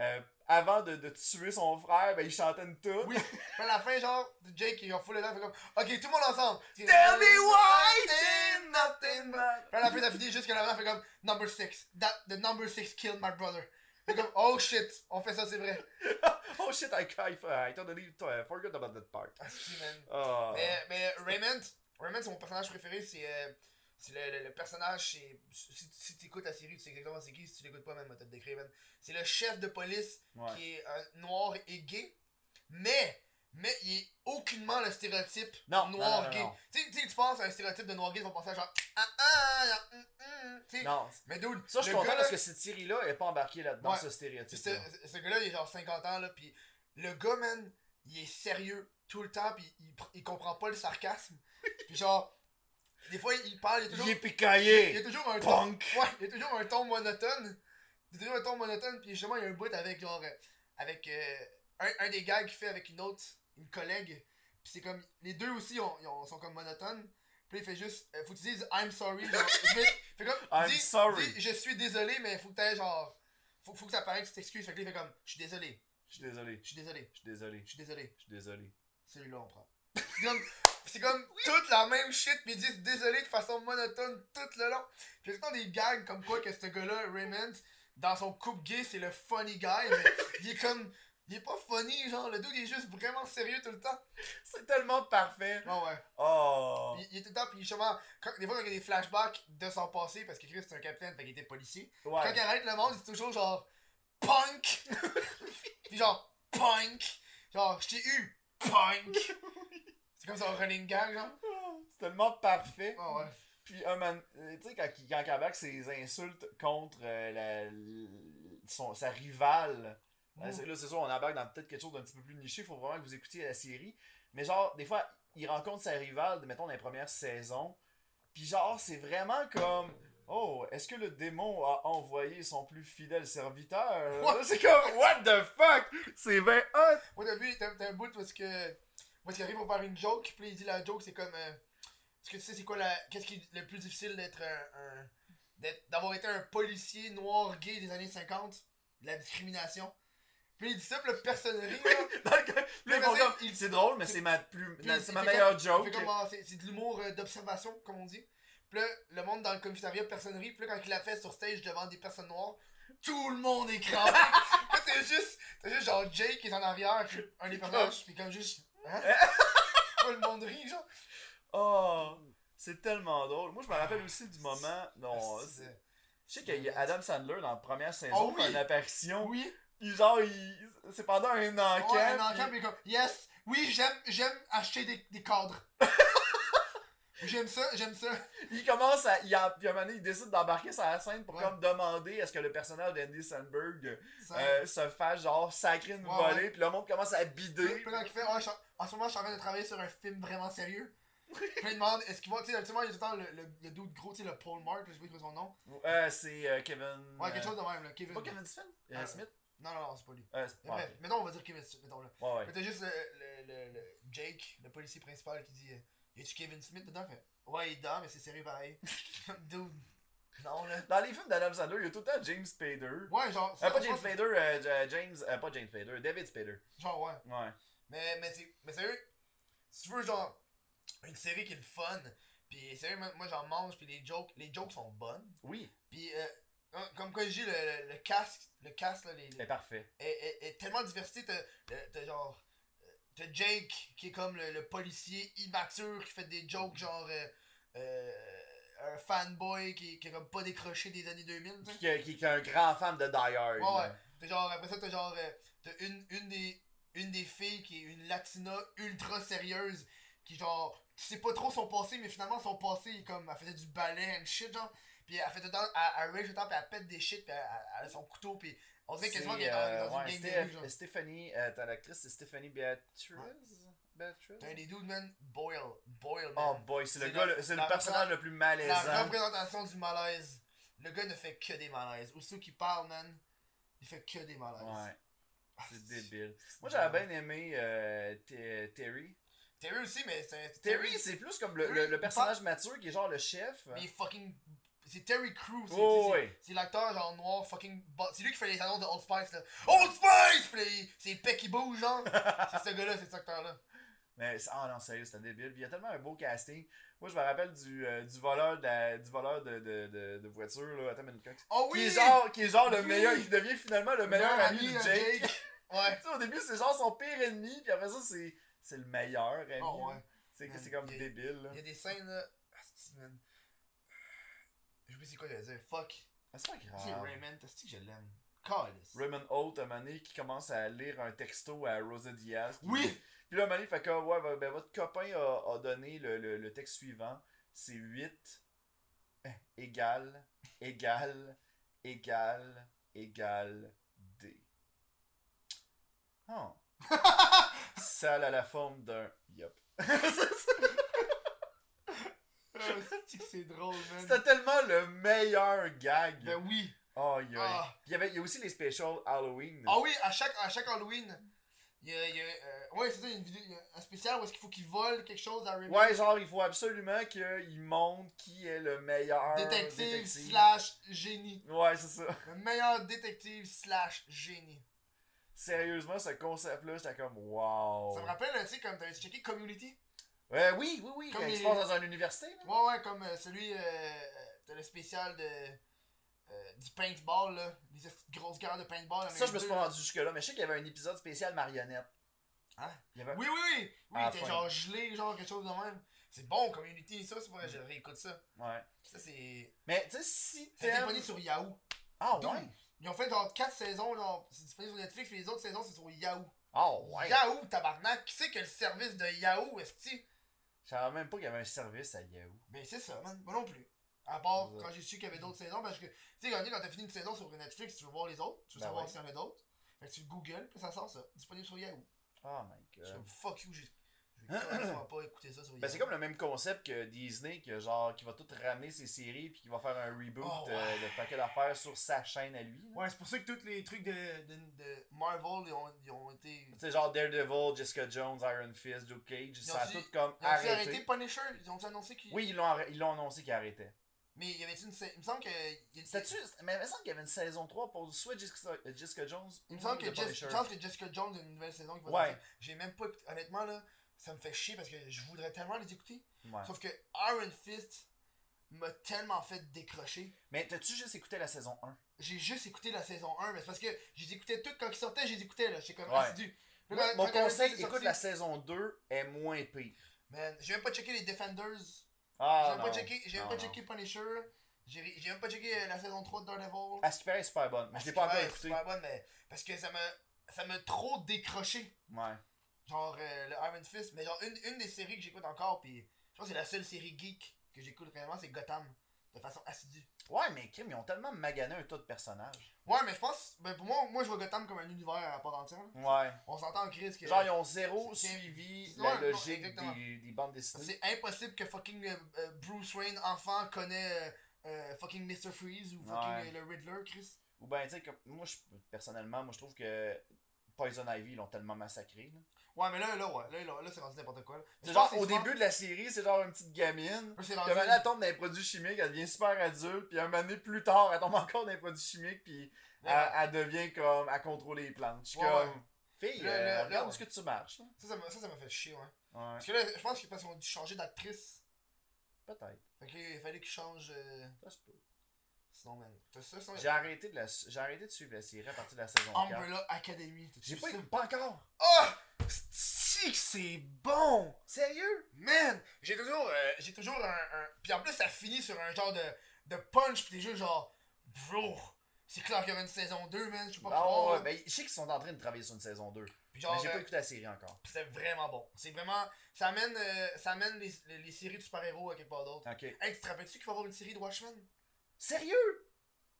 S1: euh, avant de, de tuer son frère, ben, il chantait une toune.
S2: Oui. Puis à la fin, genre, Jake, il en fout le temps, il fait comme, ok, tout le monde ensemble.
S1: Tell me why
S2: did nothing
S1: nothing matter.
S2: Puis à la fin, ça finit juste que la madame fait comme, number 6, that, the number 6 killed my brother. Fait comme, oh shit, on fait ça, c'est vrai.
S1: Oh shit, I, I, I totally uh, forgot about that part.
S2: Ah, si, man.
S1: Ah.
S2: Mais, mais Raymond, Raymond, c'est mon personnage préféré, c'est. euh, c'est le, le- le personnage, c'est. Si, si t'écoutes la série, tu sais exactement c'est qui, si tu l'écoutes pas, même, t'as décrit, man. C'est le chef de police
S1: Ouais.
S2: qui est euh, noir et gay, mais, mais il est aucunement le stéréotype
S1: Non, non, non,
S2: noir
S1: non,
S2: gay.
S1: non.
S2: Tu sais- tu sais, tu penses à un stéréotype de noir gay, ils vont penser à genre ah ah, genre, hum, hum, tu sais.
S1: Non,
S2: Mais dude,
S1: ça je suis
S2: le
S1: content
S2: gars,
S1: parce
S2: là,
S1: que cette série-là est pas embarquée là-dedans,
S2: Ouais.
S1: ce
S2: tu
S1: stéréotype.
S2: sais, ce, ce gars-là, il est genre 50 ans, là, pis le gars, man, il est sérieux tout le temps, pis il, pr- il comprend pas le sarcasme. pis genre, des fois, il parle, il est toujours,
S1: Il est
S2: il y a
S1: picaillé!
S2: toujours un ton.
S1: Punk!
S2: Ouais, il y a toujours un ton monotone. Il y a toujours un ton monotone, puis justement, il y a un bout avec genre. euh, Avec euh, un, un des gars qui fait avec une autre, une collègue. Puis c'est comme. Les deux aussi ont- ils ont- sont comme monotones. Puis il fait juste. euh, faut que tu dises I'm sorry. Genre, mais- fait comme.
S1: I'm
S2: dis-
S1: sorry.
S2: dis, je suis désolé, mais faut que t'aies genre. Faut, faut que ça paraisse que tu t'excuses. Fait que là, il fait comme. Je suis désolé.
S1: Je suis désolé,
S2: Je suis désolé.
S1: je suis désolé,
S2: Je suis désolé.
S1: je suis désolé.
S2: Celui-là, on prend. C'est comme, c'est comme toute la même shit, mais ils disent désolé de façon monotone tout le long. Puis c'est des gags comme quoi que ce gars-là, Raymond, dans son couple gay, c'est le funny guy, mais il est comme. Il est pas funny, genre, le dude il est juste vraiment sérieux tout le temps.
S1: C'est tellement parfait!
S2: Ouais, ouais.
S1: Oh!
S2: Il, il est tout le temps, puis justement, quand, des fois quand il y a des flashbacks de son passé, parce que Chris c'est un capitaine, fait qu'il était policier. Quand
S1: Ouais.
S2: il arrête le monde, c'est toujours genre. Punk! puis genre, punk! Genre, je t'ai eu! Punk! c'est comme son running gag, genre.
S1: C'est tellement parfait!
S2: Ah ouais.
S1: Puis un man. euh, Tu sais, quand il quand il embarque ses insultes contre euh, la, l- son, sa rivale. Là, c'est là, c'est sûr, on embarque dans peut-être quelque chose d'un petit peu plus niché. Faut vraiment que vous écoutiez la série. Mais genre, des fois, il rencontre sa rivale, mettons, dans les premières saisons. Puis genre, c'est vraiment comme. Oh, est-ce que le démon a envoyé son plus fidèle serviteur?
S8: What? C'est comme, what the fuck? C'est bien hot!
S2: Moi, t'as vu, t'as t'as un bout parce que. Moi, il arrive pour faire une joke, puis il dit la joke, c'est comme. euh, Est-ce que tu sais, c'est quoi la. Qu'est-ce qui est le plus difficile d'être un. un- d'être- d'avoir été un policier noir gay des années 50 De la discrimination. Puis il dit ça, puis le personne rit, là.
S1: Dans le- là, ils
S2: mais
S1: font
S2: c'est-
S1: comme, c'est drôle, mais c'est ma plus,
S2: Puis
S1: non,
S2: il
S1: c'est ma
S2: fait
S1: meilleure
S2: comme- il
S1: joke.
S2: fait comme, ah, C'est c'est de l'humour euh, d'observation, comme on dit. Puis là, le monde dans le commissariat, personne rit. Puis là, quand il l'a fait sur stage devant des personnes noires, tout le monde est crampé. Là, t'es juste, t'as juste genre Jake qui est en arrière, puis un des personnages, puis comme juste. Hein? Tout le monde rit, genre.
S1: Oh, c'est tellement drôle. Moi, je me rappelle aussi du moment. Non,
S2: Ah,
S1: Oh, c'est-
S2: c'est-
S1: je sais qu'il y a Adam Sandler dans la première saison,
S2: Oh
S1: fait
S2: oui!
S1: une apparition.
S2: Oui,
S1: Il, genre, il... c'est pendant un enquête.
S2: ouais, un
S1: puis-
S2: encamp, puis comme, yes, oui, j'aime, j'aime acheter des, des cadres. j'aime ça, j'aime ça.
S1: Il commence à. Il a, puis à un moment donné, il décide d'embarquer sur la scène pour
S2: Ouais.
S1: comme demander est-ce que le personnage d'Andy Sandberg
S2: ça.
S1: euh, se fasse genre sacrer une
S2: Ouais,
S1: volée,
S2: ouais.
S1: puis le monde commence à bider.
S2: Puis là, il fait, ouais, je suis en- en ce moment, je suis en train de travailler sur un film vraiment sérieux. Puis là, il demande, est-ce qu'il va, tu sais, ultimement, il y a tout le temps le, le, le dude gros, tu sais, le Paul Mark, là, je sais pas son nom.
S1: Euh, c'est euh, Kevin.
S2: Ouais, quelque
S1: euh,
S2: chose de même, là, Kevin.
S1: Pas Kevin Smith Euh,
S2: Ah.
S1: Smith
S2: Non, non, non, c'est pas lui.
S1: Euh, c'est-
S2: Mais bref, mettons, on va dire Kevin, mettons, là.
S1: ouais, ouais.
S2: Mais t'as juste le, le, le, le Jake, le policier principal, qui dit, euh, tu Kevin Smith dedans? Il fait, ouais, il est dedans, mais c'est sérieux pareil. dude, non, là.
S1: Dans les films d'Adam Sandler, il y a tout le temps James Spader.
S2: Ouais, genre,
S1: Euh, pas
S2: je
S1: James
S2: pense-
S1: Spader, euh, euh, James. euh, pas James Spader, David Spader.
S2: Genre, ouais.
S1: Ouais.
S2: Mais, mais, c'est- mais sérieux, si tu veux, genre, une série qui est le fun, pis sérieux, moi, moi, j'en mange, pis les jokes, les jokes sont bonnes.
S1: Oui,
S2: Pis, euh, hein, comme quand je dis, le, le, le casque, le casque, là, les, les-
S1: c'est parfait.
S2: est, est- est tellement diversité, t'as, t'as- t'as genre, euh, t'as Jake, qui est comme le, le policier immature, qui fait des jokes, genre, euh, euh, un fanboy qui, qui est comme pas décroché des années 2000, tu sais.
S1: Qui, qui, qui est un grand fan de Die Hard.
S2: Ouais, ouais. T'as genre, après ça, t'as genre, euh, t'as une, une, des, une des filles qui est une latina ultra sérieuse, qui genre, tu sais pas trop son passé, mais finalement son passé, il est comme, elle faisait du ballet and shit, genre, pis elle fait tout le temps, elle, elle rage tout le temps, pis elle pète des shit, pis elle, elle- elle a son couteau, pis on dirait
S1: C'est,
S2: quasiment qu'elle est dans,
S1: euh,
S2: dans
S1: ouais,
S2: une gang de rue, genre.
S1: Stéph- Stéphanie, euh, t'as l'actrice, c'est Stéphanie Beatriz.
S2: Ouais.
S1: Beatriz?
S2: T'as un des dudes, man, Boyle, Boyle,
S1: Oh
S2: man.
S1: boy, c'est le,
S2: C'est
S1: gars,
S2: la-
S1: le- c'est
S2: la
S1: le personnage
S2: représentation-
S1: le plus malaisant.
S2: La représentation du malaise. Le gars ne fait que des malaises. Ou ceux qui parlent, man, il fait que des malaises.
S1: Ouais,
S2: Ah,
S1: c'est débile. Moi j'avais bien aimé euh, T- Terry.
S2: Terry aussi, mais c'est.
S1: Terry, c'est plus comme le, le- le personnage mature qui est genre le chef.
S2: Mais fucking. C'est Terry Crews. c'est-
S1: Oh,
S2: c'est-
S1: ouais.
S2: C'est l'acteur genre noir fucking. bo- C'est lui qui fait les annonces de Old Spice là. Old Spice! Puis là, il- c'est Peck qui bouge genre. c'est ce gars-là, c'est cet acteur-là.
S1: Mais c'est- ah non, sérieux, c'était débile. Puis il y a tellement un beau casting. Moi, je me rappelle du, euh, du voleur de, la- du voleur de, de, de, de voiture, là. Attends, mais une coque.
S2: Oh oui!
S1: Qui est genre, qui est genre le
S2: Oui!
S1: meilleur, qui devient finalement le meilleur
S2: Meilleur
S1: ami
S2: ami,
S1: de
S2: euh,
S1: Jake.
S2: Ouais.
S1: Tu sais, au début, c'est genre son pire ennemi, puis après ça, c'est, c'est le meilleur ami.
S2: Oh ouais.
S1: C'est, c'est comme
S2: Il y a-
S1: débile, là.
S2: Il y a des scènes là. Asti, man. J'ai oublié c'est quoi j'allais dire. Fuck.
S1: Ah, C'est pas
S2: C'est
S1: grave.
S2: Raymond, t'as-tu que je l'aime? Calice.
S1: Raymond Holt, à un moment donné, qui commence à lire un texto à Rosa Diaz. qui-
S2: Oui!
S1: Puis là, à un moment donné, il fait comme, ouais, ben, ben, votre copain a, a donné le, le, le texte suivant. C'est 8 égale, égale, égale, égale, D. Oh. Ça a la forme d'un yup.
S2: Asti que c'est drôle, man.
S1: C'était tellement le meilleur gag.
S2: Ben oui.
S1: Oh, il y, a...
S2: Ah.
S1: il y avait, il y a aussi les specials Halloween.
S2: Ah oui, à chaque, à chaque Halloween, il y a. il y a, euh, ouais, c'est ça, il y a une vidéo, il y a un spécial où est-ce qu'il faut qu'il vole quelque chose à Raymond.
S1: Ouais, genre, il faut absolument qu'il montre qui est le meilleur
S2: Détective, slash génie.
S1: Ouais, c'est ça.
S2: Le meilleur détective slash génie.
S1: Sérieusement, ce concept-là, j'étais comme wow.
S2: Ça me rappelle, tu sais, comme t'avais checké Community.
S1: Euh, oui, oui, oui,
S2: Comme
S1: quand il
S2: les-
S1: se passe dans une université. là.
S2: Ouais, ouais, comme euh, celui. Euh, euh, t'as le spécial de. euh, du paintball, là. Les petites grosses guerres de paintball. la
S1: Ça, je
S2: même
S1: me suis
S2: deux,
S1: pas
S2: là.
S1: rendu jusque-là, mais je sais qu'il y avait un épisode spécial marionnette.
S2: Hein?
S1: Il y avait-
S2: Oui, oui, oui. Oui,
S1: À la
S2: t'es
S1: fin.
S2: genre gelé, genre quelque chose de même. C'est bon, Community, ça, c'est vrai, je réécoute ça.
S1: Ouais.
S2: Ça, c'est.
S1: Mais tu sais, si
S2: C'était
S1: t'aimes.
S2: abonné sur Yahoo.
S1: Ah
S2: Donc,
S1: ouais?
S2: Ils ont fait genre 4 saisons, genre, c'est disponible sur Netflix, puis les autres saisons, c'est sur Yahoo.
S1: Ah ouais?
S2: Yahoo, tabarnak, qui c'est que le service de Yahoo, est-ce
S1: Je savais même pas qu'il y avait un service à Yahoo.
S2: Ben c'est ça, man, moi non plus. À part
S1: Ouais.
S2: quand j'ai su qu'il y avait d'autres saisons, parce que, tu sais, quand quand t'as fini une saison sur Netflix, tu veux voir les autres, tu veux
S1: Ben
S2: savoir
S1: ouais.
S2: s'il y en a d'autres. Fait que tu le googles, puis ça sort ça, disponible sur Yahoo.
S1: Oh my
S2: Je suis
S1: god.
S2: comme, fuck you, j'ai Je vais clairement pas écouter ça sur
S1: Ben, c'est
S2: YouTube.
S1: comme le même concept que Disney, que, genre, qui va tout ramener ses séries puis qui va faire un reboot
S2: Oh, ouais.
S1: euh, de paquet d'affaires sur sa chaîne à lui. là.
S2: Ouais, c'est pour ça que tous les trucs de, de, de Marvel, ils ont, ils ont été.
S1: Tu sais, genre Daredevil, Jessica Jones, Iron Fist, Luke Cage, ça a
S2: dit-
S1: tout comme
S2: Ils ont
S1: arrêté.
S2: arrêté Punisher, ils ont annoncé qu'ils.
S1: Oui, ils l'ont arrêt- ils l'ont annoncé qu'il arrêtait.
S2: Mais il y avait une. sa- Il me semble que. Il,
S1: C'était-tu- Mais il me semble qu'il y avait une saison 3 pour soit Jessica, euh, Jessica Jones
S2: il me
S1: ou
S2: semble que,
S1: The
S2: Jess-
S1: Punisher.
S2: il me semble que Jessica Jones a une nouvelle saison qui va
S1: Ouais.
S2: sortir. J'ai même pas écouté- Honnêtement, là, ça me fait chier parce que je voudrais tellement les écouter.
S1: Ouais.
S2: Sauf que Iron Fist m'a tellement fait décrocher.
S1: Mais t'as-tu juste écouté la saison 1
S2: J'ai juste écouté la saison 1, mais c'est parce que je les écoutais toutes quand ils sortaient, je les écoutais là. J'étais comme
S1: Ouais.
S2: assidu. Puis
S1: Moi,
S2: quand-
S1: Mon
S2: quand Iron
S1: conseil,
S2: Fist est
S1: écoute
S2: sorti,
S1: la saison 2 est moins pire.
S2: Man, j'ai même pas checké les Defenders.
S1: Ah,
S2: j'ai même pas
S1: non.
S2: checké, j'ai même
S1: Non,
S2: pas
S1: non.
S2: checké Punisher. J'ai ri- j'ai même pas checké euh, la saison 3 de Daredevil.
S1: À ce qui paraît, elle est super bonne. Ah, Mais je l'ai pas
S2: Ouais,
S1: encore
S2: c'est
S1: écouté.
S2: super bonne, mais parce que ça m'a ça m'a trop décroché.
S1: Ouais.
S2: Genre euh, le Iron Fist, mais genre une, une des séries que j'écoute encore, puis je pense que c'est la seule série geek que j'écoute réellement, c'est Gotham, de façon assidue.
S1: Ouais, mais Kim, ils ont tellement magané un tas de personnages.
S2: Ouais, mais je pense, ben pour moi, moi je vois Gotham comme un univers à part entière. là.
S1: Ouais.
S2: On s'entend en crise que
S1: Genre, ils ont zéro
S2: C'est-
S1: suivi
S2: c'est-
S1: la
S2: ouais, non,
S1: logique
S2: exactement.
S1: des, des bandes dessinées.
S2: c'est impossible que fucking euh, euh, Bruce Wayne enfant connaît euh, euh, fucking Mr. Freeze ou fucking
S1: Ouais.
S2: euh, le Riddler, Chris.
S1: Ou ben, tu sais, comme- moi, je- personnellement, moi, je trouve que Poison Ivy, ils l'ont tellement massacré. là.
S2: Ouais, mais là, là, ouais, là, là, là c'est rendu n'importe quoi. Là. Mais
S1: C'est
S2: je
S1: genre,
S2: pense que
S1: au
S2: souvent-
S1: début de la série, c'est genre une petite gamine.
S2: là, c'est
S1: Puis
S2: rendu-
S1: un moment donné, elle tombe dans les produits chimiques, elle devient super adulte, puis un moment donné, plus tard, elle tombe encore dans les produits chimiques, puis
S2: Ouais,
S1: elle, elle devient comme, elle contrôle les plantes. Je suis
S2: Ouais,
S1: comme, fille,
S2: Là,
S1: euh,
S2: là, là,
S1: regarde
S2: ouais.
S1: ce que tu marches. là.
S2: Ça, ça m'a ça, ça m'a fait chier, ouais.
S1: Ouais,
S2: Parce que là, je pense que parce qu'ils ont dû changer d'actrice.
S1: peut-être.
S2: Fait qu'il fallait qu'ils changent. euh,
S1: Ça se peut.
S2: Sinon, man. T'as ça, sinon.
S1: J'ai arrêté, de la su- j'ai arrêté de suivre la série à partir de la saison 4.
S2: Umbrella Academy. T'as-tu
S1: J'ai
S2: vu
S1: pas
S2: ça?
S1: écouté, pas encore.
S2: Oh! Si que c'est bon!
S1: Sérieux?
S2: Man! J'ai toujours, euh, j'ai toujours un, un- Puis en plus, ça finit sur un genre de, de punch, pis t'es juste genre. Bro! C'est clair qu'il y aura une saison 2, man. Je sais pas
S1: Non,
S2: croire,
S1: ouais,
S2: là.
S1: ben, je sais qu'ils sont en train de travailler sur une saison 2,
S2: Puis genre,
S1: mais j'ai
S2: euh,
S1: pas écouté la série encore.
S2: c'est vraiment bon. C'est vraiment. Ça amène, euh, ça amène les, les, les séries de super-héros à quelque part d'autre.
S1: Ok.
S2: Hey, tu te rappelles-tu qu'il va y avoir une série de Watchmen?
S1: Sérieux?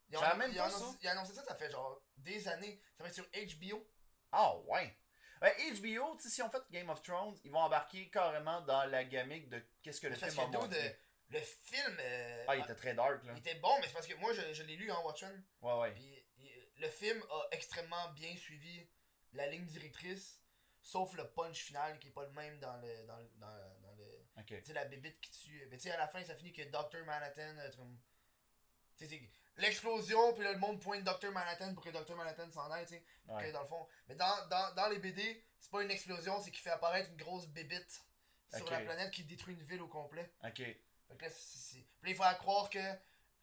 S2: Il a,
S1: J'avais
S2: annon-
S1: même
S2: il a
S1: pas
S2: annoncé,
S1: ça.
S2: il a annoncé ça, ça fait genre des années. Ça va être sur HBO.
S1: Ah ouais. Ben, HBO, tu sais, si on fait Game of Thrones, ils vont embarquer carrément dans la gamique de qu'est-ce que le
S2: Mais parce
S1: film
S2: que
S1: a
S2: le, dude,
S1: montré.
S2: euh, le film. euh,
S1: Ah, il était très dark, là.
S2: il était bon, mais c'est parce que moi, je, je l'ai lu en Watchmen.
S1: Ouais, ouais.
S2: Puis il- le film a extrêmement bien suivi la ligne directrice, sauf le punch final qui est pas le même dans le. Dans, le- dans, le- dans le
S1: Ok.
S2: tu sais, la bébite qui tue. Mais tu sais, à la fin, ça finit que Dr. Manhattan. euh, comme- tu sais, c'est l'explosion, puis là, le monde pointe Dr. Manhattan pour que Dr. Manhattan s'en aille, tu sais.
S1: Ouais.
S2: que dans le fond. Mais dans, dans, dans les BD, c'est pas une explosion, c'est qu'il fait apparaître une grosse bébite sur
S1: Ok.
S2: la planète qui détruit une ville au complet.
S1: Ok.
S2: Fait que là, c'est- c'est- Puis là, il faut croire que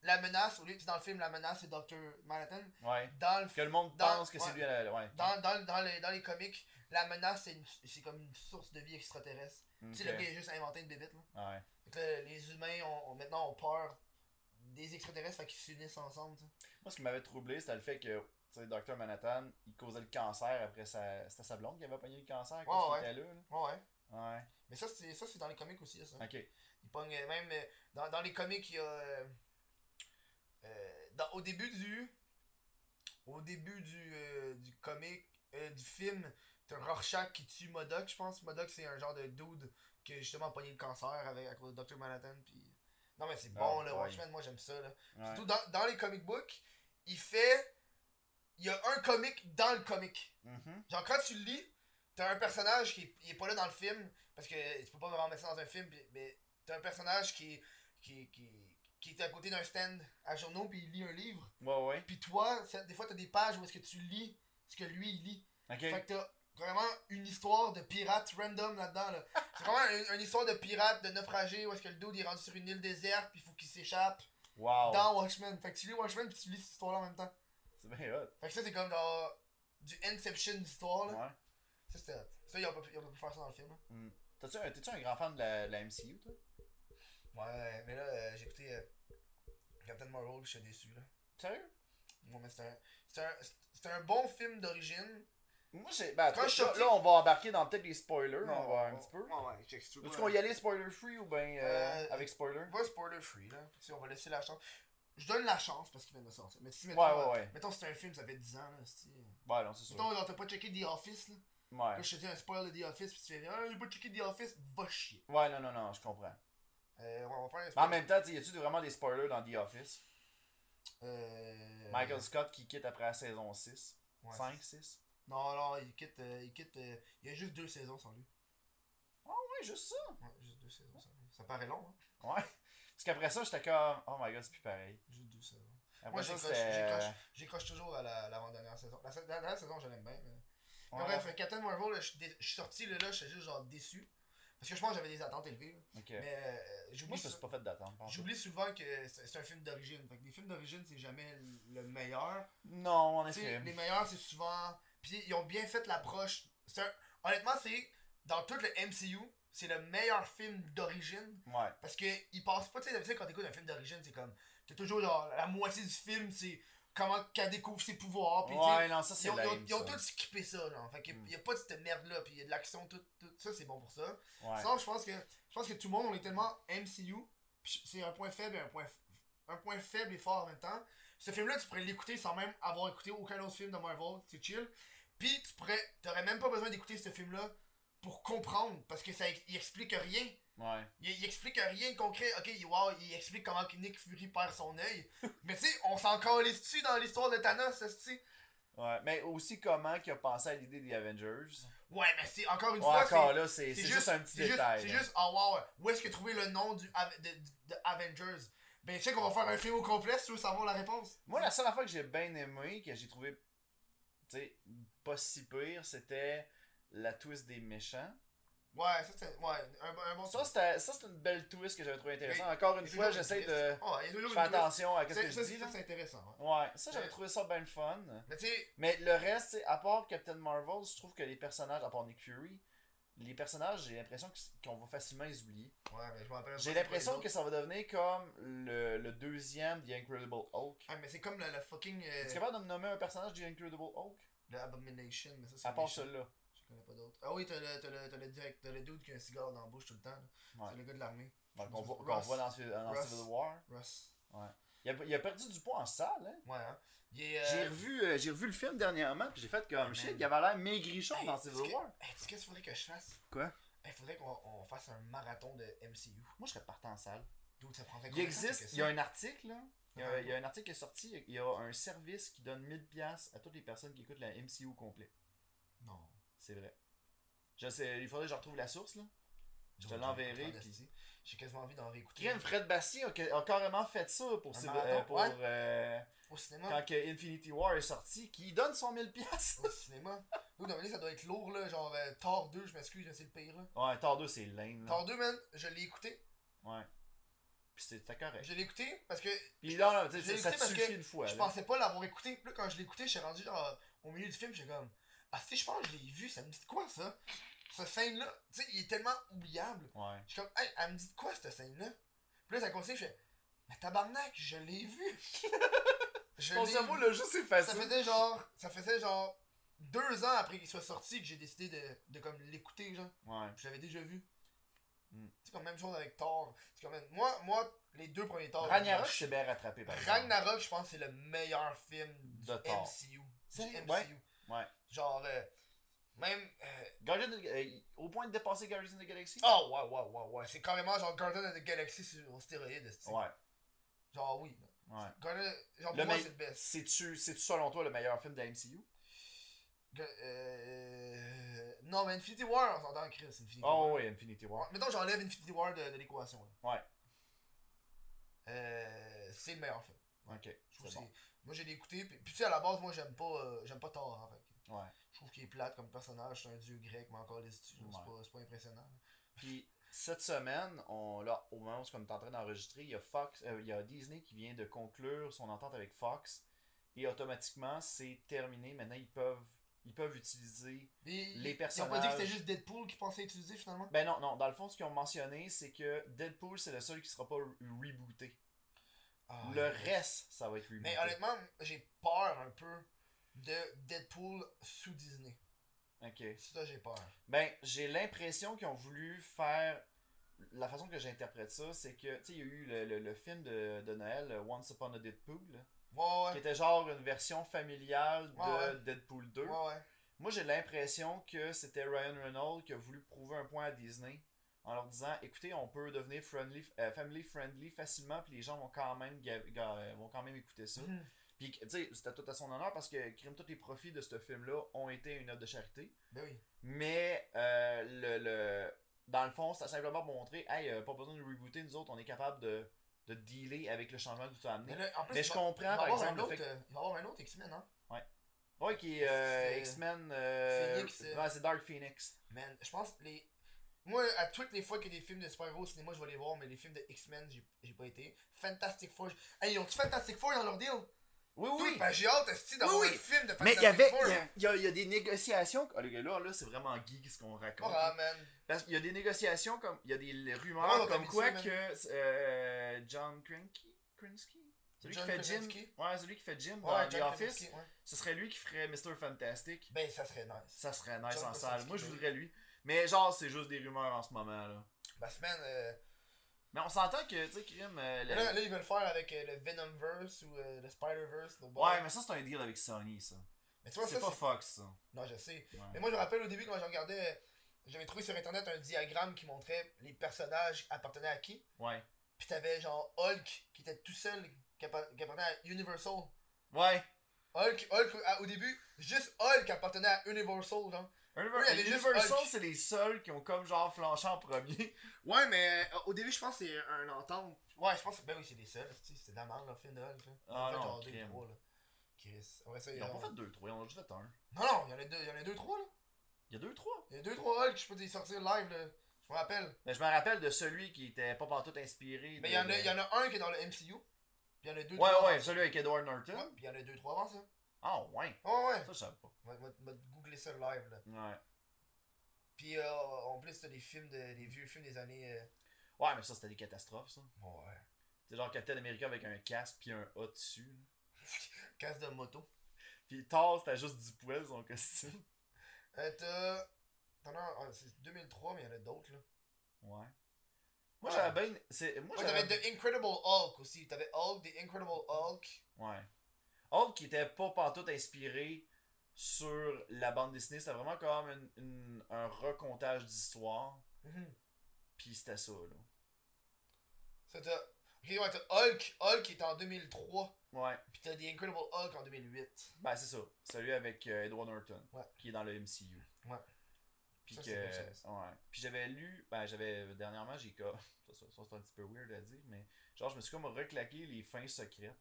S2: la menace, au lieu que dans le film, la menace, c'est Dr. Manhattan.
S1: Ouais.
S2: Dans le
S1: Que le monde
S2: Dans-
S1: pense que c'est
S2: ouais.
S1: lui à la. Ouais.
S2: dans, dans, dans, les, dans les comics, la menace, c'est, une- c'est comme une source de vie extraterrestre.
S1: Ok.
S2: Tu sais, le gars, il a juste inventé une bébite. Là.
S1: Ouais.
S2: Fait que là, les humains, ont, ont- maintenant, ont peur des extraterrestres, fait qu'ils s'unissent ensemble. tu sais.
S1: Moi, ce qui m'avait troublé, c'était le fait que, tu sais, Dr. Manhattan, il causait le cancer après sa. C'était sa blonde qui avait pogné le cancer quand
S2: Ouais,
S1: il était là, là.
S2: Ouais, ouais.
S1: Ouais.
S2: Mais ça, c'est, ça, c'est dans les comics aussi, ça.
S1: Ok.
S2: Il pogne euh, même euh, dans, dans les comics, il y a euh, euh, dans- au début du au début du euh, du comic euh, du film, t'as Rorschach qui tue Modoc, je pense. Modoc c'est un genre de dude qui a justement pogné le cancer avec à cause de Dr Manhattan puis non mais c'est bon
S1: Ah,
S2: là,
S1: ouais.
S2: Watchmen, moi j'aime ça là.
S1: Ouais.
S2: Surtout dans, dans les comic books, il fait il y a un comic dans le comic.
S1: Mhm.
S2: Genre, quand tu le lis, t'as un personnage qui est, il est pas là dans le film, parce que tu peux pas vraiment mettre ça dans un film, pis- mais t'as un personnage qui, est- qui, est- qui, est- qui est à côté d'un stand à journaux, puis il lit un livre.
S1: Ouais, ouais.
S2: Puis toi, ça- des fois, t'as des pages où est-ce que tu lis ce que lui, il lit.
S1: Ok.
S2: Fait que t'as vraiment une histoire de pirate random là-dedans. Là. C'est vraiment une, une histoire de pirate, de naufragé, où est-ce que le dude il est rendu sur une île déserte, puis il faut qu'il s'échappe
S1: Wow.
S2: dans Watchmen. Fait que tu lis Watchmen, puis tu lis cette histoire-là en même temps.
S1: C'est bien hot.
S2: Fait que ça, c'est comme genre du Inception d'histoire. là.
S1: Ouais.
S2: Ça, c'était hot. Ça, ils ont pas pu ils ont pas pu faire ça dans le film. hein.
S1: T'as-tu un, t'es-tu un grand fan de la, de la MCU, toi
S2: Ouais, mais là, euh, j'ai écouté euh, Captain Marvel, je suis déçu, là.
S1: Sérieux
S2: Ouais, mais c'est un, c'est un, c'est un bon film d'origine.
S1: Moi, j'ai. Ben, en tout
S2: Quand
S1: cas,
S2: je suis
S1: là,
S2: sorti-
S1: là, on va embarquer dans peut-être les spoilers, on va voir un petit peu.
S2: Ouais, ouais, j'explique.
S1: Est-ce qu'on y allait spoiler free ou ben euh,
S2: Euh,
S1: avec spoiler
S2: On va spoiler free, là. Si on va laisser la chance. Je donne la chance parce qu'il vient de sortir. Mais si, mettons,
S1: Ouais, ouais, ouais.
S2: mettons, c'est un film, ça fait 10 ans, là. si-
S1: Ouais, non, c'est sûr.
S2: Mettons, genre, t'as pas checké The Office, là.
S1: Ouais.
S2: Là, je te dis un spoil de The Office, puis tu fais, ah, j'ai pas checké The Office, va chier.
S1: Ouais, non, non, non, je comprends.
S2: Euh, ouais, on va faire un
S1: Mais en
S2: spoil.
S1: même temps, tu sais, y a-tu vraiment des spoilers dans The Office
S2: Euh,
S1: Michael Scott qui quitte après la saison 6.
S2: ouais,
S1: 5, 6
S2: Non, non, il quitte. euh, il, quitte euh, il y a juste deux saisons sans lui.
S1: Ouais, juste ça.
S2: Ouais, juste deux saisons sans lui. Ça paraît long, hein?
S1: Ouais. Parce qu'après ça, j'étais comme, oh my god, c'est plus pareil.
S2: Juste deux saisons.
S1: Après
S2: Moi,
S1: ça,
S2: j'écroche,
S1: c'était. euh,
S2: j'écroche, j'écroche toujours à la- l'avant-dernière saison. La, sa- la dernière saison, je l'aime bien. mais- Mais
S1: Ouais.
S2: Bref, Captain Marvel, là, je suis dé- je suis sorti, là, là, je suis juste genre déçu. Parce que je pense que j'avais des attentes élevées. là.
S1: Ok.
S2: Mais euh,
S1: Moi,
S2: j'oublie
S1: je me suis
S2: sou-
S1: pas fait d'attendre. par
S2: j'oublie souvent que c'est c'est un film d'origine. Fait que des films d'origine, c'est jamais le- le meilleur.
S1: contre. Non, en
S2: Tu sais,
S1: effet.
S2: les meilleurs, c'est souvent. Puis ils ont bien fait l'approche. C'est un- Honnêtement, c'est. Dans tout le MCU, c'est le meilleur film d'origine.
S1: Ouais.
S2: Parce que ils passent pas. Tu sais, d'habitude, quand t'écoutes un film d'origine, c'est comme. T'as toujours genre, la moitié du film, c'est comment qu'elle découvre ses pouvoirs. Puis, tu sais,
S1: Ouais, non, ça,
S2: ils
S1: c'est
S2: ont, ils ont-
S1: lame,
S2: ils ont
S1: ça.
S2: tous skippé ça, genre. Fait qu'il
S1: Mm.
S2: y a pas de cette merde-là. Puis il y a de l'action, tout, tout ça, c'est bon pour ça.
S1: Ouais.
S2: Sinon, je pense que je pense que tout le monde on est tellement MCU, pis c'est un point faible et un point f- un point faible et fort en même temps. Ce film là, tu pourrais l'écouter sans même avoir écouté aucun autre film de Marvel, c'est chill. Puis tu pourrais t'aurais même pas besoin d'écouter ce film là pour comprendre parce que ça ex- il explique rien.
S1: Ouais.
S2: Il, il explique rien de concret. OK, il- wow, il explique comment que Nick Fury perd son œil. Mais tu sais, on s'en calisse dessus dans l'histoire de Thanos, tu
S1: Ouais. Mais aussi, comment qu'il a pensé à l'idée des Avengers
S2: Ouais, mais c'est encore une
S1: Ouais,
S2: fois c'est-
S1: encore là, c'est c'est juste un petit
S2: c'est juste-
S1: détail.
S2: C'est
S1: là.
S2: juste, oh wow, où est-ce que trouver le nom du, Ave- de, de- de Avengers Ben, tu sais qu'on va faire un film au complet si tu veux savoir la réponse.
S1: Moi, la seule affaire que j'ai bien aimé, que j'ai trouvé, tu sais, pas si pire, c'était la twist des méchants.
S2: Ouais, ça c'est. Ouais, un, un bon
S1: Ça, c'était ça, c'était une belle twist que j'avais trouvé intéressante.
S2: Mais,
S1: Encore
S2: Il y
S1: une
S2: a
S1: fois,
S2: toujours une
S1: j'essaie
S2: twist.
S1: de
S2: Ouais, il y a toujours
S1: faire
S2: une twist.
S1: attention à ce que
S2: C'est-
S1: je
S2: ça,
S1: dis.
S2: ça,
S1: là.
S2: c'est intéressant. ouais.
S1: Ouais, ça, j'avais
S2: Ouais.
S1: trouvé ça bien le fun.
S2: Mais tu sais,
S1: Mais le reste, tu sais, à part Captain Marvel, je trouve que les personnages, à part Nick Fury, les personnages, j'ai l'impression que- qu'on va facilement les oublier.
S2: ouais, mais je me rappelle
S1: J'ai
S2: pas Ben, c'est quoi les
S1: l'impression
S2: autres.
S1: que ça va devenir comme le, le deuxième The Incredible Hulk.
S2: Ah, mais c'est comme le, le fucking. euh,
S1: Es-tu capable de me nommer un personnage du Incredible Hulk
S2: le Abomination, mais ça c'est.
S1: À part
S2: méchant.
S1: celui-là.
S2: Je connais pas d'autres. Ah oui, t'as le, t'as le, t'as le, direct, t'as le dude qui a un cigare dans la bouche tout le temps. là.
S1: Ouais.
S2: C'est le gars de l'armée,
S1: Donc, on voit,
S2: Russ.
S1: qu'on voit dans, Civil- dans
S2: Russ.
S1: Civil War.
S2: Russ.
S1: Il a, il a perdu du poids en salle, hein?
S2: Ouais, hein. Il est.
S1: J'ai
S2: euh,
S1: revu, euh, j'ai revu le film dernièrement, puis j'ai fait comme
S2: Amen.
S1: shit, il avait l'air maigrichon
S2: Hey,
S1: dans
S2: est-ce
S1: Civil
S2: que-
S1: War.
S2: hey, tu sais qu'est-ce qu'il faudrait que je fasse
S1: Quoi?
S2: Il faudrait qu'on on fasse un marathon de MCU.
S1: Moi, je serais parti en salle.
S2: D'où ça prendrait
S1: Il
S2: combien de temps,
S1: existe,
S2: qu'est-ce
S1: il y a
S2: que
S1: un article, là. Il y a,
S2: Ouais.
S1: il y a un article qui est sorti, il y a un service qui donne 1000$ piastres à toutes les personnes qui écoutent la MCU au complet.
S2: c'est? Non.
S1: C'est vrai. Je sais, il faudrait que je retrouve la source, là. Je te l'enverrai,
S2: Attends,
S1: puis-
S2: J'ai quasiment envie d'en réécouter.
S1: Crème, Fred Bastien a, ca- a carrément fait ça pour,
S2: Un
S1: Civil-
S2: marathon,
S1: euh, pour
S2: ouais.
S1: euh,
S2: Au cinéma.
S1: quand que Infinity War est sorti, qui donne son 1000$. piastres.
S2: Au cinéma. D'où donné, ça doit être lourd, là. Genre, euh, Thor 2, je m'excuse, là, c'est le pire, là.
S1: Ouais, Thor 2, c'est lame, là.
S2: Thor 2, man, je l'ai écouté.
S1: Ouais. Puis c'était correct.
S2: Je l'ai écouté parce que
S1: Puis là, là, tu
S2: je l'ai
S1: sais, ça te
S2: écouté parce
S1: suffit
S2: que
S1: une fois,
S2: je
S1: là.
S2: pensais pas l'avoir écouté. Puis là, quand je l'ai écouté, je suis rendu genre au milieu du film, j'étais comme Ah, si, je pense que je l'ai vu, ça me dit de quoi, ça Cette scène-là, tu sais, il est tellement oubliable.
S1: Ouais.
S2: Je suis comme, hey, elle me dit de quoi cette scène-là? Puis là, ça continue, je fais, mais tabarnak, je l'ai vu! je
S1: Mon
S2: l'ai
S1: cerveau
S2: vu.
S1: l'a juste
S2: Ça
S1: effacé.
S2: faisait genre, ça faisait genre deux ans après qu'il soit sorti que j'ai décidé de, de comme l'écouter, genre.
S1: Ouais.
S2: Puis je l'avais déjà vu.
S1: Mm.
S2: C'est comme même chose avec Thor. C'est comme, même- moi, moi, les deux premiers Thor.
S1: Ragnarok,
S2: je-
S1: c'est bien rattrapé, par exemple.
S2: Ragnarok, je pense que c'est le meilleur film du
S1: Ben, De Thor.
S2: MCU. Du
S1: Sérieux?
S2: MCU.
S1: Ouais.
S2: Genre, euh, même, euh,
S1: Guardian of- euh, au point de dépasser Guardians of the Galaxy?
S2: ah ouais, ouais, ouais, ouais. C'est carrément genre Guardian of the Galaxy sur stéroïde,
S1: Ouais.
S2: Genre, oui.
S1: Ouais.
S2: Guardian, genre,
S1: Le
S2: pour moi,
S1: mei-
S2: c'est le best.
S1: C'est-tu, c'est-tu, selon toi, le meilleur film de la MCU?
S2: Gu- euh, Non, mais Infinity War, on s'entend en Chris, Infinity War.
S1: Oh oui, Infinity War.
S2: Mettons, j'enlève Infinity War de, de l'équation. là.
S1: Ouais.
S2: Euh, c'est le meilleur film.
S1: Ok,
S2: Je trouve
S1: c'est
S2: que
S1: bon.
S2: c'est- Moi, j'ai écouté. Puis, puis tu sais, à la base, moi, j'aime pas, euh, j'aime pas Thor. hein, fait que
S1: Ouais.
S2: Je trouve qu'il est plate comme personnage. C'est un dieu grec, mais encore les études.
S1: Ouais.
S2: C'est pas, c'est pas impressionnant.
S1: Puis, cette semaine, on, là, au moment où on est en train d'enregistrer, il y a Fox, euh, il y a Disney qui vient de conclure son entente avec Fox. Et automatiquement, c'est terminé. Maintenant, ils peuvent, ils peuvent utiliser
S2: Mais
S1: Les
S2: Ils ont pas dit que
S1: personnages-
S2: c'était juste Deadpool qui pensait utiliser finalement.
S1: Ben non, non, dans le fond, ce qu'ils ont mentionné, c'est que Deadpool, c'est le seul qui sera pas re- rebooté.
S2: Ah,
S1: le
S2: ouais.
S1: reste, ça va être rebooté.
S2: Mais honnêtement, j'ai peur un peu de Deadpool sous Disney.
S1: Ok.
S2: C'est ça, j'ai peur.
S1: Ben, j'ai l'impression qu'ils ont voulu faire. La façon que j'interprète ça, c'est que, tu sais, il y a eu le, le- le film de, de Noël, euh, Once Upon a Deadpool, là,
S2: Ouais, ouais.
S1: qui était genre une version familiale de
S2: Ouais, ouais.
S1: Deadpool 2.
S2: Ouais, ouais.
S1: Moi, j'ai l'impression que c'était Ryan Reynolds qui a voulu prouver un point à Disney en leur disant écoutez, on peut devenir friendly, euh, family friendly facilement, puis les gens vont quand même, ga- ga- vont quand même écouter ça.
S2: Mhm.
S1: Puis, tu sais, c'était tout à son honneur parce que crime, tous les profits de ce film-là ont été une œuvre de charité.
S2: Ben oui.
S1: Mais euh, le, le- dans le fond, ça a simplement montré hey, euh, pas besoin de rebooter, nous autres, on est capable de, de dealer avec le changement que tu as amené.
S2: Mais, là, en plus,
S1: Mais
S2: il
S1: je
S2: va-
S1: comprends,
S2: il va
S1: par
S2: avoir
S1: exemple,
S2: un
S1: le
S2: autre,
S1: fait
S2: euh, il va y avoir un autre X-Men, hein.
S1: Ouais, qui est euh,
S2: C'est-
S1: X-Men. euh,
S2: Phoenix, euh.
S1: ouais, c'est Dark Phoenix.
S2: Man, je pense que les. Moi, à toutes les fois qu'il y a des films de super-héros au cinéma, je vais les voir, mais les films de X-Men, j'ai- j'ai pas été. Fantastic Four. j- Hey, ils ont-tu Fantastic Four dans leur deal?
S1: Oui,
S2: Tout- ben, j'ai hâte, esti, d'avoir
S9: Oui,
S2: un
S9: oui.
S2: film de Fantastic
S9: Mais il y avait.
S2: Four.
S9: il y a-
S1: Il y, a, il y a des négociations. Ah, le gars, là, là, c'est vraiment geek ce qu'on raconte.
S2: Ah, man.
S1: Parce qu'il y a des négociations, comme il y a des
S2: Ouais,
S1: rumeurs
S2: Ah, on t'a
S1: comme
S2: mis
S1: quoi
S2: ça,
S1: que euh, John Krinsky, Krinsky? celui
S2: John
S1: qui fait Jim,
S2: Krasinski.
S1: ouais, celui qui fait Jim
S2: Ouais,
S1: dans The
S2: John
S1: Office,
S2: Krasinski, ouais.
S1: ce serait lui qui ferait Mr. Fantastic.
S2: Ben, ça serait nice.
S1: Ça serait nice
S2: John
S1: en salle. Moi, je
S2: Krasinski.
S1: voudrais lui. Mais genre, c'est juste des rumeurs en ce moment là.
S2: Ben, man, euh,
S1: Mais on s'entend que, tu sais, Krim, euh, le-
S2: là, là, ils veulent faire avec euh, le Venomverse ou euh, le Spider-Verse. l'autre bord.
S1: ouais, mais ça c'est un deal avec Sony, ça.
S2: Mais tu vois, ça,
S1: c'est pas
S2: c'est-
S1: Fox, ça.
S2: Non, je sais.
S1: Ouais.
S2: Mais moi, je me rappelle au début, quand je regardais, euh, j'avais trouvé sur internet un diagramme qui montrait les personnages appartenaient à qui.
S1: Ouais.
S2: Puis t'avais genre Hulk qui était tout seul, qui appa- qui appartenait à Universal.
S1: Ouais.
S2: Hulk, Hulk à- au début, juste Hulk appartenait à Universal, genre.
S1: Univer-
S2: Oui, elle est juste
S1: Universal,
S2: Hulk.
S1: c'est les seuls qui ont comme genre flanché en premier.
S2: Ouais, mais euh, au début, je pense que c'est un entente. Ouais, je pense que ben oui, c'est les seuls. tu sais, C'est de la merde, leur film de Hulk. Là.
S1: Ah
S2: Ils ont fait
S1: non,
S2: genre deux,
S1: crime.
S2: trois, là. Chris. Après ça,
S1: Ils
S2: il y
S1: n'ont
S2: en
S1: pas fait deux, trois, ils en ont juste fait un.
S2: Non, non, il y en a deux, il y en a deux, trois, là.
S1: Il y a deux, trois.
S2: Il y a deux, trois Hulk, je peux les sortir live, là. Je me rappelle.
S1: Ben, je me rappelle de celui qui était pas partout inspiré.
S2: Mais
S1: de-
S2: il y, en a,
S1: de-
S2: il y en a un qui est dans le MCU. Puis il y en a deux,
S1: Ouais,
S2: trois.
S1: ouais, celui avec Edward Norton.
S2: Ouais, puis il y en a deux, trois avant ça.
S1: Ah, ouais.
S2: Ouais, ouais.
S1: Ça, je savais pas.
S2: On va, va- va googler ça live, là.
S1: Ouais.
S2: Puis euh, en plus, t'as des films, de, des vieux films des années. euh,
S1: Ouais, mais ça, c'était des catastrophes, ça.
S2: Ouais.
S1: C'est genre Captain America avec un casque puis un A dessus. là.
S2: Casse de moto.
S1: Puis Thor, c'était juste du poil, son costume.
S2: Euh, t'as. T'en as un- ah, c'est 2003, mais il y en a d'autres, là.
S1: Ouais. Moi,
S2: Ouais.
S1: j'avais bien. c'est- Moi,
S2: Ouais,
S1: j'avais.
S2: t'avais The Incredible Hulk aussi. T'avais Hulk, The Incredible Hulk.
S1: Ouais. Hulk qui était pas partout inspiré sur la bande dessinée, c'était vraiment comme une- une- un recomptage d'histoire.
S2: Mm-hmm.
S1: Puis c'était ça, là.
S2: Ça, t'as. Ok, ouais, t'as Hulk. Hulk qui est en 2003.
S1: Ouais.
S2: Puis t'as The Incredible Hulk en 2008.
S1: Ben, c'est ça. Celui avec euh, Edward Norton,
S2: Ouais.
S1: qui est dans le MCU.
S2: Ouais.
S1: Puis
S2: Ça,
S1: que.
S2: c'est une bonne chose.
S1: Ouais. Puis j'avais lu. Ben, j'avais. Dernièrement, j'ai. co- Ça, ça, ça, c'est un petit peu weird à dire, mais. Genre, je me suis comme reclaqué les fins secrètes.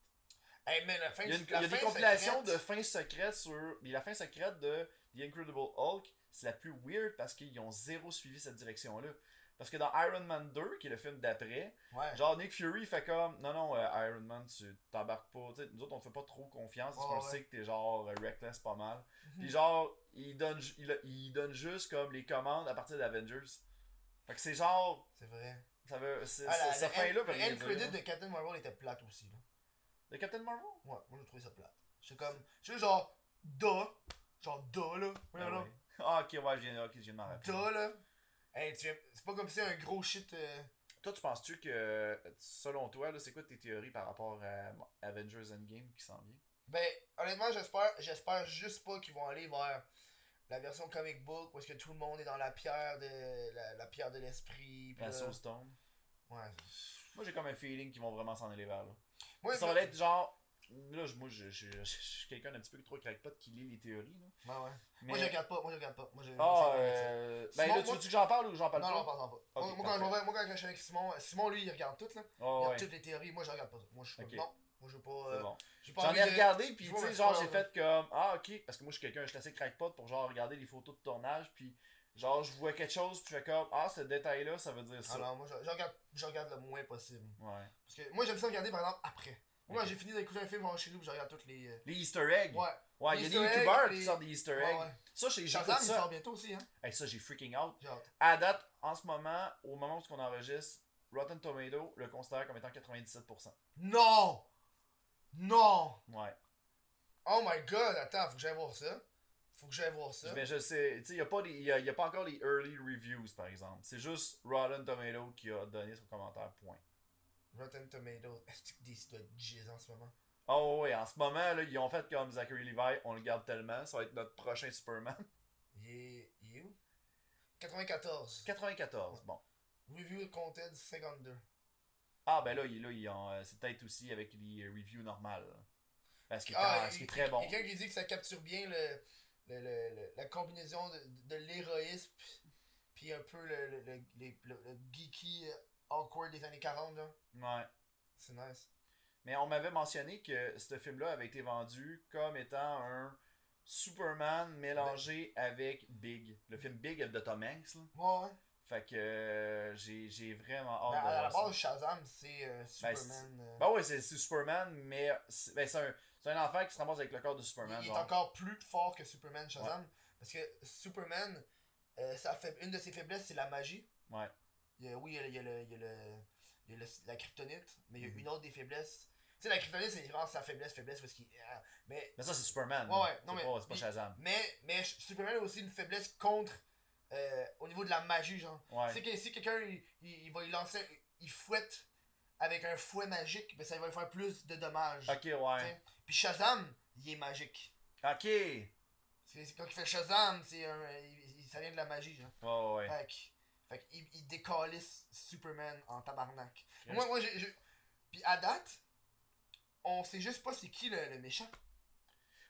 S2: Hey, man, la fin
S1: Il y a, une-
S2: la
S1: il y a des
S2: fin
S1: compilations
S2: secrète.
S1: de fins secrètes sur. Mais la fin secrète de The Incredible Hulk, c'est la plus weird parce qu'ils ont zéro suivi cette direction-là. Parce que dans Iron Man 2, qui est le film d'après,
S2: Ouais.
S1: Genre Nick Fury fait comme non non euh, Iron Man tu t'embarques pas tu sais, nous autres on te fait pas trop confiance parce
S2: Ouais,
S1: qu'on
S2: ouais.
S1: sait que t'es genre euh, reckless pas mal
S2: Mhm.
S1: puis genre il donne ju- il, il donne juste comme les commandes à partir d'Avengers fait que c'est genre
S2: C'est vrai.
S1: ça veut c'est
S2: Ah, la-
S1: ça
S2: la
S1: fin là
S2: end-
S1: veut
S2: Le
S1: rien
S2: end
S1: dire,
S2: credit
S1: hein.
S2: de Captain Marvel était plate aussi, là.
S1: de Captain Marvel
S2: Ouais, moi j'ai trouvé ça plate. J'étais comme. J'étais genre. Da. Genre da, là. Ouais,
S1: Ah,
S2: là.
S1: ouais. ah ok ouais je viens ok je viens de m'en rappeler
S2: Da, là. Hey, tu viens- C'est pas comme si un gros shit. euh,
S1: toi tu penses-tu que selon toi là c'est quoi tes théories par rapport à Avengers Endgame qui s'en vient
S2: Ben, honnêtement, j'espère, j'espère juste pas qu'ils vont aller vers la version comic book où est-ce que tout le monde est dans la pierre de la, la pierre de l'esprit. pis
S1: la
S2: là-
S1: sauce tombe
S2: Ouais.
S1: moi j'ai comme un feeling qu'ils vont vraiment s'en aller vers là
S2: Moi,
S1: ça va être genre. Là, je- moi, je, je- je- je suis quelqu'un d'un petit peu trop crackpot qui lit les théories. Là.
S2: Ouais, ouais.
S1: Mais...
S2: Moi, je regarde pas. Moi, je regarde pas. Moi, je.
S1: Ah,
S2: je-
S1: euh, Ben
S2: Simon,
S1: là, tu
S2: moi-
S1: veux que j'en parle ou j'en
S2: Non,
S1: parle
S2: non,
S1: pas
S2: on parle pas. Moi-
S1: Ok,
S2: moi, quand je,
S1: parfait.
S2: vais- moi, quand je suis avec Simon, euh, Simon, lui, il regarde tout, là. Il
S1: Ah,
S2: regarde
S1: ouais,
S2: toutes les théories. Moi, je regarde pas. Moi, je suis comme,
S1: Ok.
S2: Non, moi, je veux pas.
S1: c'est
S2: euh,
S1: bon.
S2: j'ai pas
S1: J'en
S2: envie
S1: ai
S2: de-
S1: regardé, puis tu
S2: je vois
S1: sais,
S2: un
S1: genre, j'ai
S2: spoiler,
S1: fait comme. Ah, ok. Parce que moi, je suis quelqu'un, je suis assez crackpot pour genre regarder les photos de tournage, puis genre, je vois quelque chose, puis je fais comme. Ah, ce détail-là, ça veut dire
S2: Ah
S1: ça.
S2: non, moi, je, je regarde, je regarde le moins possible.
S1: ouais.
S2: Parce que moi, j'aime ça regarder, par exemple, après. Moi,
S1: Ok.
S2: quand j'ai fini d'écouter un film, je rentre chez nous, puis je regarde toutes les. euh,
S1: Les Easter eggs.
S2: Ouais.
S1: Ouais, il y a des
S2: Les Easter eggs,
S1: youtubeurs
S2: les-
S1: qui sortent des Easter
S2: Ouais,
S1: eggs.
S2: ouais.
S1: Ça, j'ai j'écoute
S2: Shazam, il
S1: ça.
S2: sort bientôt aussi, hein.
S1: Hey, ça, j'ai freaking out.
S2: J'ai hâte.
S1: À date, en ce moment, au moment où on enregistre, Rotten Tomato le considère comme étant 97%.
S2: Non! Non!
S1: Ouais.
S2: Oh my god, attends, faut que j'aille voir ça. Faut que j'aille voir ça.
S1: Mais je sais, tu sais, il n'y a, pas des- y a- y a pas encore les early reviews, par exemple. C'est juste Rotten Tomato qui a donné son commentaire, point.
S2: Rotten Tomatoes. Est-ce que des doigts de jizz en ce moment?
S1: Oh oui, en ce moment, là, ils ont fait comme Zachary Levi, on le garde tellement, ça va être notre prochain Superman.
S2: Il est, il est où 94.
S1: 94, bon.
S2: Review content 52.
S1: Ah ben là, il, là ils ont, euh, c'est peut-être aussi avec les reviews normales. Parce qu'il est,
S2: Ah,
S1: quand- ce qui est très bon.
S2: Quelqu'un qui dit que ça capture bien le, le- le- le- la combinaison de, de l'héroïsme puis un peu le, le, le- les- le- le geeky euh, awkward des années 40. là.
S1: Ouais.
S2: C'est nice.
S1: Mais on m'avait mentionné que ce film-là avait été vendu comme étant un Superman mélangé avec Big. Le film Big de Tom Hanks. là.
S2: Ouais, ouais.
S1: Fait que euh, j'ai j'ai vraiment
S2: Ben,
S1: hâte
S2: à la
S1: de voir
S2: base,
S1: ça.
S2: Shazam, c'est euh,
S1: Ah, Ben,
S2: Superman. euh,
S1: Ben oui, c'est c'est Superman, mais c'est ben, c'est un, c'est un enfant qui se ramasse avec le corps de Superman.
S2: il est
S1: genre.
S2: encore plus fort que Superman Shazam. Parce que Superman, euh, sa faib- une de ses faiblesses, c'est la magie.
S1: Ouais.
S2: Il y a- oui, il y a, le- il y a le, il y a le- il y a le- la kryptonite, mais il y a
S1: Mhm.
S2: une autre des faiblesses. Tu sais, la kryptonite, c'est vraiment sa faiblesse, faiblesse, parce qu'il. ah, mais
S1: Mais ça, c'est Superman.
S2: Ouais,
S1: là.
S2: ouais, non,
S1: C'est
S2: mais-
S1: pas, c'est pas
S2: il-
S1: Shazam.
S2: Mais, mais Sh- Superman a aussi une faiblesse contre. euh, au niveau de la magie, genre.
S1: Ouais.
S2: C'est que si quelqu'un il, il- il va y lancer. Il fouette avec un fouet magique, mais ça va lui faire plus de dommages.
S1: Ok, ouais.
S2: T'sais. Puis Shazam, il est magique.
S1: Ok. Ouais,
S2: C'est c'est quand il fait Shazam, c'est un, il- il- ça vient de la magie, genre.
S1: ouais.
S2: Fait, que- fait qu'il il décalisse Superman en tabarnak.
S1: Yes.
S2: Moi, moi, j'ai. j'ai- Puis à date, on sait juste pas c'est qui le, le méchant.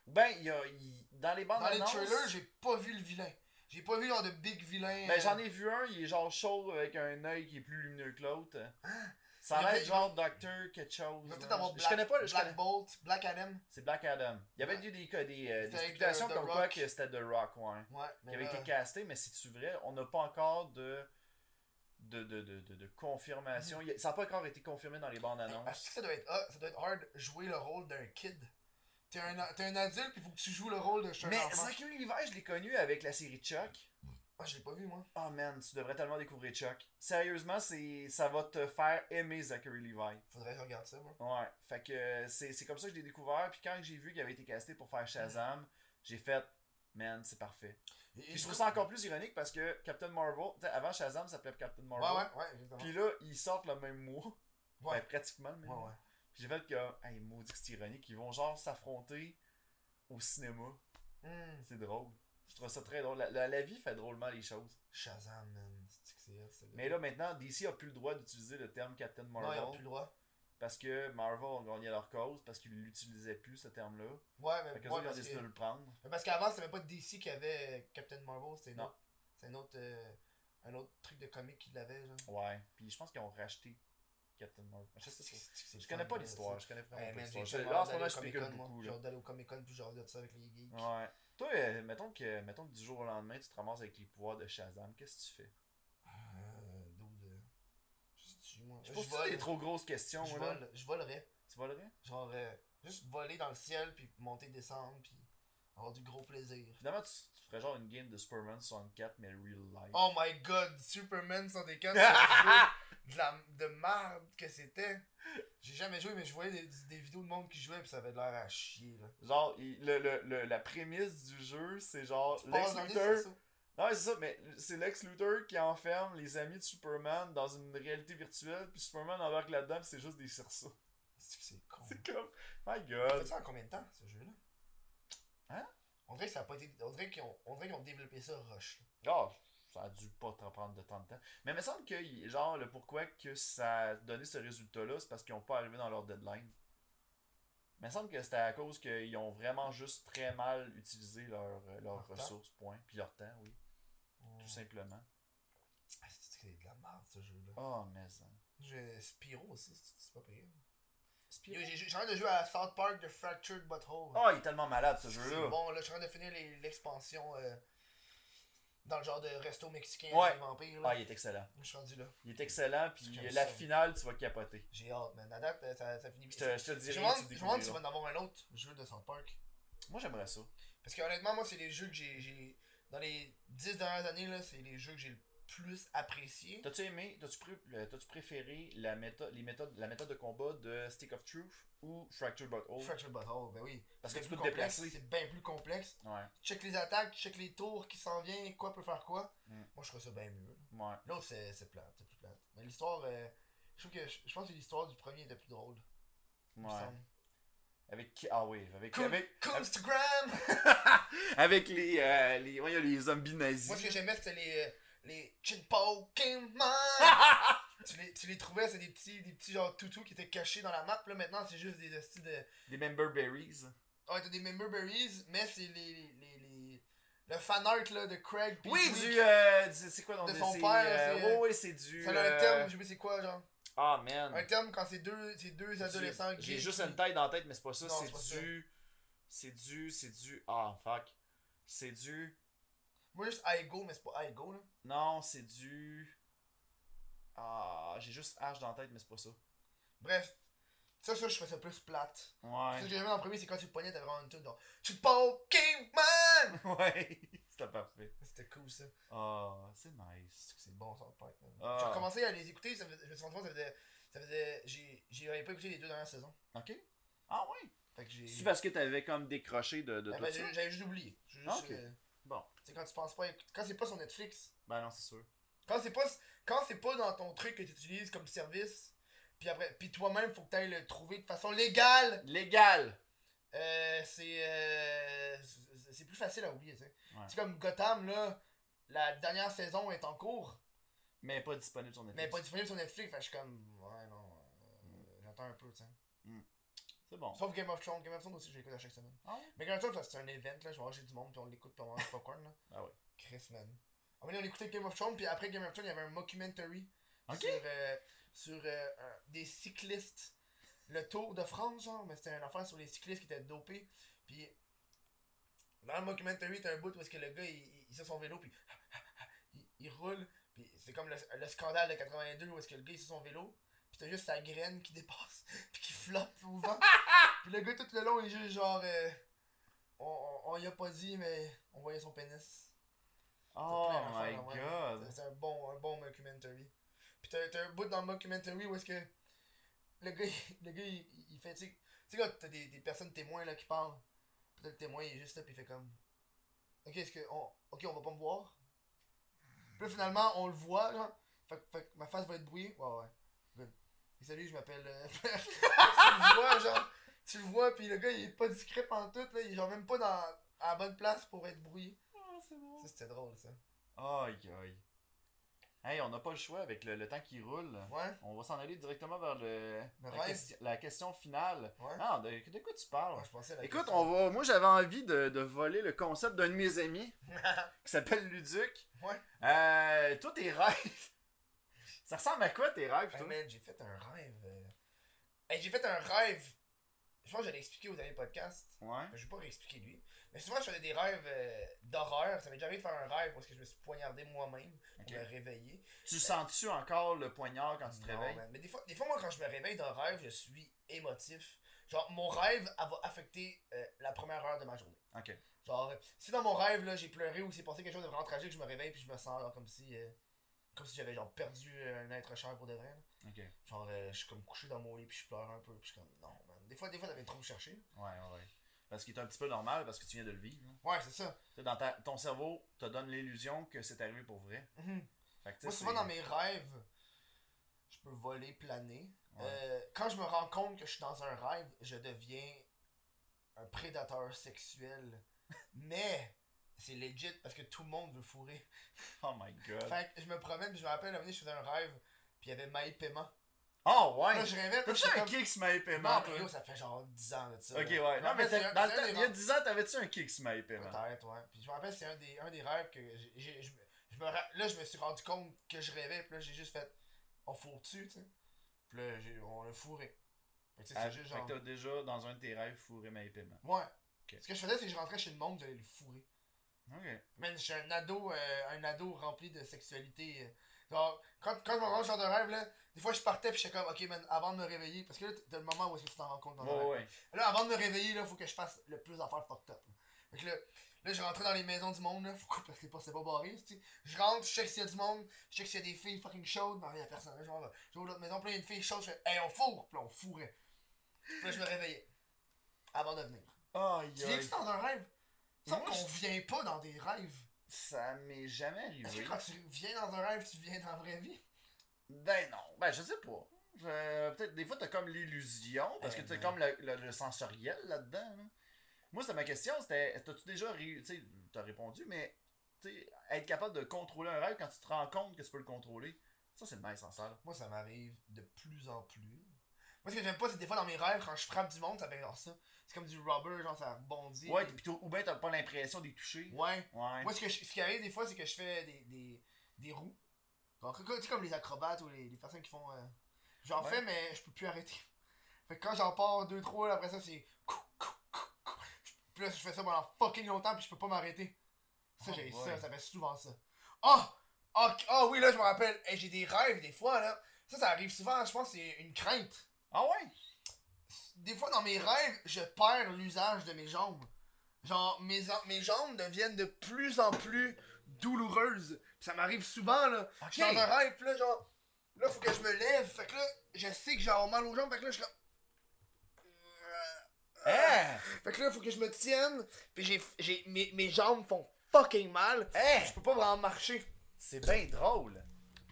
S1: Ben, il y a. il- Dans les bandes
S2: Dans les
S1: annonces,
S2: trailers, j'ai pas vu le vilain. J'ai pas vu genre de big vilain.
S1: Ben,
S2: euh,
S1: j'en ai vu un, il est genre chaud avec un œil qui est plus lumineux que l'autre. Ça
S2: Ah! Il y
S1: a l'air
S2: avait-
S1: genre Docteur quelque chose.
S2: Il va peut-être
S1: là.
S2: avoir
S1: je connais
S2: Black,
S1: pas, je
S2: Black
S1: connais-
S2: Bolt, Black Adam.
S1: C'est Black Adam. Il y avait eu des, cas- des, euh, des
S2: C'était avec
S1: spéculations
S2: The- The
S1: comme quoi
S2: Rock.
S1: que c'était The Rock, ouais.
S2: Ouais, mais euh,
S1: Qui avait
S2: là,
S1: été casté, mais c'est-tu vrai? On n'a pas encore de. De, de, de, de, de confirmation. Il y a- Ça n'a pas encore été confirmé dans les bandes
S2: hey,
S1: annonces.
S2: est-ce ben, que ça doit être ah, ça doit être hard jouer le rôle d'un kid. T'es un, t'es un adulte puis faut que tu joues le rôle de je suis un
S1: Mais
S2: enfant.
S1: Zachary Levi, je l'ai connu avec la série Chuck.
S2: Ah, je l'ai pas vu moi.
S1: Oh man, tu devrais tellement découvrir Chuck. Sérieusement, c'est ça va te faire aimer Zachary Levi.
S2: Faudrait que je regarde ça moi.
S1: Ouais, fait que euh, c'est c'est comme ça que je l'ai découvert. Puis quand j'ai vu qu'il avait été casté pour faire Shazam, j'ai fait man, c'est parfait.
S2: Et-
S1: Puis je trouve ça encore plus ironique parce que Captain Marvel, tu sais, avant Shazam, ça s'appelait Captain
S2: Ouais
S1: Marvel.
S2: ouais, ouais, exactement.
S1: Puis là, ils sortent le même mois.
S2: Ouais.
S1: Ben, pratiquement le même
S2: Ouais,
S1: mois.
S2: ouais.
S1: Puis j'ai fait que, hey, maudit, que c'est ironique. Ils vont genre s'affronter au cinéma.
S2: Hmm,
S1: C'est drôle. Je trouve ça très drôle. La- la- la vie fait drôlement les choses.
S2: Shazam, man. C'est que c'est hot, ça,
S1: Mais là, maintenant, DC a plus le droit d'utiliser le terme Captain
S2: non, ils
S1: Marvel
S2: ont plus le droit.
S1: parce que Marvel ont gagné leur cause parce qu'ils l'utilisaient plus, ce terme-là.
S2: Ouais, mais
S1: Fait que
S2: ouais,
S1: eux, ils ont
S2: parce,
S1: décidé de
S2: que,
S1: le prendre.
S2: mais parce qu'avant, c'était même pas DC qui avait euh, Captain Marvel, c'était une
S1: Non.
S2: autre- c'était un autre euh, un autre truc de comique qui l'avait genre.
S1: Ouais. Puis je pense qu'ils ont racheté Captain Marvel. Je, sais pas.
S2: C'est
S1: Ah, Je
S2: le
S1: connais
S2: fun,
S1: pas
S2: là,
S1: l'histoire.
S2: ça.
S1: Je connais vraiment
S2: Ouais,
S1: pas
S2: man, j'ai
S1: l'histoire. Je-
S2: tellement
S1: Là, en
S2: hâte
S1: ce moment,
S2: d'aller au
S1: je spécule
S2: Comic-Con, moi.
S1: beaucoup.
S2: J'ai
S1: là.
S2: hâte d'aller au Comic-Con puis j'ai hâte de ça avec les geeks.
S1: Ouais. Toi, euh, mettons que, mettons que du jour au lendemain, tu te ramasses avec les pouvoirs de Shazam. Qu'est-ce que tu fais
S2: Euh, dude, euh, Je sais-tu, moi.
S1: Je
S2: Je
S1: pose
S2: vole.
S1: des trop grosses questions.
S2: Je
S1: moi, là.
S2: vole- je volerais.
S1: Tu volerais
S2: Genre, euh, juste voler dans le ciel, puis monter, descendre, puis avoir du gros plaisir.
S1: Finalement, tu, tu ferais genre une game de Superman 64, mais real life.
S2: Oh my god, Superman 64, c'est un jeu de la de merde que c'était. J'ai jamais joué, mais je voyais des, des vidéos de monde qui jouait, puis ça avait de l'air à chier. Là.
S1: Genre, il- le, le, le- la prémisse du jeu, c'est genre
S2: Tu
S1: Lex
S2: passes dans des-
S1: Luthor.
S2: c'est ça.
S1: Non, c'est ça, mais c'est Lex Luthor qui enferme les amis de Superman dans une réalité virtuelle, puis Superman embarque là-dedans, puis c'est juste des cerceaux.
S2: C'est que c'est con.
S1: C'est comme, my
S2: On fait
S1: god.
S2: ça en combien de temps, ce jeu-là
S1: Hein?
S2: On dirait que ça a pas été. On dirait qu'ils ont, on dirait qu'ils ont développé ça rush. là.
S1: Oh, ça a dû pas te prendre de temps de temps. Mais il me semble que, il- genre, le pourquoi que ça a donné ce résultat-là, c'est parce qu'ils ont pas arrivé dans leur deadline. Il me semble que c'était à cause qu'ils ont vraiment juste très mal utilisé leurs leurs
S2: Leur temps.
S1: ressources, point. Puis leur temps, oui, tout simplement.
S2: Ah, C'est que c'est de la merde, ce jeu-là.
S1: Oh, mais ça.
S2: J'ai Spyro aussi, c'est c'est pas pire. Yo,
S1: Spyro.
S2: J'ai j'ai- j'ai envie de jouer à South Park de Fractured Butthole.
S1: Oh, il est tellement malade ce
S2: C'est
S1: jeu-là.
S2: bon, là, je suis en train de finir les- l'expansion euh, dans le genre de resto mexicain
S1: Ouais.
S2: avec les vampires. Là.
S1: Ah, il est excellent.
S2: Je suis rendu là.
S1: Il est excellent, puis
S2: C'est comme
S1: la
S2: ça.
S1: finale, tu vas capoter.
S2: J'ai hâte, man. À date, euh, ça, ça finit
S1: Je te, je te le
S2: Je me
S1: dirai.
S2: demande
S1: tu
S2: je me
S1: découvriras.
S2: demande s'il va en avoir un autre jeu de South Park.
S1: Moi, j'aimerais ça.
S2: Parce que honnêtement, moi, c'est les jeux que j'ai- j'ai. Dans les 10 dernières années, là, c'est les jeux que j'ai le plus apprécié.
S1: T'as-tu aimé, t'as-tu, pré- le- t'as-tu préféré la méthode, les méthodes, la méthode de combat de Stick of Truth ou Fracture Butthole
S2: Fractured Butthole, ben oui.
S1: Parce
S2: C'est
S1: que tu
S2: plus
S1: peux te
S2: complexe,
S1: déplacer.
S2: C'est bien plus complexe.
S1: Ouais,
S2: Check les attaques, check les tours qui s'en viennent, quoi peut faire quoi.
S1: Mm.
S2: Moi, je trouve ça bien mieux.
S1: ouais.
S2: L'autre, c'est c'est plate, c'est plus plate. Mais l'histoire, euh, je trouve que je, je pense que l'histoire du premier était plus drôle. il me
S1: Ouais.
S2: semble.
S3: Avec qui Ah oui, avec.
S2: Cool.
S3: avec
S2: Instagram!
S1: Avec les, euh, les, voyons, les zombies
S2: Moi, ce que
S1: nazis.
S2: j'aimais, c'était les, euh, les Chin Pokémon!
S3: Ah!
S2: tu, les, tu les trouvais, c'est des petits, des petits genre toutous qui étaient cachés dans la map. Là, maintenant, c'est juste des hosties de.
S3: des Member Berries.
S2: Ouais, t'as des Member Berries, mais c'est les, les, les, les- Le fan art là, de Craig. puis
S3: Oui,
S2: Tweak.
S3: du. euh, du- c'est quoi donc
S2: De
S3: des-
S2: son
S3: c'est,
S2: père,
S3: euh,
S2: c'est-
S3: ouais, ouais, c'est du.
S2: Ça a un
S3: euh,
S2: terme, je sais pas c'est quoi, genre.
S1: euh,
S3: Ah, man.
S2: Un terme quand c'est deux, c'est deux adolescents
S3: J'ai- J'ai
S2: gays
S3: juste
S2: qui-
S3: une tête dans la tête, mais c'est pas ça.
S2: Non,
S3: c'est,
S2: c'est pas ça.
S3: du. C'est du. C'est du. Ah, fuck. C'est du.
S2: Moi, juste Aigo, mais c'est pas Aigo, là.
S3: Non, c'est du. Ah, j'ai juste H dans la tête, mais c'est pas ça.
S2: Bref. Ça, ça, je trouvais ça plus plate. Ce que
S3: Ouais.
S2: j'ai aimé en premier, c'est quand tu le pognais, t'avais vraiment une tune genre Chin Pokémon!
S3: ouais. C'était parfait.
S2: C'était cool, ça.
S3: Ah, c'est nice.
S2: C'est bon, ça, Park. man.
S3: Ah.
S2: J'ai recommencé à les écouter, ça faisait- je me suis rendu compte que ça faisait. Ça faisait j'ai, j'avais pas écouté les deux dernières saisons.
S3: Ok. Ah, ouais.
S2: Fait que j'ai.
S1: C'est parce que t'avais comme décroché de, de
S2: Ah,
S1: tout
S2: ben,
S1: ça.
S2: j'ai- j'avais juste oublié. J'ai juste,
S3: Ah, ok.
S2: euh,
S3: Bon.
S2: C'est quand tu penses pas. à écouter- Quand c'est pas sur Netflix.
S3: Ben non, c'est sûr.
S2: Quand c'est pas quand c'est pas dans ton truc que tu utilises comme service, puis après puis toi-même faut que tu ailles le trouver de façon légale,
S3: Légal!
S2: euh, c'est euh, c'est- c'est plus facile à oublier, tu sais.
S3: Ouais.
S2: C'est comme Gotham là, la dernière saison est en cours,
S3: Mais pas disponible sur Netflix.
S2: mais pas disponible sur Netflix, fait que je suis comme ouais non, euh, j'attends un peu, tu sais.
S3: C'est bon.
S2: Sauf Game of Thrones, Game of Thrones aussi je l'écoute à chaque semaine.
S3: Ah ouais?
S2: Mais Game of Thrones là, c'est un event là, je vais manger du monde puis on l'écoute puis on mange du popcorn là.
S3: Ah ouais.
S2: Chris man. À un moment donné, on écoutait Game of Thrones puis après Game of Thrones, il y avait un mockumentary
S3: Ok.
S2: sur, euh, sur euh, un- des cyclistes. Le Tour de France, genre, mais c'était un affaire sur les cyclistes qui étaient dopés. Puis, dans le mockumentary, t'as un bout où est-ce que le gars, il, il- il sur son vélo, puis il, il roule. Puis, c'est comme le, le scandale de 82 où est-ce que le gars, il sur son vélo, puis t'as juste sa graine qui dépasse, puis qui flotte au vent. puis le gars, tout le long, il est juste genre, euh, on, on, on y a pas dit, mais on voyait son pénis.
S3: Oh
S2: plein d'affaires
S3: my
S2: de même.
S3: god.
S2: C'est un bon, un bon mockumentary. Puis t'as, t'as un bout dans le mockumentary où est-ce que le gars, il- le gars il, il fait, tu sais- tu sais, quand t'as des, des personnes témoins là qui parlent, puis t'as le témoin, il est juste là, puis il fait comme Ok, est-ce que. On, ok, on va pas me voir. Puis là, finalement, on le voit, genre. Fait, que- fait que ma face va être brouillée. Ouais, ouais. Good. Et salut, je m'appelle. euh, tu le vois, genre. Tu le vois, puis le gars, il est pas discret en tout, là. Il est genre même pas dans, à la bonne place pour être brouillé.
S3: Ah, c'est bon.
S2: Ça, c'était drôle, ça.
S3: Aïe aïe. Hey, on n'a pas le choix avec le, le temps qui roule.
S2: Ouais,
S3: On va s'en aller directement vers le,
S2: Le
S3: la,
S2: rêve.
S3: question- la question finale.
S2: ouais.
S3: Ah, de, de quoi tu parles?
S2: Ouais, je pensais à la
S1: Écoute,
S2: question.
S1: on va. Moi, j'avais envie de, de voler le concept d'un de mes amis qui s'appelle Luduc.
S2: Ouais.
S1: Euh, toi, tes rêves. Ça ressemble à quoi tes rêves,
S2: Hey,
S1: toi?
S2: man, j'ai fait un rêve. euh. Hey, j'ai fait un rêve. Je pense que je l'ai expliqué au dernier podcast.
S3: Ouais.
S2: Je vais pas réexpliquer lui. Mais souvent, je faisais des rêves euh, d'horreur. Ça m'est déjà arrivé de faire un rêve parce que je me suis poignardé moi-même
S3: Ok.
S2: pour me réveiller.
S3: Euh, Tu sens-tu encore le poignard quand tu te
S2: Non, ben.
S3: réveilles?
S2: man. Mais des fois, des fois, moi, quand je me réveille d'un rêve, je suis émotif. Genre, mon rêve elle va affecter euh, la première heure de ma journée.
S3: Ok.
S2: Genre, euh, si dans mon rêve, là, j'ai pleuré ou s'est passé quelque chose de vraiment tragique, je me réveille puis je me sens genre, comme si, euh, comme si j'avais genre perdu euh, un être cher pour de vrai. là.
S3: Ok. Ouais,
S2: Genre, euh, je suis comme couché dans mon lit, puis je pleure un peu, puis je suis comme, non, man. Des fois, des fois, t'avais trop me chercher.
S3: ouais, ouais. Parce qu'il est un petit peu normal parce que tu viens de le vivre. hein.
S2: Ouais, c'est ça.
S3: Tu sais, Dans ta- ton cerveau te donne l'illusion que c'est arrivé pour vrai.
S2: Mhm.
S3: Fait que, tu sais,
S2: Moi, souvent,
S3: c'est-
S2: dans mes rêves, je peux voler, planer.
S3: Ouais.
S2: Euh, quand je me rends compte que je suis dans un rêve, je deviens un prédateur sexuel. Mais, c'est legit, parce que tout le monde veut fourrer.
S3: Oh my god.
S2: Fait que je me promène, puis je me rappelle, un moment donné, je faisais un rêve, puis il y avait Maï Paiement.
S3: Oh
S2: Là,
S3: ouais!
S2: je rêvais, puis
S3: T'as-tu
S2: j'étais
S3: un
S2: comme...
S3: kick smile paiement?
S2: Non, mais
S3: toi?
S2: yo, ça fait genre 10 ans de ça. là.
S3: Ok, ouais.
S2: Je me
S3: Non, mais
S2: rappelle, c'est
S3: t'as-
S2: un-
S3: dans
S2: c'est
S3: le
S2: un
S3: temps,
S2: des
S3: il y a 10 ans, t'avais-tu un kick smile paiement?
S2: Peut-être, ouais. Puis je me rappelle, c'est un des, un des rêves que j'ai- j'ai- je me- je me ra- là, je me suis rendu compte que je rêvais, puis là, j'ai juste fait on fourre dessus, tu sais. Puis là, j'ai- on l'a fourré. Fait que, tu sais,
S3: Ah,
S2: c'est juste
S3: fait
S2: genre.
S3: que t'as déjà dans un de tes rêves fourré mail paiement.
S2: Ouais.
S3: Ok.
S2: Ce que je faisais, c'est que je rentrais chez le monde, j'allais le fourrer.
S3: Ok.
S2: Man, je suis un ado, euh, un ado rempli de sexualité. euh. Genre, quand, quand je me rends ce genre de rêve, là, des fois, je partais, puis j'étais comme, ok, man, avant de me réveiller, parce que là, t'as le moment où est-ce que tu t'en rends compte dans le
S3: Ouais,
S2: rêve.
S3: ouais.
S2: Là, avant de me réveiller, là, faut que je fasse le plus d'affaires fucked up. Fait que là, là, je rentrais dans les maisons du monde, là, faut que- parce que c'est pas, c'est pas barré, tu sais. Je rentre, je check s'il y a du monde, je check s'il y a des filles fucking chaudes, non, il y a personne, là, je m'en vais. J'ouvre l'autre maison, puis là, il y a une fille chaude, je fais, hey, on fourre, puis là, on fourrait. Puis là, je me réveillais. Avant de venir.
S3: Aïe,
S2: Tu viens-tu
S3: aïe.
S2: dans un rêve? Il me semble
S3: Moi,
S2: qu'on vient pas dans des rêves.
S3: Ça m'est jamais
S2: Est-ce
S3: arrivé.
S2: que quand tu viens dans un rêve, tu viens dans la vraie vie?
S3: Ben non, ben je sais pas.
S1: Euh, peut-être des fois t'as comme l'illusion parce que
S10: Eh
S1: t'as
S10: ben.
S1: comme le, le- le sensoriel là-dedans. là. Moi c'était ma question, c'était t'as-tu déjà ré- tu sais, t'as répondu mais tu sais, être capable de contrôler un rêve quand tu te rends compte que tu peux le contrôler, ça c'est nice en salle.
S2: Moi, ça m'arrive de plus en plus. Moi, ce que j'aime pas, c'est des fois dans mes rêves, quand je frappe du monde, ça fait genre ça. C'est comme du rubber, genre ça rebondit.
S1: Ouais, pis t'as- ou bien t'as pas l'impression d'y toucher.
S2: Ouais.
S1: Ouais.
S2: Moi, ce, que je- ce qui arrive des fois, c'est que je fais des, des, des roues. Donc, tu sais, comme les acrobates ou les, les personnes qui font. euh, J'en
S1: Ouais.
S2: fais, mais je peux plus arrêter. Fait que quand j'en pars 2-3, après ça, c'est. cou, cou, cou, cou. Je- Puis là, je fais ça pendant fucking longtemps, puis je peux pas m'arrêter. Ça,
S1: Oh
S2: j'ai
S1: boy.
S2: ça, ça fait souvent ça. Ah! Ah ah oui, là, je me rappelle. Hey, j'ai des rêves, des fois, là. Ça, ça arrive souvent, je pense, que c'est une crainte
S1: Ah ouais?
S2: des fois dans mes rêves, je perds l'usage de mes jambes. Genre, mes, en- mes jambes deviennent de plus en plus douloureuses. Puis ça m'arrive souvent, là. Je suis dans un rêve, puis là, genre, là, faut que je me lève. Fait que là, je sais que j'ai mal aux jambes. Fait que là, je suis comme.
S1: Hein?
S2: Fait que là, faut que je me tienne. Puis j'ai, j'ai, mes, mes jambes font fucking mal.
S1: Hein?
S2: Je peux pas vraiment marcher.
S1: C'est bien drôle.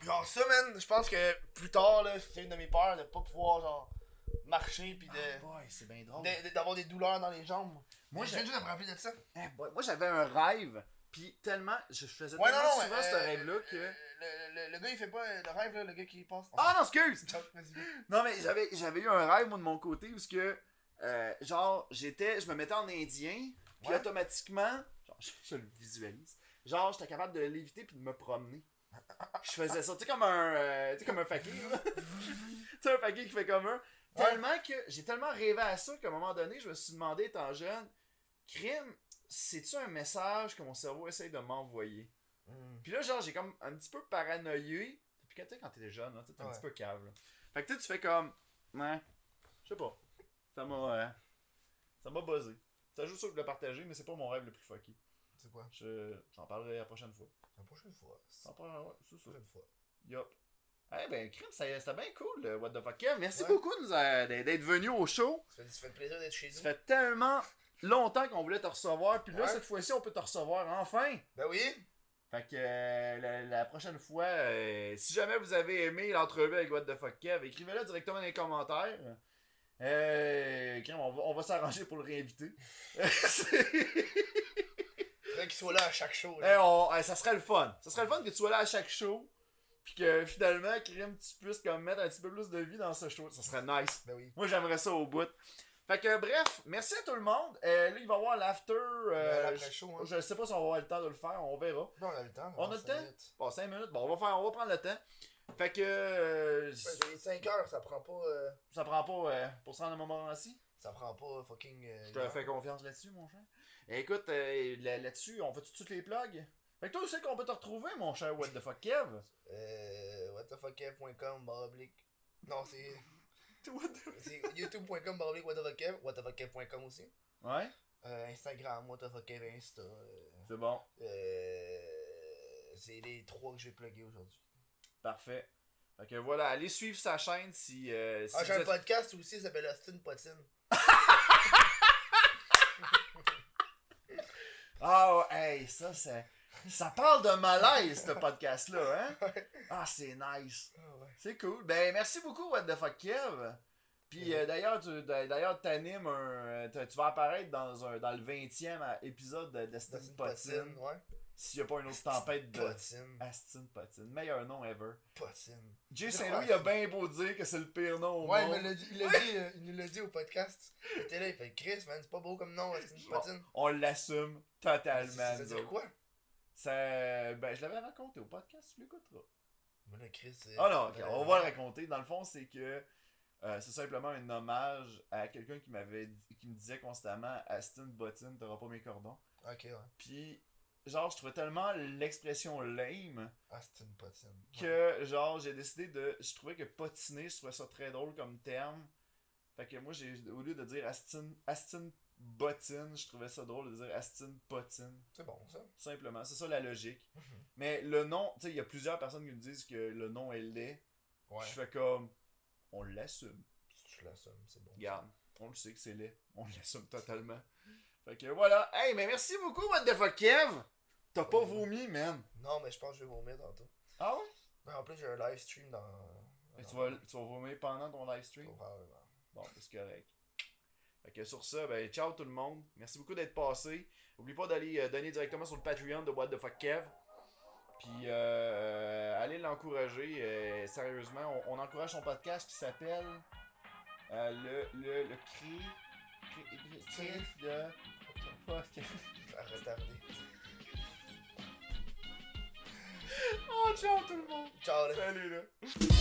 S2: Genre, ça, man, je pense que plus tard, là, c'est une de mes peurs de pas pouvoir, genre, marcher. Puis de.
S1: Ah boy, c'est bien drôle.
S2: de- de- d'avoir des douleurs dans les jambes.
S1: Moi, j'ai-
S2: juste de me rappeler de ça.
S1: Eh boy, moi, j'avais un rêve, puis tellement, je faisais
S2: Ouais, non,
S1: tellement
S2: non,
S1: souvent
S2: euh,
S1: ce rêve-là
S2: euh,
S1: que...
S2: Le, le, le gars, il fait pas euh, le rêve, là, le gars qui passe.
S1: Ah non, excuse!
S2: Joke, vas-y.
S1: Non, mais j'avais, j'avais eu un rêve, moi, de mon côté, où ce que, euh, genre, j'étais, je me mettais en indien, puis
S2: Ouais.
S1: automatiquement, genre, je, je le visualise, genre, j'étais capable de l'éviter puis de me promener. Je faisais ça, tu sais, comme un, euh, tu sais, comme un fakir, là. tu sais, un fakir qui fait comme un. Tellement que, j'ai tellement rêvé à ça qu'à un moment donné, je me suis demandé, étant jeune, crime, c'est-tu un message que mon cerveau essaye de m'envoyer?
S2: Hmm,
S1: Puis là, genre, j'ai comme un petit peu paranoïé. Puis quand, tu sais, quand t'es jeune, là, tu sais, t'es un
S2: Ouais.
S1: petit peu cave. là. Fait que tu sais, tu fais comme. Ouais. Je sais pas. Ça m'a. euh, ça m'a buzzé. Ça joue sûr que je le partager, mais c'est pas mon rêve le plus fucky.
S2: C'est quoi
S1: Je, j'en parlerai la prochaine fois.
S2: La prochaine fois. La
S1: J'en parlerai, ouais, c'est ça.
S2: prochaine fois.
S1: Yup. Eh ben, crime, ça- c'était bien cool, le What the fuck. Kev, merci
S2: Ouais.
S1: beaucoup de nous, euh, d'être d'être venu au show.
S2: Ça fait, ça fait plaisir d'être chez
S1: Ça
S2: nous.
S1: fait tellement longtemps qu'on voulait te recevoir, puis là,
S2: Ouais.
S1: cette fois-ci, on peut te recevoir enfin.
S2: Ben oui.
S1: Fait que euh, la, la prochaine fois, euh, si jamais vous avez aimé l'entrevue avec What the Fuck Kev, écrivez-le directement dans les commentaires. Euh, crème, on va, on va s'arranger pour le réinviter.
S2: Faudrait qu'il soit là à chaque show. là.
S1: Eh, on- eh, ça serait le fun. Ça serait le fun que tu sois là à chaque show. Puis que finalement, Krim, tu puisses comme mettre un petit peu plus de vie dans ce show. Ça serait nice.
S2: Ben oui.
S1: Moi, j'aimerais ça au bout. Fait que bref, merci à tout le monde. Euh, là, il va y avoir l'after. euh,
S2: L'après
S1: je,
S2: show, hein.
S1: je sais pas si on va avoir le temps de le faire. On verra.
S2: Non, on a le temps.
S1: On a le
S2: cinq
S1: temps?
S2: minutes.
S1: Bon, 5 minutes. Bon, on va, faire, on va prendre le temps. Fait que. euh,
S2: Ouais, j'ai les 5 heures, ça prend pas. euh,
S1: ça prend pas euh, pour se rendre à Montmorency.
S2: Ça prend pas euh, fucking. euh,
S1: Je
S2: une
S1: te
S2: heure.
S1: fais confiance là-dessus, mon cher. Écoute, euh, là- là-dessus, on fait toutes les plugs. Fait que toi, où c'est qu'on peut te retrouver, mon cher What the fuck Kev
S2: Euh. whatthefuckf.com, barre oblique. Non, c'est.
S1: What the-
S2: c'est youtube.com, barre oblique, whatthefuckf. whatthefuckf.com aussi.
S1: Ouais,
S2: Euh, Instagram, whatthefuckf, Insta. euh,
S1: c'est bon.
S2: Euh, c'est les trois que j'ai plugués aujourd'hui.
S1: Parfait. Fait que voilà, allez suivre sa chaîne si. euh, si
S2: Ah, j'ai
S1: vous
S2: un
S1: êtes-
S2: podcast aussi, ça s'appelle Austin Potine.
S1: Ah, ouais, hey, ça, c'est. Ça parle de malaise, ce podcast-là, hein? Ah, c'est nice. C'est cool. Ben, merci beaucoup, What the fuck, Kev. Puis
S2: Mhm.
S1: euh, d'ailleurs, tu d'ailleurs, t'animes un. euh, t'as- Tu vas apparaître dans, un, dans le 20e à- épisode de Destin
S2: Austin Potine,
S1: Potine.
S2: ouais.
S1: S'il n'y a pas une autre tempête de.
S2: Potine,
S1: Astin Potine. Meilleur nom ever.
S2: Potine.
S1: Jay Saint-Louis il a bien beau dire que c'est le pire nom au
S2: Ouais,
S1: monde.
S2: il me l'a dit- il l'a dit, euh, il nous l'a dit au podcast. Il était là, il fait Chris, man, c'est pas beau comme nom, Austin
S1: Bon,
S2: Potine.
S1: On l'assume
S2: Ça
S1: totalement.
S2: veut
S1: nous
S2: dire
S1: autres.
S2: quoi?
S1: Ça- Ben, je l'avais raconté au podcast, tu l'écouteras.
S2: Mais là, Chris. euh,
S1: Ah non, ok,
S2: euh,
S1: on va le raconter. Dans le fond, c'est que euh, c'est simplement un hommage à quelqu'un qui m'avait dit- qui me disait constamment Aston Bottine, t'auras pas mes cordons.
S2: Ok, ouais.
S1: Puis genre je trouvais tellement l'expression lame
S2: Austin Potine. Ouais.
S1: que genre j'ai décidé de je trouvais que potiner, je trouvais ça très drôle comme terme. Fait que moi j'ai au lieu de dire Aston Aston Bottine, je trouvais ça drôle de dire Aston Potine.
S2: C'est bon, ça.
S1: Tout Simplement, c'est ça la logique.
S2: Mhm.
S1: Mais le nom, tu sais, il y a plusieurs personnes qui me disent que le nom est laid.
S2: Ouais.
S1: Je fais comme, on l'assume.
S2: Si tu l'assumes, c'est bon.
S1: Regarde, on le sait que c'est laid. On l'assume totalement. Fait que voilà. Hey, mais merci beaucoup, what the fuck, Kev. T'as pas
S2: Ouais.
S1: vomi, man.
S2: Non, mais je pense que je vais vomir tantôt.
S1: Ah ouais?
S2: Mais en plus, j'ai un live stream dans.
S1: Fait que tu vas, tu vas vomir pendant ton live stream.
S2: Probablement.
S1: Bon, ben, c'est correct. Fait que sur ça, ben, ciao tout le monde. Merci beaucoup d'être passé. N'oublie pas d'aller euh, donner directement sur le Patreon de What the Fuck Kev. Puis, euh, euh, allez l'encourager. euh, sérieusement, on, on encourage son podcast qui s'appelle euh, le, le, le cri. cri- cri- cri de. podcast.
S2: Retardé.
S1: Oh, ciao tout le monde.
S2: Ciao, là.
S1: Salut là.